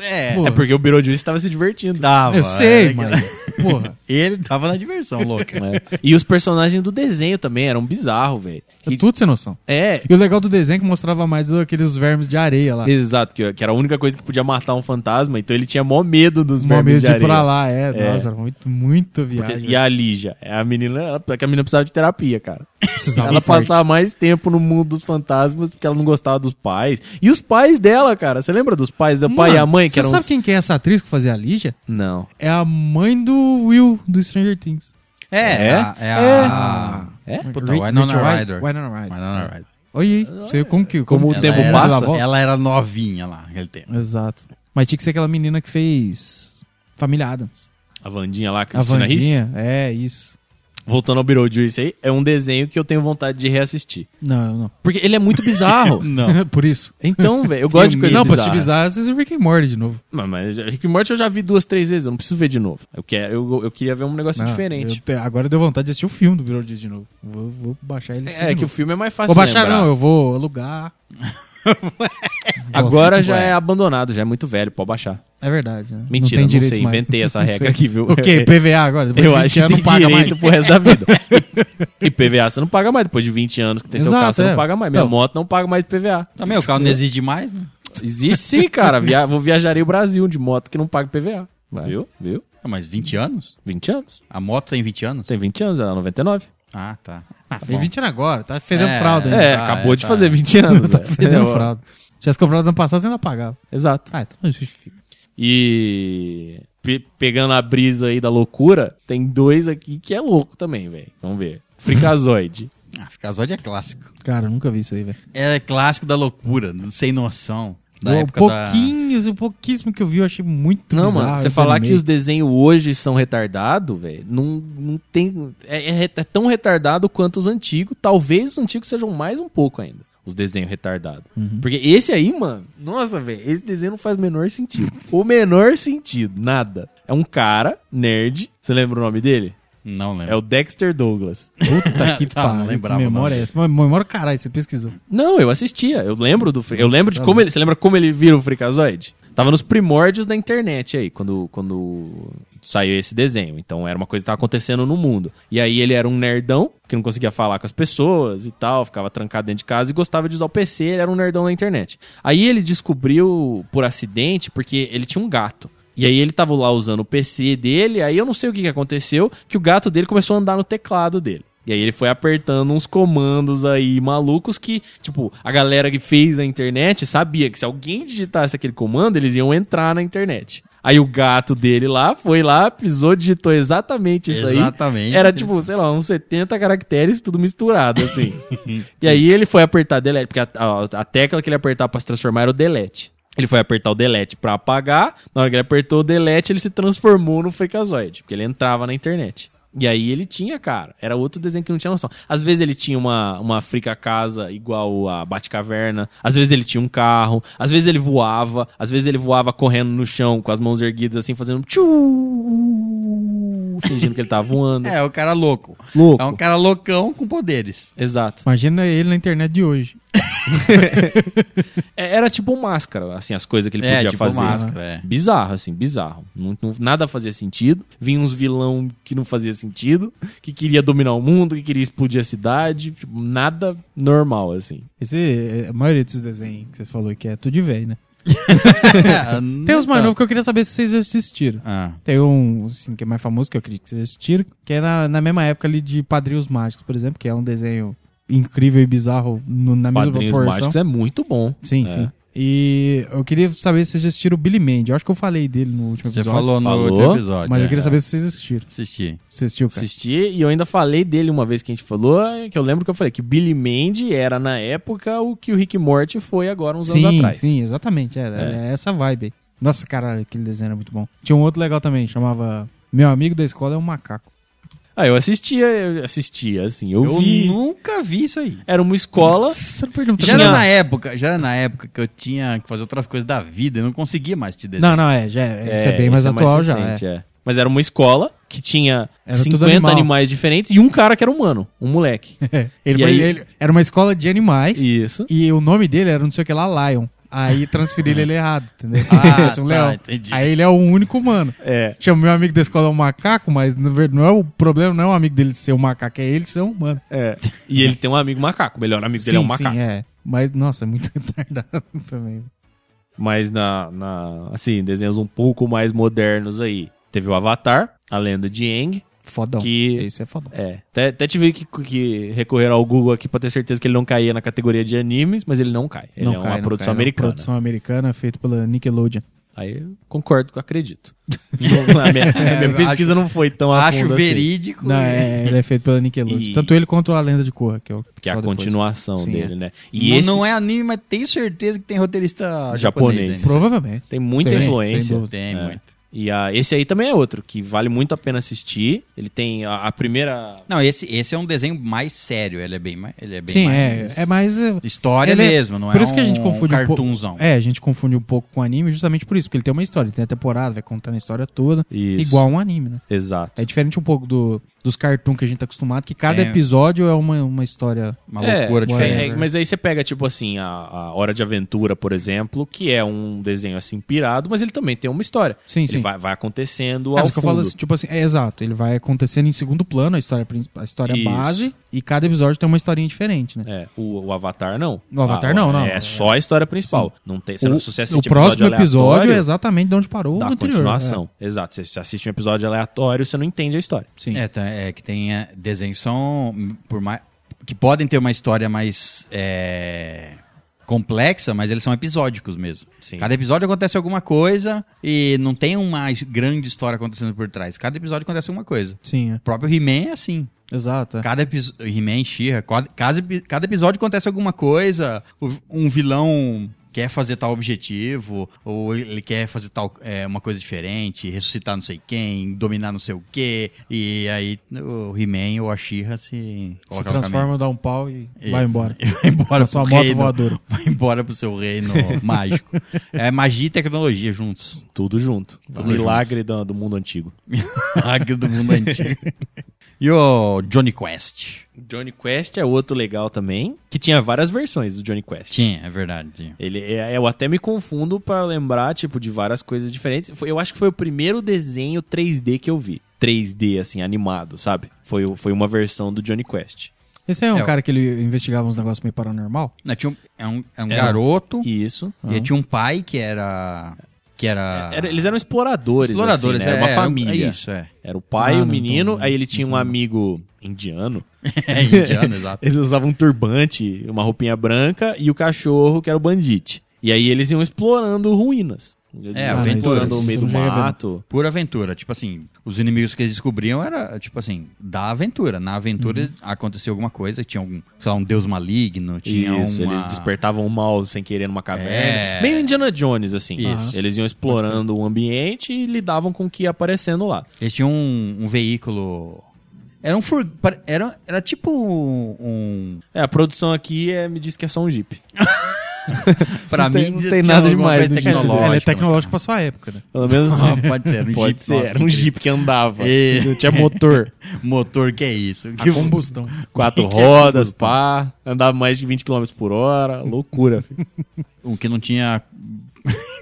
A: É,
C: Pô,
D: É porque o Beetlejuice tava se divertindo.
A: dava.
C: eu sei,
A: é,
C: mas. Porra.
A: Ele tava na diversão, louco.
D: né? E os personagens do desenho também eram bizarros, velho.
C: É
D: Que-
C: tudo sem noção.
D: É,
C: E o legal do desenho é que mostrava mais aqueles vermes de areia lá.
D: exato, que, que era a única coisa que podia matar um fantasma, então ele tinha mó medo dos
C: Uma
D: vermes
C: mesa
D: de
C: de ir
D: areia.
C: pra lá, é.
D: É.
C: Nossa, era muito, muito
D: Porque-
C: viagem. né?
D: e a Lígia, é a menina, ela- que a menina precisava de terapia, cara.
C: Precisava
D: ela
C: ir forte.
D: passava mais tempo no mundo dos fantasmas porque ela não gostava dos pais. E os pais dela, cara, você lembra dos pais, do pai e a
C: Mano,
D: mãe que
C: Você
D: eram
C: sabe
D: uns-
C: quem que é essa atriz que fazia a Lígia?
D: Não.
C: É a mãe do Will, do Stranger Things.
A: É, é, a- é a.
D: É?
A: Puta,
C: Ri-
A: Winona
C: Richard
A: Ryder.
C: Winona Ryder.
A: Winona Ryder.
C: Olha aí, você como que...
D: é. Como o
C: que-
A: Ela
D: tempo
A: era-
D: passa?
C: Ela volta.
A: Ela era novinha lá, naquele tempo.
C: Exato. Mas tinha que ser aquela menina que fez Família Adams.
D: A Vandinha lá,
C: A
D: Cristina Ricci.
C: Vandinha, é isso.
D: Voltando ao Beetlejuice aí, é um desenho que eu tenho vontade de reassistir.
C: Não, não.
D: Porque ele é muito bizarro.
A: Não.
C: Por isso.
D: Então, velho, eu gosto de coisa
C: Não, pra
D: bizarra.
C: se bizarro, vocês Rick and Morty de novo.
D: Mas, mas Rick and Morty eu já vi duas, três vezes, eu não preciso ver de novo. Eu, quero, eu, eu queria ver um negócio
C: Não,
D: diferente.
C: Ah, eu te- agora deu vontade de assistir o filme do Beetlejuice de novo. Vou, vou baixar ele.
D: É, que o filme é mais fácil
C: Vou
D: de
C: baixar
D: lembrar.
C: não, eu vou alugar.
D: Agora já é abandonado, já é muito velho, pode baixar.
C: É verdade. Né?
D: Mentira,
C: não, tem
D: não
C: direito
D: sei,
C: mais.
D: inventei essa
C: Não
D: regra
C: sei.
D: aqui, viu?
C: Ok, PVA agora. depois
D: Eu
C: de 20
D: acho que
C: anos
D: tem direito pro resto da vida. E, e PVA você não paga mais, depois de 20 anos que tem seu
C: Exato,
D: carro, você não
C: é.
D: paga mais. Minha
C: Então.
D: moto não paga mais PVA.
A: Também o carro não exige mais, né?
D: Existe sim, cara. Via... Vou viajaria o Brasil de moto que não paga PVA. Viu? Viu?
A: Ah, Mas 20 anos?
D: 20 anos.
A: A moto tem 20 anos?
D: Tem 20 anos, é era 99.
A: Ah, tá.
C: Ah, fez 20 anos agora, tá fedendo
A: É,
C: fralda ainda.
D: É,
A: tá,
D: acabou
A: é,
D: de
A: tá.
D: fazer 20 anos.
C: tá
D: velho.
C: fedendo
D: É, ó,
C: fralda. Se tivesse comprado ano passado, você ainda pagava.
D: Exato.
C: Ah, então não justifica.
D: E pe- pegando a brisa aí da loucura, tem dois aqui que é louco também, velho. Vamos ver. Fricazoide.
A: Ah, Fricazóide é clássico.
C: Cara, eu nunca vi isso aí, velho.
A: É clássico da loucura, sem noção. Da
C: O
A: época da...
C: Pouquinhos, o pouquíssimo que eu vi, eu achei muito
D: Não,
C: bizarro.
D: mano, você
C: esse
D: falar
C: anime.
D: que os desenhos hoje são retardados, velho, não, não tem. É, é re- é tão retardado quanto os antigos. Talvez os antigos sejam mais um pouco ainda. Os desenhos retardados. Porque esse aí, mano, nossa, velho, esse desenho não faz o menor sentido. o menor sentido, nada. É um cara, nerd. Você lembra o nome dele?
A: Não lembro.
D: É o Dexter Douglas.
C: Puta que
A: Tá, não
C: pariu, que
A: lembrava,
C: memória
A: não.
C: é essa? Mas Memória o caralho, você pesquisou.
D: Não, eu assistia. Eu lembro do. Fri- Eu
C: Nossa,
D: lembro de como
C: mano.
D: ele. Você lembra como ele vira o Freakazoid? Tava nos primórdios da internet aí, quando, quando saiu esse desenho. Então era uma coisa que tava acontecendo no mundo. E aí ele era um nerdão, que não conseguia falar com as pessoas e tal, ficava trancado dentro de casa e gostava de usar o PC, ele era um nerdão na internet. Aí ele descobriu por acidente, porque ele tinha um gato. E aí ele tava lá usando o PC dele, aí eu não sei o que, que aconteceu, que o gato dele começou a andar no teclado dele. E aí ele foi apertando uns comandos aí malucos que, tipo, a galera que fez a internet sabia que se alguém digitasse aquele comando, eles iam entrar na internet. Aí o gato dele lá foi lá, pisou, digitou exatamente isso aí.
A: Exatamente.
D: Era tipo, sei lá, uns 70 caracteres, tudo misturado, assim. e aí ele foi apertar delete, porque a, a- a tecla que ele apertava pra se transformar era o delete. Ele foi apertar o delete pra apagar. Na hora que ele apertou o delete, ele se transformou no Freakazoid, porque ele entrava na internet. E aí ele tinha, cara. Era outro desenho que não tinha noção. Às vezes ele tinha uma, uma frica casa igual a Batcaverna. Às vezes ele tinha um carro. Às vezes ele voava. Às vezes ele voava correndo no chão com as mãos erguidas assim, fazendo tchu, fingindo que ele tava voando.
A: É, o cara louco.
D: Louco.
A: É um cara loucão com poderes.
D: Exato.
C: Imagina ele na internet de hoje.
D: É, Era tipo um máscara, assim, as coisas que ele
A: É,
D: podia
A: tipo
D: fazer.
A: máscara, é.
D: Bizarro, assim, bizarro. Não- não- nada fazia sentido. Vinha uns vilão que não fazia sentido, que queria dominar o mundo, que queria explodir a cidade. tipo, nada normal, assim.
C: Esse, é, a maioria desses desenhos que vocês falou que é tudo de velho, né? Tem
A: Tem
C: os
D: Então.
C: mais novos que eu queria saber se vocês já assistiram.
A: Ah,
C: Tem um, assim, que é mais famoso, que eu acredito que vocês assistiram, que é na, na mesma época ali de Padrinhos Mágicos, por exemplo, que é um desenho incrível e bizarro no- na mesma
D: Padrinhos
C: proporção.
D: Mágicos é muito bom.
C: Sim,
D: É.
C: sim. E eu queria saber se vocês assistiram o Billy Mandy. Eu acho que eu falei dele no último
A: Você
C: episódio.
A: falou no
D: Falou,
A: outro episódio.
C: Mas
A: é.
C: eu queria saber se vocês assistiram.
A: Assisti.
C: Você assistiu, cara?
D: assisti e eu ainda falei dele uma vez que a gente falou, que eu lembro que eu falei que o Billy Mandy era na época o que o Rick Morty foi agora uns anos atrás.
C: Sim, exatamente. É, é essa vibe aí. Nossa, caralho, aquele desenho era muito bom. Tinha um outro legal também, chamava Meu Amigo da Escola é um Macaco.
D: Ah, eu assistia, eu assistia, assim, eu,
A: Eu
D: vi.
A: nunca vi isso aí.
D: Era uma escola.
C: Você não perdeu muito
A: Já
D: Tinha-
A: era na época, já era na época que eu tinha que fazer outras coisas da vida, eu não conseguia mais te desenhar.
C: Não, não, é. Já, é, esse é bem mais
D: esse
C: atual já.
D: recente,
C: é.
D: é. Mas era uma escola que tinha
C: Era tudo
D: 50
C: animal.
D: animais diferentes e um cara que era humano, um moleque.
C: É, Ele,
D: E
C: foi-
D: aí-
C: ele- era uma escola de animais
D: Isso.
C: e o nome dele era um não sei o que lá, Lion. Aí transferiram ele é errado, entendeu?
A: Ah,
C: Esse é um
A: tá,
C: leão.
A: entendi.
C: Aí ele é o único humano.
D: É.
C: Chama meu amigo da escola é um macaco, mas na verdade, não é o problema, não é o amigo dele ser um macaco, é ele ser um humano.
D: É. E ele tem um amigo macaco. O melhor amigo dele é um macaco.
C: é. Mas, nossa, é muito retardado também.
D: Mas na, na. Assim, desenhos um pouco mais modernos aí. Teve o Avatar, a lenda de Aang.
C: Fodão.
D: Que-
C: Esse é fodão.
D: É. Até, até tive que, que recorrer ao Google aqui pra ter certeza que ele não caía na categoria de animes, mas ele não cai. Ele é uma
C: cai,
D: produção
C: cai, é uma
D: americana.
C: produção americana feita pela Nickelodeon.
D: Aí eu concordo, acredito. a minha, a minha
A: É,
D: pesquisa não foi tão a
A: Acho
D: fundo assim.
A: verídico.
C: Não, é, ele é feito pela Nickelodeon.
D: E-
C: Tanto ele quanto a Lenda de Korra, que é o
D: Que é a
C: só depois.
D: continuação
C: Sim,
D: dele, né?
A: E
D: E esse
A: Não é anime, mas tenho certeza que tem roteirista
D: Japonês.
A: japonês. ainda.
C: Provavelmente.
D: tem muita
C: Tem, sem
D: influência.
C: dúvida.
A: Tem,
D: É.
A: muito.
D: E ah, esse aí também é outro, que vale muito a pena assistir. Ele tem a, a primeira.
A: Não, esse, esse é um desenho mais sério, ele é bem mais. Ele é bem
C: Sim,
A: mais...
C: é. É mais. é,
A: História
C: ele é-
A: mesmo, não é?
C: por isso que a gente
A: um
C: confunde um pouco-
A: cartoonzão.
C: É, a gente confunde um pouco com anime justamente por isso, porque ele tem uma história, ele tem a temporada, vai contando a história toda,
D: Isso.
C: igual um anime, né?
D: Exato.
C: É diferente um pouco do, dos cartoons que a gente tá acostumado, que cada
A: É.
C: episódio é uma, uma história.
A: Uma loucura
D: é,
A: diferente.
D: é, mas aí você pega, tipo assim, a, a Hora de Aventura, por exemplo, que é um desenho assim pirado, mas ele também tem uma história.
C: Sim,
D: ele
C: sim.
D: Vai, vai acontecendo
C: É,
D: ao
C: mas que eu falo
D: fundo.
C: assim, tipo assim, é exato, ele vai acontecendo em segundo plano, a história principal, a história
D: Isso.
C: base, e cada episódio tem uma historinha diferente, né?
D: É, o, o Avatar não.
C: O Avatar
D: Ah,
C: não, não.
D: É, só a história principal. Não tem, você não,
C: O,
D: se você
C: o
D: assistir
C: próximo episódio
D: aleatório,
C: é exatamente de onde parou o
D: da
C: anterior. é.
D: continuação. Exato. Você- Você assiste um episódio aleatório, você não entende a história.
C: É, sim.
A: É, tá- é que tem é, desenhos são hum, por mais que podem ter uma história mais é, complexa, mas eles são episódicos mesmo.
D: Sim.
A: Cada episódio acontece alguma coisa e não tem uma grande história acontecendo por trás. Cada episódio acontece alguma coisa.
C: Sim, é.
A: O próprio He-Man é assim.
C: exato. é.
A: Cada episódio. He-Man, She-Ra. quad- Cada, epi- cada episódio acontece alguma coisa. o- Um vilão quer fazer tal objetivo, ou ele quer fazer tal é, uma coisa diferente, ressuscitar não sei quem, dominar não sei o quê. E aí o He-Man ou a She-Ra se.
C: Se
A: coloca no
C: transforma, dá um pau e
A: caminho.
C: vai
A: Isso.
C: embora.
A: E Vai embora
C: Na sua
A: pro
C: moto
A: reino-
C: voadora.
A: Vai embora pro seu reino mágico. É magia e tecnologia juntos.
D: Tudo junto.
A: Tudo
D: o milagre do, do mundo antigo.
A: Águia do mundo antigo. E o Johnny Quest?
D: Johnny Quest é outro legal também, que tinha várias versões do Johnny Quest.
A: Tinha, é verdade. tinha.
D: Ele, é- eu até me confundo pra lembrar, tipo, de várias coisas diferentes. Foi- Eu acho que foi o primeiro desenho 3D que eu vi. 3D, assim, animado, sabe? Foi, o- foi uma versão do Johnny Quest.
C: Esse é um
A: É, o-
C: cara que ele investigava uns negócios meio paranormal?
A: Não, tinha um, é um, é um garoto
D: Isso. é
A: e aí tinha um pai que era. Que era.
D: Era- eles eram exploradores,
A: Ah. exploradores,
D: assim, né?
A: é,
D: Era uma família.
A: É isso, é.
D: Era o pai,
C: Ah,
D: o
C: não,
D: menino,
C: então-
D: aí ele
A: Uhum.
D: tinha um amigo indiano.
A: É indiano, exato.
D: Eles usavam um turbante, uma roupinha branca e o cachorro, que era o bandite. E aí eles iam explorando ruínas. Eles
A: É,
D: iam
A: aventuras.
D: explorando o meio do
C: Isso já ia vendo.
D: mato.
A: Pura aventura. Tipo assim, os inimigos que eles descobriam era, tipo assim, da aventura. Na aventura
D: Uhum.
A: aconteceu alguma coisa, tinha algum, sei lá, um deus maligno, tinha
D: Isso,
A: uma...
D: eles despertavam o mal sem querer numa caverna.
A: É.
D: Meio Indiana Jones, assim.
A: Isso.
D: Eles iam explorando o ambiente e lidavam com o que ia aparecendo lá.
A: Eles tinham um, um veículo. Era um fur... pare- Era, era tipo um. um-
D: É, a produção aqui é, me diz que é só um jeep.
A: Pra
D: Não tem-
A: mim,
D: não
A: tinha
D: tem nada
A: alguma
D: demais
A: coisa
D: do jeito.
A: tecnológica. né?
C: ele é tecnológico pra sua época, né?
D: Pelo menos.
A: Ah, Pode ser, um
D: Pode
A: jeep. nossa,
D: ser, era
A: que
D: um
A: incrível.
D: jeep que andava.
A: É.
D: que Tinha motor.
A: Motor que é isso.
C: A combustão.
D: Quatro
A: Que que é
D: rodas, pá. Andava mais de 20 km por hora. Loucura. filho.
A: O que não tinha.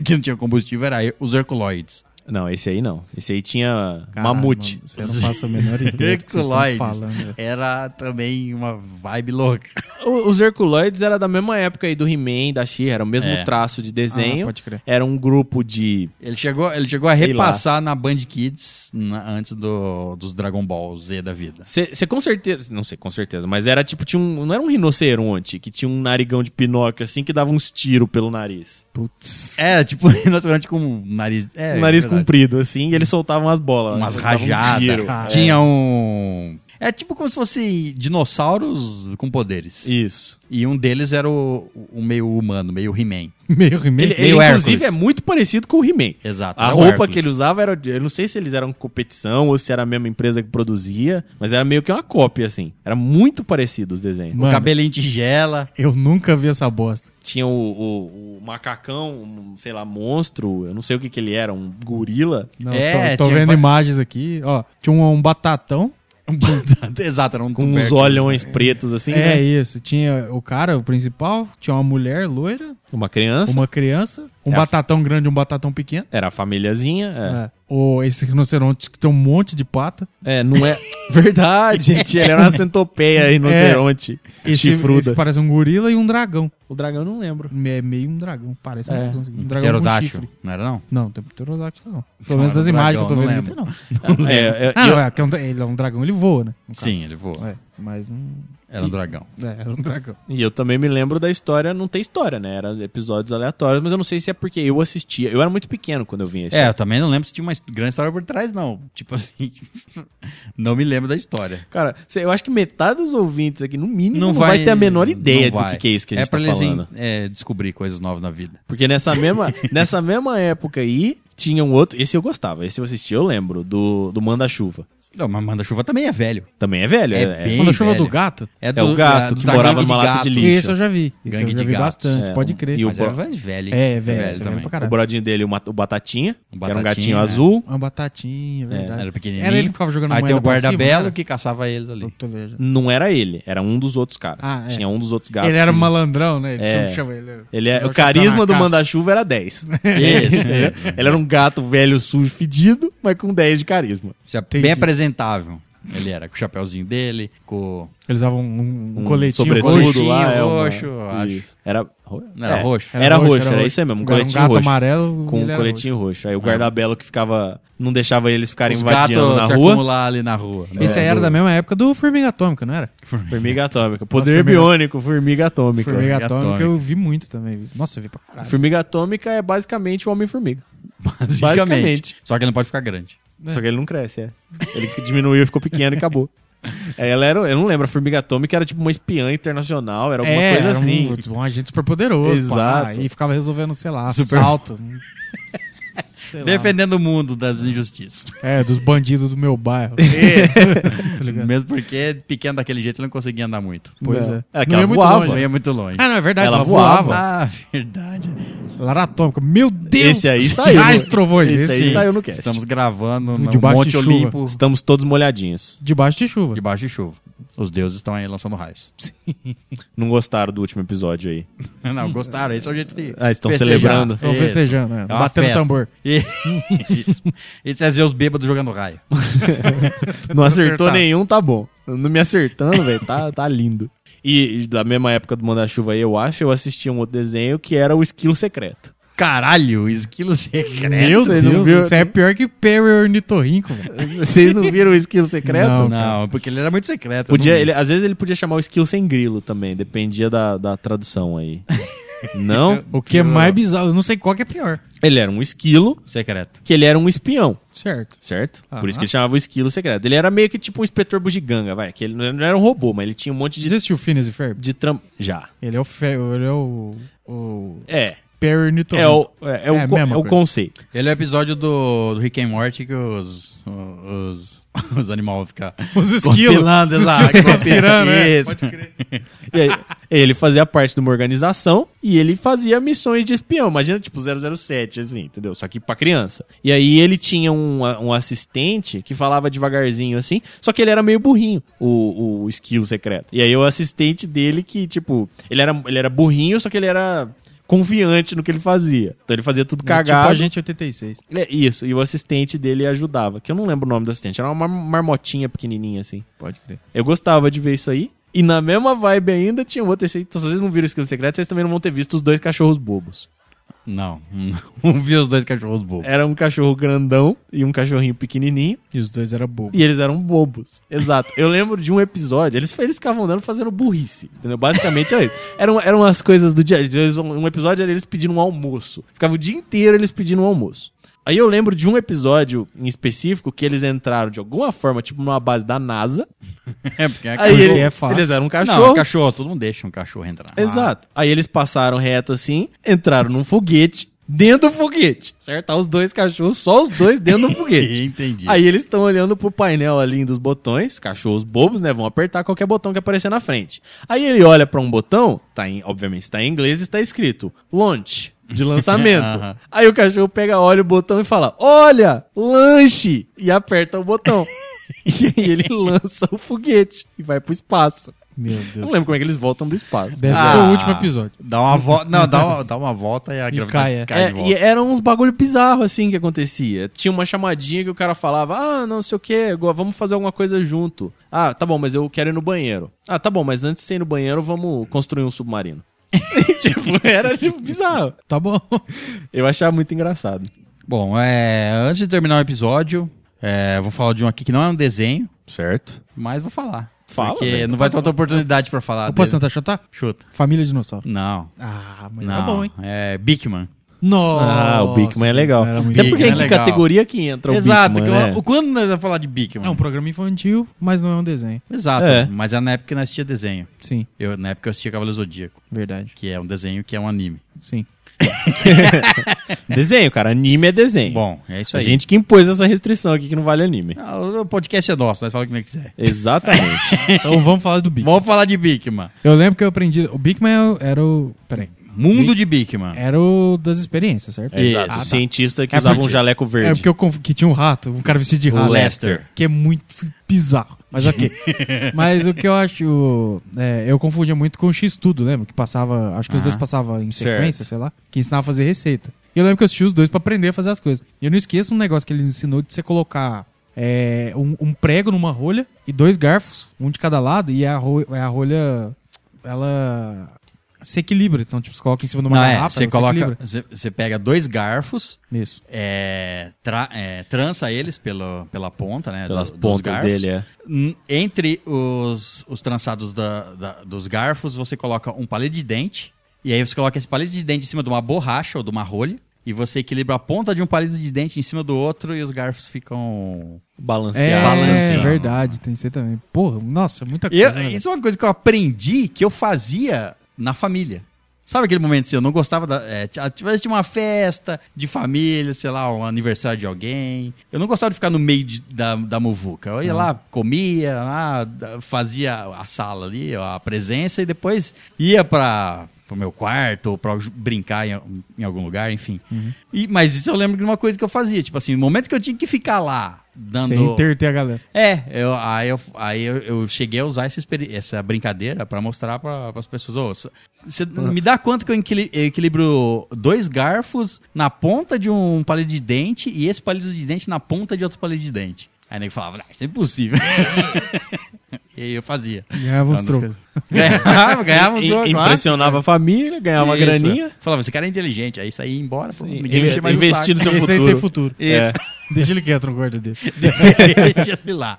A: que não tinha combustível era os Herculoides.
D: Não, esse aí não. Esse aí tinha mamute.
C: Mano, você não passa a menor ideia do É que vocês estão
A: Herculoides.
C: falando.
A: Era também uma vibe louca.
D: O- Os Herculoides era da mesma época aí do He-Man, da She-Ra, era o mesmo
A: É.
D: traço de
C: Ah,
D: desenho.
C: pode crer.
D: era um grupo de.
A: Ele chegou, ele chegou a
D: Sei
A: repassar na Band Kids na- antes do, dos Dragon Ball Z da vida.
D: Você com certeza. Não sei, com certeza, mas era tipo. Tinha um, não era um rinoceronte que tinha um narigão de Pinóquio assim que dava uns tiros pelo nariz.
C: Putz.
A: É, tipo, um rinoceronte com nariz. É,
D: um nariz
A: é verdade.
D: comprido assim e eles soltavam as bolas.
A: Umas
D: né? Soltavam um
A: rajadas. Ah.
D: tiro.
C: cara.
D: É,
A: Tinha um. É tipo como se fossem dinossauros com poderes. E,
D: Isso.
A: um deles era o, o meio humano, meio He-Man.
C: Meio he
D: Ele, ele,
A: meio
D: inclusive, é
A: Hércules.
D: muito parecido com o He-Man.
A: Exato.
D: A
A: era o
D: roupa
A: Hércules.
D: que ele usava era. Eu não sei se eles eram competição ou se era a mesma empresa que produzia, mas era meio que uma cópia, assim. Era muito parecido os desenhos.
A: O
C: Mano.
A: cabelinho em tigela.
C: Eu nunca vi essa bosta.
D: Tinha o, o- o macacão, um, sei lá, monstro, eu não sei o que que ele era, um gorila.
C: Não,
A: É,
C: tô, tô
A: tinha
C: vendo
A: pa-
C: imagens aqui. Ó, tinha um, um batatão.
A: Exato, era um
D: Com uns olhões pretos, assim,
C: é
D: né?
C: isso. Tinha o cara, o principal. Tinha uma mulher loira,
D: Uma criança.
C: uma criança, um
D: É a-
C: batatão grande e um batatão pequeno.
D: Era a famíliazinha.
C: É. Ou esse rinoceronte que tem um monte de pata.
D: É, É, não é. Verdade, gente. Ele era uma centopeia rinoceronte.
C: Esse, esse
D: É chifruda.
C: parece um gorila e um dragão.
D: O dragão eu não lembro.
C: É meio um dragão, parece um
D: É.
C: dragão. Um dragão com
A: Pterodátil,
C: chifre.
A: não era não?
C: Não, tem pterodáctilo não. Pelo
A: Não,
C: menos
A: era
C: das
A: um
C: imagens que eu
A: dragão,
C: tô
A: não
C: vendo, não tem, não.
D: É, eu-
C: Ah,
D: eu-
C: não, é, que é um, ele é um dragão, ele voa, né? No caso.
A: Sim, ele voa.
C: É, mas um.
A: Era um dragão.
C: É, era um dragão.
D: E eu também me lembro da história, não tem história, né? Era episódios aleatórios, mas eu não sei se é porque eu assistia. Eu era muito pequeno quando eu vinha isso.
A: É, eu também não lembro se tinha uma grande história por trás, não. Tipo assim, não me lembro da história.
D: Cara, cê- eu acho que metade dos ouvintes aqui, no mínimo,
A: Não,
D: não, vai, ter a menor ideia
A: não
D: do
A: vai.
D: que, que é isso que a gente
A: é pra
D: tá
A: eles
D: falando.
A: em- é, descobrir coisas novas na vida.
D: Porque nessa mesma, nessa mesma época aí, tinha um outro. Esse eu gostava, esse eu assisti, eu lembro, do, do Manda-Chuva.
A: Não, mas manda-chuva também é velho.
D: Também é velho,
A: É
D: é. é-
A: bem-
C: Quando a chuva
A: velho.
C: do gato.
D: É o gato que
A: da
D: morava
A: gangue
D: numa lata de lixo.
C: Esse eu já vi. Esse
A: Gangue
C: eu já
A: de
C: vi
A: gatos,
C: bastante,
D: é.
C: pode crer.
D: E o
A: Mas era
D: pro-
A: velho.
C: É, é velho, isso é
A: também.
C: mesmo pra caralho.
D: o brodinho dele, o, ma- o Batatinha,
A: O
D: que era
A: Batatinha,
D: um gatinho
A: é.
D: azul.
C: Uma batatinha, é
D: né?
C: verdade.
A: Era pequenininho.
C: Era ele que ficava jogando
A: Aí tem
C: moeda
A: o
C: pra cima,
A: guarda-belo
C: né?
A: que caçava eles ali.
C: Eu tô vendo.
D: Não era ele, era um dos outros caras.
C: Ah, é.
D: Tinha um dos outros gatos.
C: Ele era
D: que-
C: malandrão, né? Ele
D: É.
C: tinha um chama- ele-
D: Ele é,
C: usava
D: o
C: um chapéu na
D: carisma do
C: cara.
D: manda-chuva era 10.
A: Isso,
C: né?
D: Entendeu? ele era um gato velho, sujo, fedido, mas com 10 de carisma.
A: Já
C: Entendi.
A: bem apresentável. Ele era com o chapéuzinho dele, com.
C: Ele usava um, um,
D: Um
C: coletinho
D: sobretudo
C: roxo.
D: lá, é uma-
A: roxo, acho.
D: Isso. Era, ro-
A: Não, era
D: é,
A: roxo.
D: Era, roxo, era, isso aí mesmo, um
C: Era
D: coletinho
C: gato
D: roxo.
C: amarelo
D: com um
C: ele era
D: coletinho roxo. Aí o guardabelo que ficava. não deixava eles ficarem
A: Os
D: invadindo
A: gatos
D: na
A: se
D: rua.
A: acumular ali na rua.
C: roxo. Isso aí era da mesma época do Formiga Atômica, não era?
D: Formiga atômica. Poder
C: formiga-
D: biônico, formiga atômica.
C: Formiga
A: Formiga
C: Atômica
A: Atômica.
C: eu vi muito também. vi. Nossa, eu vi pra
D: A
C: caralho.
D: Formiga atômica é basicamente o Homem-Formiga.
A: Basicamente.
D: Basicamente.
A: Só que ele não pode ficar grande.
D: Só que ele não cresce, é. Ele que diminuiu, ficou pequeno e acabou. Aí Ela era, eu não lembro, a Formiga Atômica era tipo uma espiã internacional, era alguma
C: é,
D: coisa
C: era um-
D: assim.
C: Um, agente super poderoso. pá,
D: Exato.
C: e ficava resolvendo, sei lá,
A: Super-
C: assalto. sei lá.
A: Defendendo o mundo das injustiças.
C: É, dos bandidos do meu bairro. Tá ligado?
A: Mesmo porque pequeno daquele jeito ele não conseguia andar muito.
C: Pois
D: Não.
C: é.
D: É que
C: Não
D: ela
C: ia muito
D: voava.
A: Não
C: longe.
A: ia muito longe.
C: Ah, não, é verdade.
D: Ela
C: Ela, voava.
D: voava.
A: Ah, verdade.
C: Ela era atômica. Meu Deus!
D: Esse aí saiu. né?
C: Ah, esse trovões.
D: Esse
C: Esse,
D: aí
A: Sim.
D: saiu no cast.
A: Estamos gravando no
C: Debaixo de
A: Monte
C: chuva.
A: Olimpo,
D: Estamos todos molhadinhos.
C: Debaixo de chuva.
A: debaixo de chuva. Os deuses estão aí lançando raios.
D: Não gostaram do último episódio aí.
A: Não, gostaram. Esse é o jeito de.
D: Ah, estão
A: festejar.
D: celebrando.
C: Estão
A: Isso.
C: festejando, né?
A: É uma
C: Batendo
A: festa.
C: tambor.
A: E- Isso. Isso é ver os bêbados jogando raio.
D: Não acertou
C: acertar.
D: nenhum, tá bom. Não me acertando, velho, tá, tá lindo. E, e da mesma época do Manda-Chuva aí, eu acho, eu assisti um outro desenho que era o Esquilo Secreto.
A: Caralho, esquilo secreto.
C: Meu
D: Você não
C: Deus,
D: viu?
C: isso é pior que Perry Ornitorrinco, velho.
D: Vocês não viram o Esquilo Secreto?
C: Não.
A: Não, porque ele era muito secreto. eu
D: Podia,
A: não vi.
D: ele, às vezes ele podia chamar o Esquilo Sem Grilo também, dependia da, da tradução aí. não?
C: O que é mais bizarro, eu não sei qual que é pior.
D: Ele era um esquilo,
A: Secreto.
D: que ele era um espião.
C: Certo.
D: certo?
C: Aham.
D: Por isso que ele chamava o esquilo secreto. Ele era meio que tipo um inspetor bugiganga, vai. Que ele não era um robô, mas ele tinha um monte
C: Já
D: de,
C: assistiu o Phineas e Ferb?
D: de tram... Já.
C: Ele é o, Fe... ele é o... o
D: É.
C: Perry Ornitorrinco.
D: É o, é, é o,
C: É a
D: co-
C: mesma
D: é o
C: coisa.
D: conceito.
A: Ele é o episódio do, do Rick and Morty que os. Os, os animais ficam.
C: Os esquilos.
A: Conspirando, exato.
C: Respirando, é.
A: Isso.
D: E aí, ele fazia parte de uma organização e ele fazia missões de espião. Imagina, tipo, 007, assim, entendeu? Só que pra criança. E aí ele tinha um, a- um assistente que falava devagarzinho, assim, só que ele era meio burrinho, o, o esquilo secreto. E aí o assistente dele que, tipo, ele era, ele era burrinho, só que ele era... confiante no que ele fazia. Então ele fazia tudo
C: Tipo
D: cagado.
C: a gente 86.
D: É, isso, e o assistente dele ajudava. Que eu não lembro o nome do assistente, era uma mar- marmotinha pequenininha assim.
C: Pode crer.
D: Eu gostava de ver isso aí. E na mesma vibe ainda tinha outro. esse- Então, se vocês não viram o Esquilo Secreto, vocês também não vão ter visto os dois cachorros bobos.
A: Não, não vi os dois cachorros bobos.
D: Era um cachorro grandão e um cachorrinho pequenininho.
C: E os dois eram bobos.
D: E eles eram bobos. Exato. Eu lembro de um episódio, eles, eles ficavam andando fazendo burrice. Entendeu? Basicamente era isso. Eram, eram as coisas do dia. Eles, um episódio era eles pedindo um almoço. Ficava o dia inteiro eles pedindo um almoço. Aí eu lembro de um episódio em específico que eles entraram de alguma forma, tipo numa base da NASA.
A: É, porque é
D: Aí
C: Porque
D: ele-
C: é fácil.
D: eles eram um
A: cachorro. Não,
D: cachorro.
A: cachorro, todo mundo deixa um cachorro entrar.
D: Exato. Aí eles passaram reto assim, entraram num foguete, dentro do foguete. Certo? Tá os dois cachorros, só os dois dentro do foguete.
A: Entendi.
D: Aí eles estão olhando pro painel ali dos botões, cachorros bobos, né? Vão apertar qualquer botão que aparecer na frente. Aí ele olha pra um botão, tá em, obviamente está em inglês, está escrito launch, de lançamento.
A: Aham.
D: Aí o cachorro pega, olha o botão e fala: Olha, lanche! E aperta o botão. e aí ele lança o foguete e vai pro espaço.
C: Meu Deus.
D: Eu não lembro como é que eles voltam do espaço.
C: Deve
A: Ah.
C: ser é o último episódio.
A: Dá uma volta. Não, dá uma, dá uma volta e a
C: E
A: gravidade
C: cai, é.
A: cai
D: É,
A: de
D: e
A: volta.
D: eram uns bagulho bizarro assim que acontecia. Tinha uma chamadinha que o cara falava: "Ah, não sei o que, vamos fazer alguma coisa junto". Ah, tá bom, mas eu quero ir no banheiro. Ah, tá bom, mas antes de você ir no banheiro, vamos construir um submarino. tipo, era tipo bizarro.
C: Tá bom.
D: Eu achava muito engraçado.
A: Bom, é, antes de terminar o episódio, é, vou falar de um aqui que não é um desenho,
D: Certo?
A: mas vou falar.
D: Fala,
A: Porque
D: velho. um-
A: não vai faltar oportunidade pra falar.
C: Eu posso
A: dele.
C: tentar chutar?
A: Chuta.
C: Família dinossauro.
A: Não.
C: Ah, mas
A: não.
C: tá bom, hein?
A: É Bigman.
C: Nossa.
D: Ah, o Bigman é legal.
C: Era muito
D: Até
A: Bigman
D: porque
A: é
D: em que
A: legal.
D: categoria que entra o
A: Exato.
D: Bigman,
A: que eu-
D: né?
A: o- Quando nós vamos falar de Bigman?
C: É um programa infantil, mas não é um desenho.
A: Exato.
D: É.
A: Mas é na época que nós assistia desenho.
C: Sim,
A: Eu, na época eu assistia Cavaleiro Zodíaco,
C: verdade.
A: que é um desenho que é um anime.
C: Sim.
D: Desenho, cara, anime é desenho.
A: Bom, é isso
D: a
A: aí.
D: gente que impôs essa restrição aqui que não vale anime.
A: Ah, o podcast é nosso, nós falamos o que nós quiser.
D: Exatamente.
C: Então vamos falar do Bigman.
A: Vamos falar de Bigman.
C: Eu lembro que eu aprendi. O Bigman era o. Peraí.
A: Mundo de Bigman.
C: Era o das experiências, certo?
D: Exato.
A: Ah,
D: o
A: tá.
D: cientista que
C: É
D: usava um
C: porque-
D: jaleco verde.
C: É porque eu conf... que tinha um rato, um cara vestido de rato.
A: Lester.
C: Que é muito bizarro. Mas ok. Mas o que eu acho. é, eu confundia muito com o X-Tudo, lembra? Que passava. Acho que os dois passavam em
D: Certo.
C: sequência, sei lá. Que ensinava a fazer receita. E eu lembro que eu assisti os dois pra aprender a fazer as coisas. E eu não esqueço um negócio que ele ensinou de você colocar. é, um, um prego numa rolha e dois garfos, um de cada lado, e a, ro- a rolha ela se equilibra. Então, tipo, você coloca em cima de uma
A: Não, é,
C: garrafa,
A: você
C: ela se
A: coloca.
C: equilibra.
A: Você você pega dois garfos,
C: Isso.
A: é, tra- é, trança eles pelo, pela ponta, né?
D: Pelas
A: do- dos
D: pontas
A: garfos.
D: dele, é.
A: N- Entre os, os trançados da- da- dos garfos, você coloca um palito de dente. E aí você coloca esse palito de dente em cima de uma borracha ou de uma rolha. E você equilibra a ponta de um palito de dente em cima do outro e os garfos ficam.
D: balanceado.
C: É,
D: assim.
A: balanceando.
C: verdade, tem que ser também. Porra, nossa, muita coisa.
A: Eu-
C: né, velho?
A: isso é uma coisa que eu aprendi que eu fazia na família. Sabe aquele momento assim, eu não gostava da. É, tinha- tivesse uma festa de família, sei lá, um aniversário de alguém. Eu não gostava de ficar no meio de- da, da muvuca. Eu ia
C: Tá.
A: lá, comia, lá, da- fazia a sala ali, a presença, e depois ia pra, pro meu quarto ou pra brincar em, em algum lugar, enfim.
C: Uhum.
A: E, mas isso eu lembro de uma coisa que eu fazia, tipo assim, no momento que eu tinha que ficar lá, dando.
C: Sem interter a galera.
A: É, eu, aí, eu, aí eu, eu cheguei a usar essa, experi- essa brincadeira pra mostrar para as pessoas. Ô, cê- cê me dá quanto que eu equili- eu equilibro dois garfos na ponta de um palito de dente e esse palito de dente na ponta de outro palito de dente. Aí nego falava, "Ah, isso é impossível. e aí eu fazia.
C: Ganhava uns
A: Falando
C: trocos.
A: as coisas. Ganhava, ganhava uns
D: I-
A: trocos. É claro.
D: Impressionava a família, ganhava
A: Isso.
D: graninha.
A: Falava, esse cara é inteligente. Aí saía embora. Pô,
D: Sim,
A: ninguém
D: ele-
A: mexia mais no
D: investir no
A: saco.
D: seu
C: Esse aí
D: futuro. um
C: tem futuro. É.
A: Isso.
C: Deixa ele quieto no guarda dele.
A: Deixa ele lá.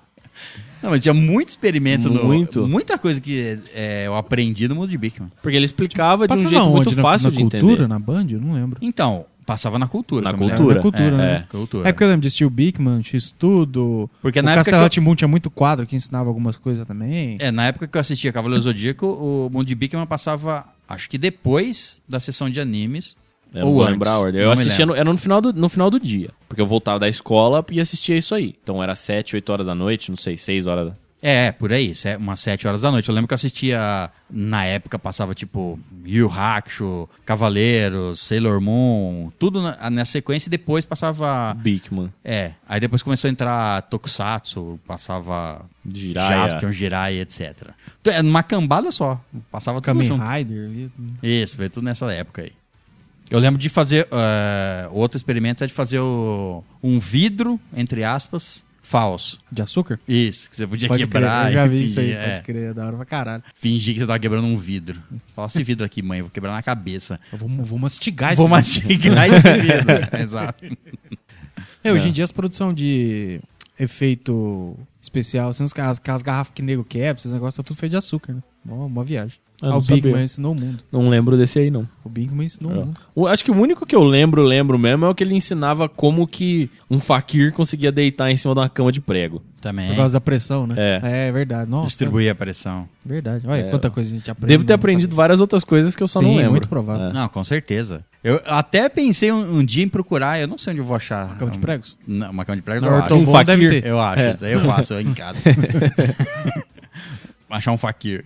A: Não, mas tinha muito experimento
D: Muito.
A: no. Muita coisa que é, eu aprendi no mundo de Bigman.
D: Porque ele explicava de um
C: Passava
D: jeito muito
C: aonde? Na-
D: fácil
C: na,
D: de
C: cultura, né?
D: entender.
C: na Band? Eu não lembro.
A: Então, passava na cultura.
D: Na
A: que eu me
D: cultura,
A: lembro.
C: Era cultura,
D: é,
C: né?
D: é.
A: Cultura.
C: É porque eu lembro de Steel Bigman, X-Tudo.
A: Porque
C: o
A: na época que
C: Castelo
A: eu-
C: Rá-Tim-Bum tinha muito quadro que ensinava algumas coisas também.
A: É, na época que eu assistia Cavaleiro Zodíaco, o mundo de Bigman passava, acho que depois da sessão de animes.
D: Eu
A: ou
D: não vou
A: antes.
D: lembrar a ordem. Eu
A: Não me
D: assistia,
A: lembro.
D: no, era no final, do, no final do dia. Porque eu voltava da escola e assistia isso aí. Então era 7, 8 horas da noite, não sei, 6 horas. Da...
A: É, é, por aí, se- umas 7 horas da noite. Eu lembro que eu assistia, na época passava tipo Yu Yu Hakusho, Cavaleiros, Sailor Moon, tudo na, na sequência e depois passava
D: Big Man.
A: É, aí depois começou a entrar Tokusatsu, passava
D: Jiraiya.
A: Jaspion, Jiraiya, etc. Então, É numa cambada só, passava tudo
C: Kamen
A: junto.
C: Rider. e-
A: Isso, foi tudo nessa época aí. Eu lembro de fazer. eh, outro experimento é de fazer o- um vidro, entre aspas, falso.
C: De açúcar?
A: Isso, que você podia quebrar.
C: crer, eu já
A: e
C: vi isso aí,
A: fingir, é,
C: pode crer, é da hora pra caralho.
A: fingir que você tava quebrando um vidro. Fala esse vidro aqui, mãe, eu vou quebrar na cabeça.
C: Eu vou, vou mastigar
A: vou
C: esse-
A: mastigar esse vidro. Exato.
C: É, hoje em dia as produções de efeito especial, assim, os ca- as, as garrafas que nego quebra, esses negócios, tá tudo feito de açúcar, né? Mó, mó viagem.
D: Ah,
C: Ah,
D: não
C: o Big
D: sabia.
C: Man ensinou o mundo.
D: Não lembro desse aí, não.
C: O Big Man ensinou
D: É.
C: o mundo.
D: O- acho que o único que eu lembro, lembro mesmo, é o que ele ensinava como que um faquir conseguia deitar em cima de uma cama de prego.
A: Também.
C: Por causa da pressão, né?
D: É.
C: é verdade. Nossa,
A: Distribuir a pressão.
C: é verdade. Olha
D: É.
C: quanta coisa a gente aprende.
D: Devo ter
C: não sabe.
D: aprendido várias outras coisas que eu só
C: Sim,
D: não lembro.
C: muito provável.
D: É.
A: Não, com certeza. Eu até pensei um, um dia em procurar, eu não sei onde eu vou achar. Uma
C: Cama de pregos?
A: Não, uma cama de
D: Ah,
A: prego
C: Na
D: um
C: um
A: não, eu
C: Ortobon
A: acho.
D: faquir.
C: deve ter.
A: Eu acho,
D: É.
A: isso aí eu faço eu em casa. Achar um faquir.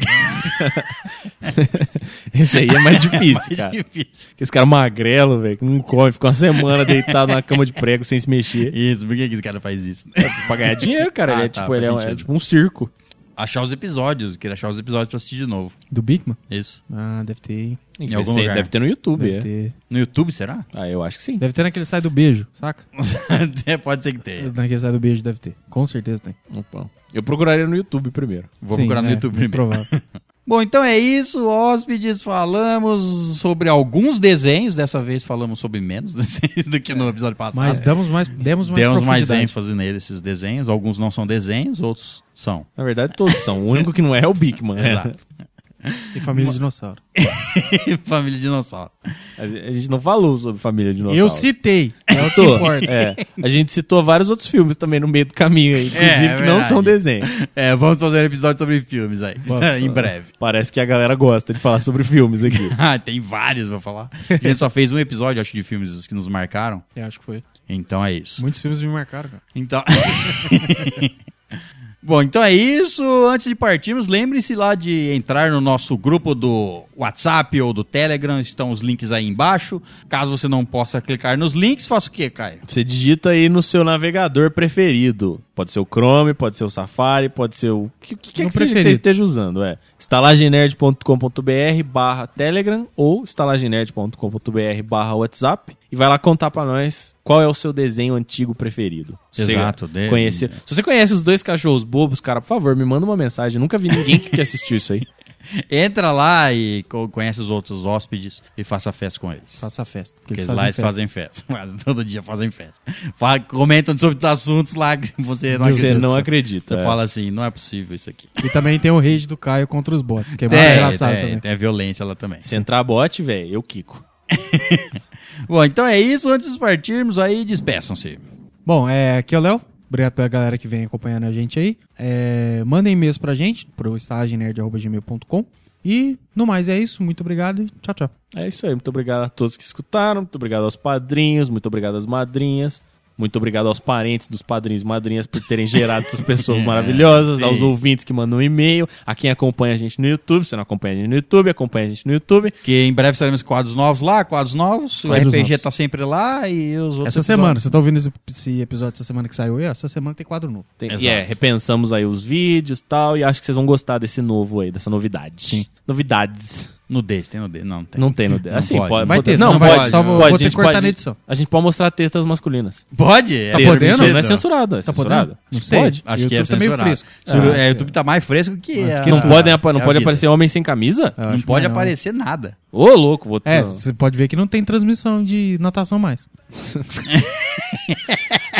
D: Esse aí é mais difícil,
A: Mais
D: cara.
A: difícil.
D: Porque Esse cara magrelo, velho, que não come, fica uma semana deitado na cama de prego sem se mexer.
A: Isso, por que que esse cara faz isso?
D: Pra ganhar dinheiro, cara.
A: Ah,
D: ele é,
A: tá,
D: tipo,
A: faz
D: ele é, um-
A: sentido.
D: é tipo um circo.
A: achar os episódios, queria achar os episódios pra assistir de novo.
C: Do Big Man?
A: Isso.
C: Ah, deve ter, hein?
A: Em
D: Mas
A: algum
D: tem-
A: lugar.
D: Deve ter no YouTube,
C: Deve
D: é.
C: ter.
A: No YouTube, será?
D: Ah, eu acho que sim.
C: Deve ter naquele sai do beijo, saca?
A: Pode ser que tenha.
C: Naquele sai do beijo deve ter. Com certeza tem.
D: Opa. Eu procuraria no YouTube primeiro.
A: Vou
C: Sim,
A: procurar no
C: é,
A: YouTube
C: muito
A: primeiro.
C: Provável.
A: Bom, então é isso, hóspedes. Falamos sobre alguns desenhos. Dessa vez falamos sobre menos desenhos do que no episódio passado.
C: É. Mas damos mais, demos mais
A: Demos mais
C: profundidade.
A: ênfase neles, esses desenhos. Alguns não são desenhos, outros são.
D: Na verdade, todos são. O único que não é é o Big Man.
A: Exato.
C: E família de dinossauro.
A: Família Dinossauro.
D: A gente a gente não falou sobre família de
C: Eu
D: dinossauro.
C: citei. É o que
D: citou.
C: importa.
D: É. A gente citou vários outros filmes também no meio do caminho aí, inclusive
A: É, é
D: que não
A: verdade.
D: são desenho.
A: É, vamos fazer um episódio sobre filmes aí. em breve.
D: Parece que a galera gosta de falar sobre filmes aqui.
A: Ah, tem vários pra falar. A gente só fez um episódio, acho, de filmes que nos marcaram.
C: Eu acho que foi.
A: Então é isso.
C: Muitos filmes me marcaram, cara.
A: Então. Bom, então é isso. Antes de partirmos, lembre-se lá de entrar no nosso grupo do WhatsApp ou do Telegram. Estão os links aí embaixo. Caso você não possa clicar nos links, faça o quê, Caio?
D: Você digita aí no seu navegador preferido. Pode ser o Chrome, pode ser o Safari, pode ser o. O que, que, é
C: No
D: que, seja que você
C: preferido.
D: esteja usando? É estalagenerd.com.br barra Telegram ou estalagenerd.com.br barra WhatsApp e vai lá contar pra nós qual é o seu desenho antigo preferido. Se você
A: Exato, de-
D: Conhecer. Se você conhece os dois cachorros bobos, cara, por favor, me manda uma mensagem. Nunca vi ninguém que que assistiu isso aí.
A: Entra lá e co- conhece os outros hóspedes e faça festa com eles.
C: Faça a festa. que
A: Porque
C: eles
A: lá eles
C: festa.
A: fazem festa. Mas todo dia fazem festa. Fa- comentam sobre os assuntos lá que você não
D: Você
A: acredita.
D: não acredita.
A: Você
D: é.
A: fala assim, não é possível isso aqui.
C: E também tem o rage do Caio contra os bots, que é muito
A: Tem,
C: engraçado
A: tem,
C: também.
A: tem a violência lá também.
D: Se entrar bot, velho, eu quico.
A: Bom, então é isso. Antes de partirmos aí, despeçam-se.
C: Bom, é, aqui é o Léo. Obrigado pela galera que vem acompanhando a gente aí. É, mandem e-mails pra gente, pro estagenerd.gmail.com. E no mais é isso. Muito obrigado e tchau, tchau.
D: É isso aí. Muito obrigado a todos que escutaram. Muito obrigado aos padrinhos. Muito obrigado às madrinhas. Muito obrigado aos parentes dos padrinhos e madrinhas por terem gerado essas pessoas É, maravilhosas,
A: sim.
D: aos ouvintes que mandam um e-mail, a quem acompanha a gente no YouTube. Se não acompanha a gente no YouTube, acompanha a gente no YouTube.
A: Que em breve teremos quadros novos lá, quadros novos. o
C: Quadros
A: RPG
C: novos.
A: tá sempre lá e os outros.
C: Essa semana, você tá ouvindo esse, esse episódio essa semana que saiu aí? ó, Essa semana tem quadro novo.
D: Tem-
A: Exato.
D: e é, repensamos aí os vídeos e tal, e acho que vocês vão gostar desse novo aí, dessa novidade. Sim. Novidades.
A: Nudez, tem nudez? Não, não tem.
D: Não tem no
A: Não
D: Assim,
A: pode.
D: pode.
C: Vai ter,
D: não,
C: senão vai-
D: pode,
C: só vou-
D: pode,
C: vou ter
D: gente,
C: que cortar
D: pode-
C: na edição. Tá
D: A gente pode mostrar tetas masculinas.
A: Pode? É
D: Tetas
A: permitido?
D: Não, não é censurado. É censurado.
C: podendo?
D: Acho
C: Não
D: que
C: sei.
D: Pode.
A: Acho que
C: YouTube
A: é
C: tá meio
A: censurado.
C: fresco.
A: Censura-
C: Ah,
A: é,
C: é.
A: o YouTube tá mais fresco que. a-
D: não
A: a-
D: podem apa- não
A: é a
D: pode
A: vida. É.
D: aparecer homem sem camisa?
C: Eu
A: Não
C: acho que
A: pode
C: não.
A: aparecer nada.
D: Ô, louco, vou.
C: É, você pode ver que não tem transmissão de natação mais.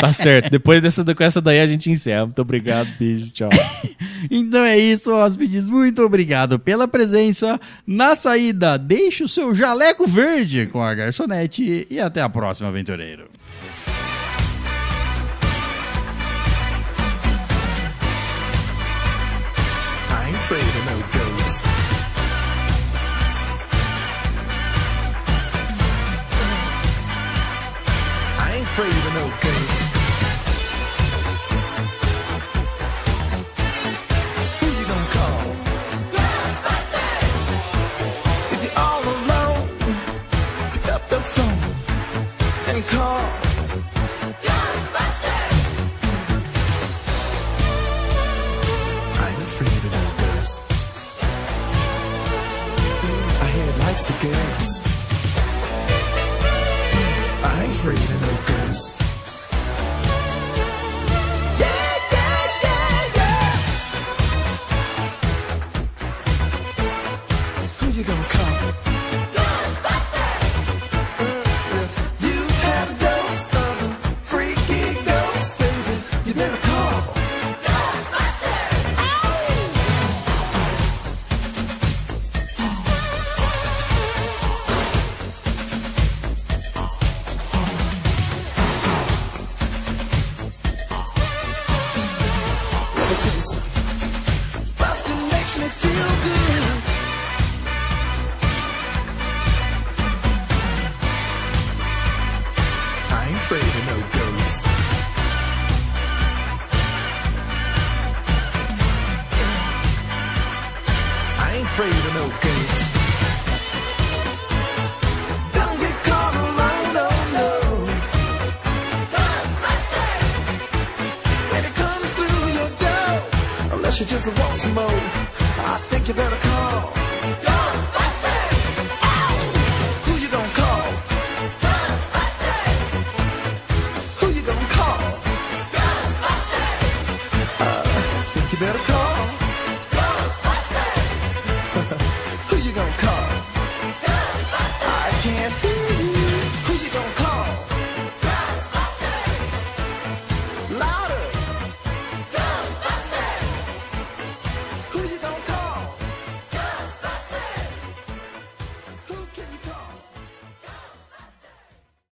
D: Tá certo. Depois dessa, com essa daí a gente encerra. Muito obrigado, beijo, tchau.
A: Então é isso, hóspedes. Muito obrigado pela presença. Na saída, deixe o seu jaleco verde com a garçonete. E até a próxima, aventureiro.
B: I ain't afraid of no ghost. I ain't afraid of no ghost. Who you gonna call? Ghostbusters! If you're all alone, pick up the phone and call. I'm afraid of no ghosts. I hear it likes the girls. afraid of no ghosts. Yeah, yeah, yeah, yeah. Who you gonna call? Ghostbusters! You have a dose of a freaky ghost, baby. You better call. Rub it to the sun. Busting makes me feel good. I ain't afraid of no ghosts. I ain't afraid of no ghosts. Don't get caught alone, oh no. When it comes through your door, unless you just want some more, I think you better call.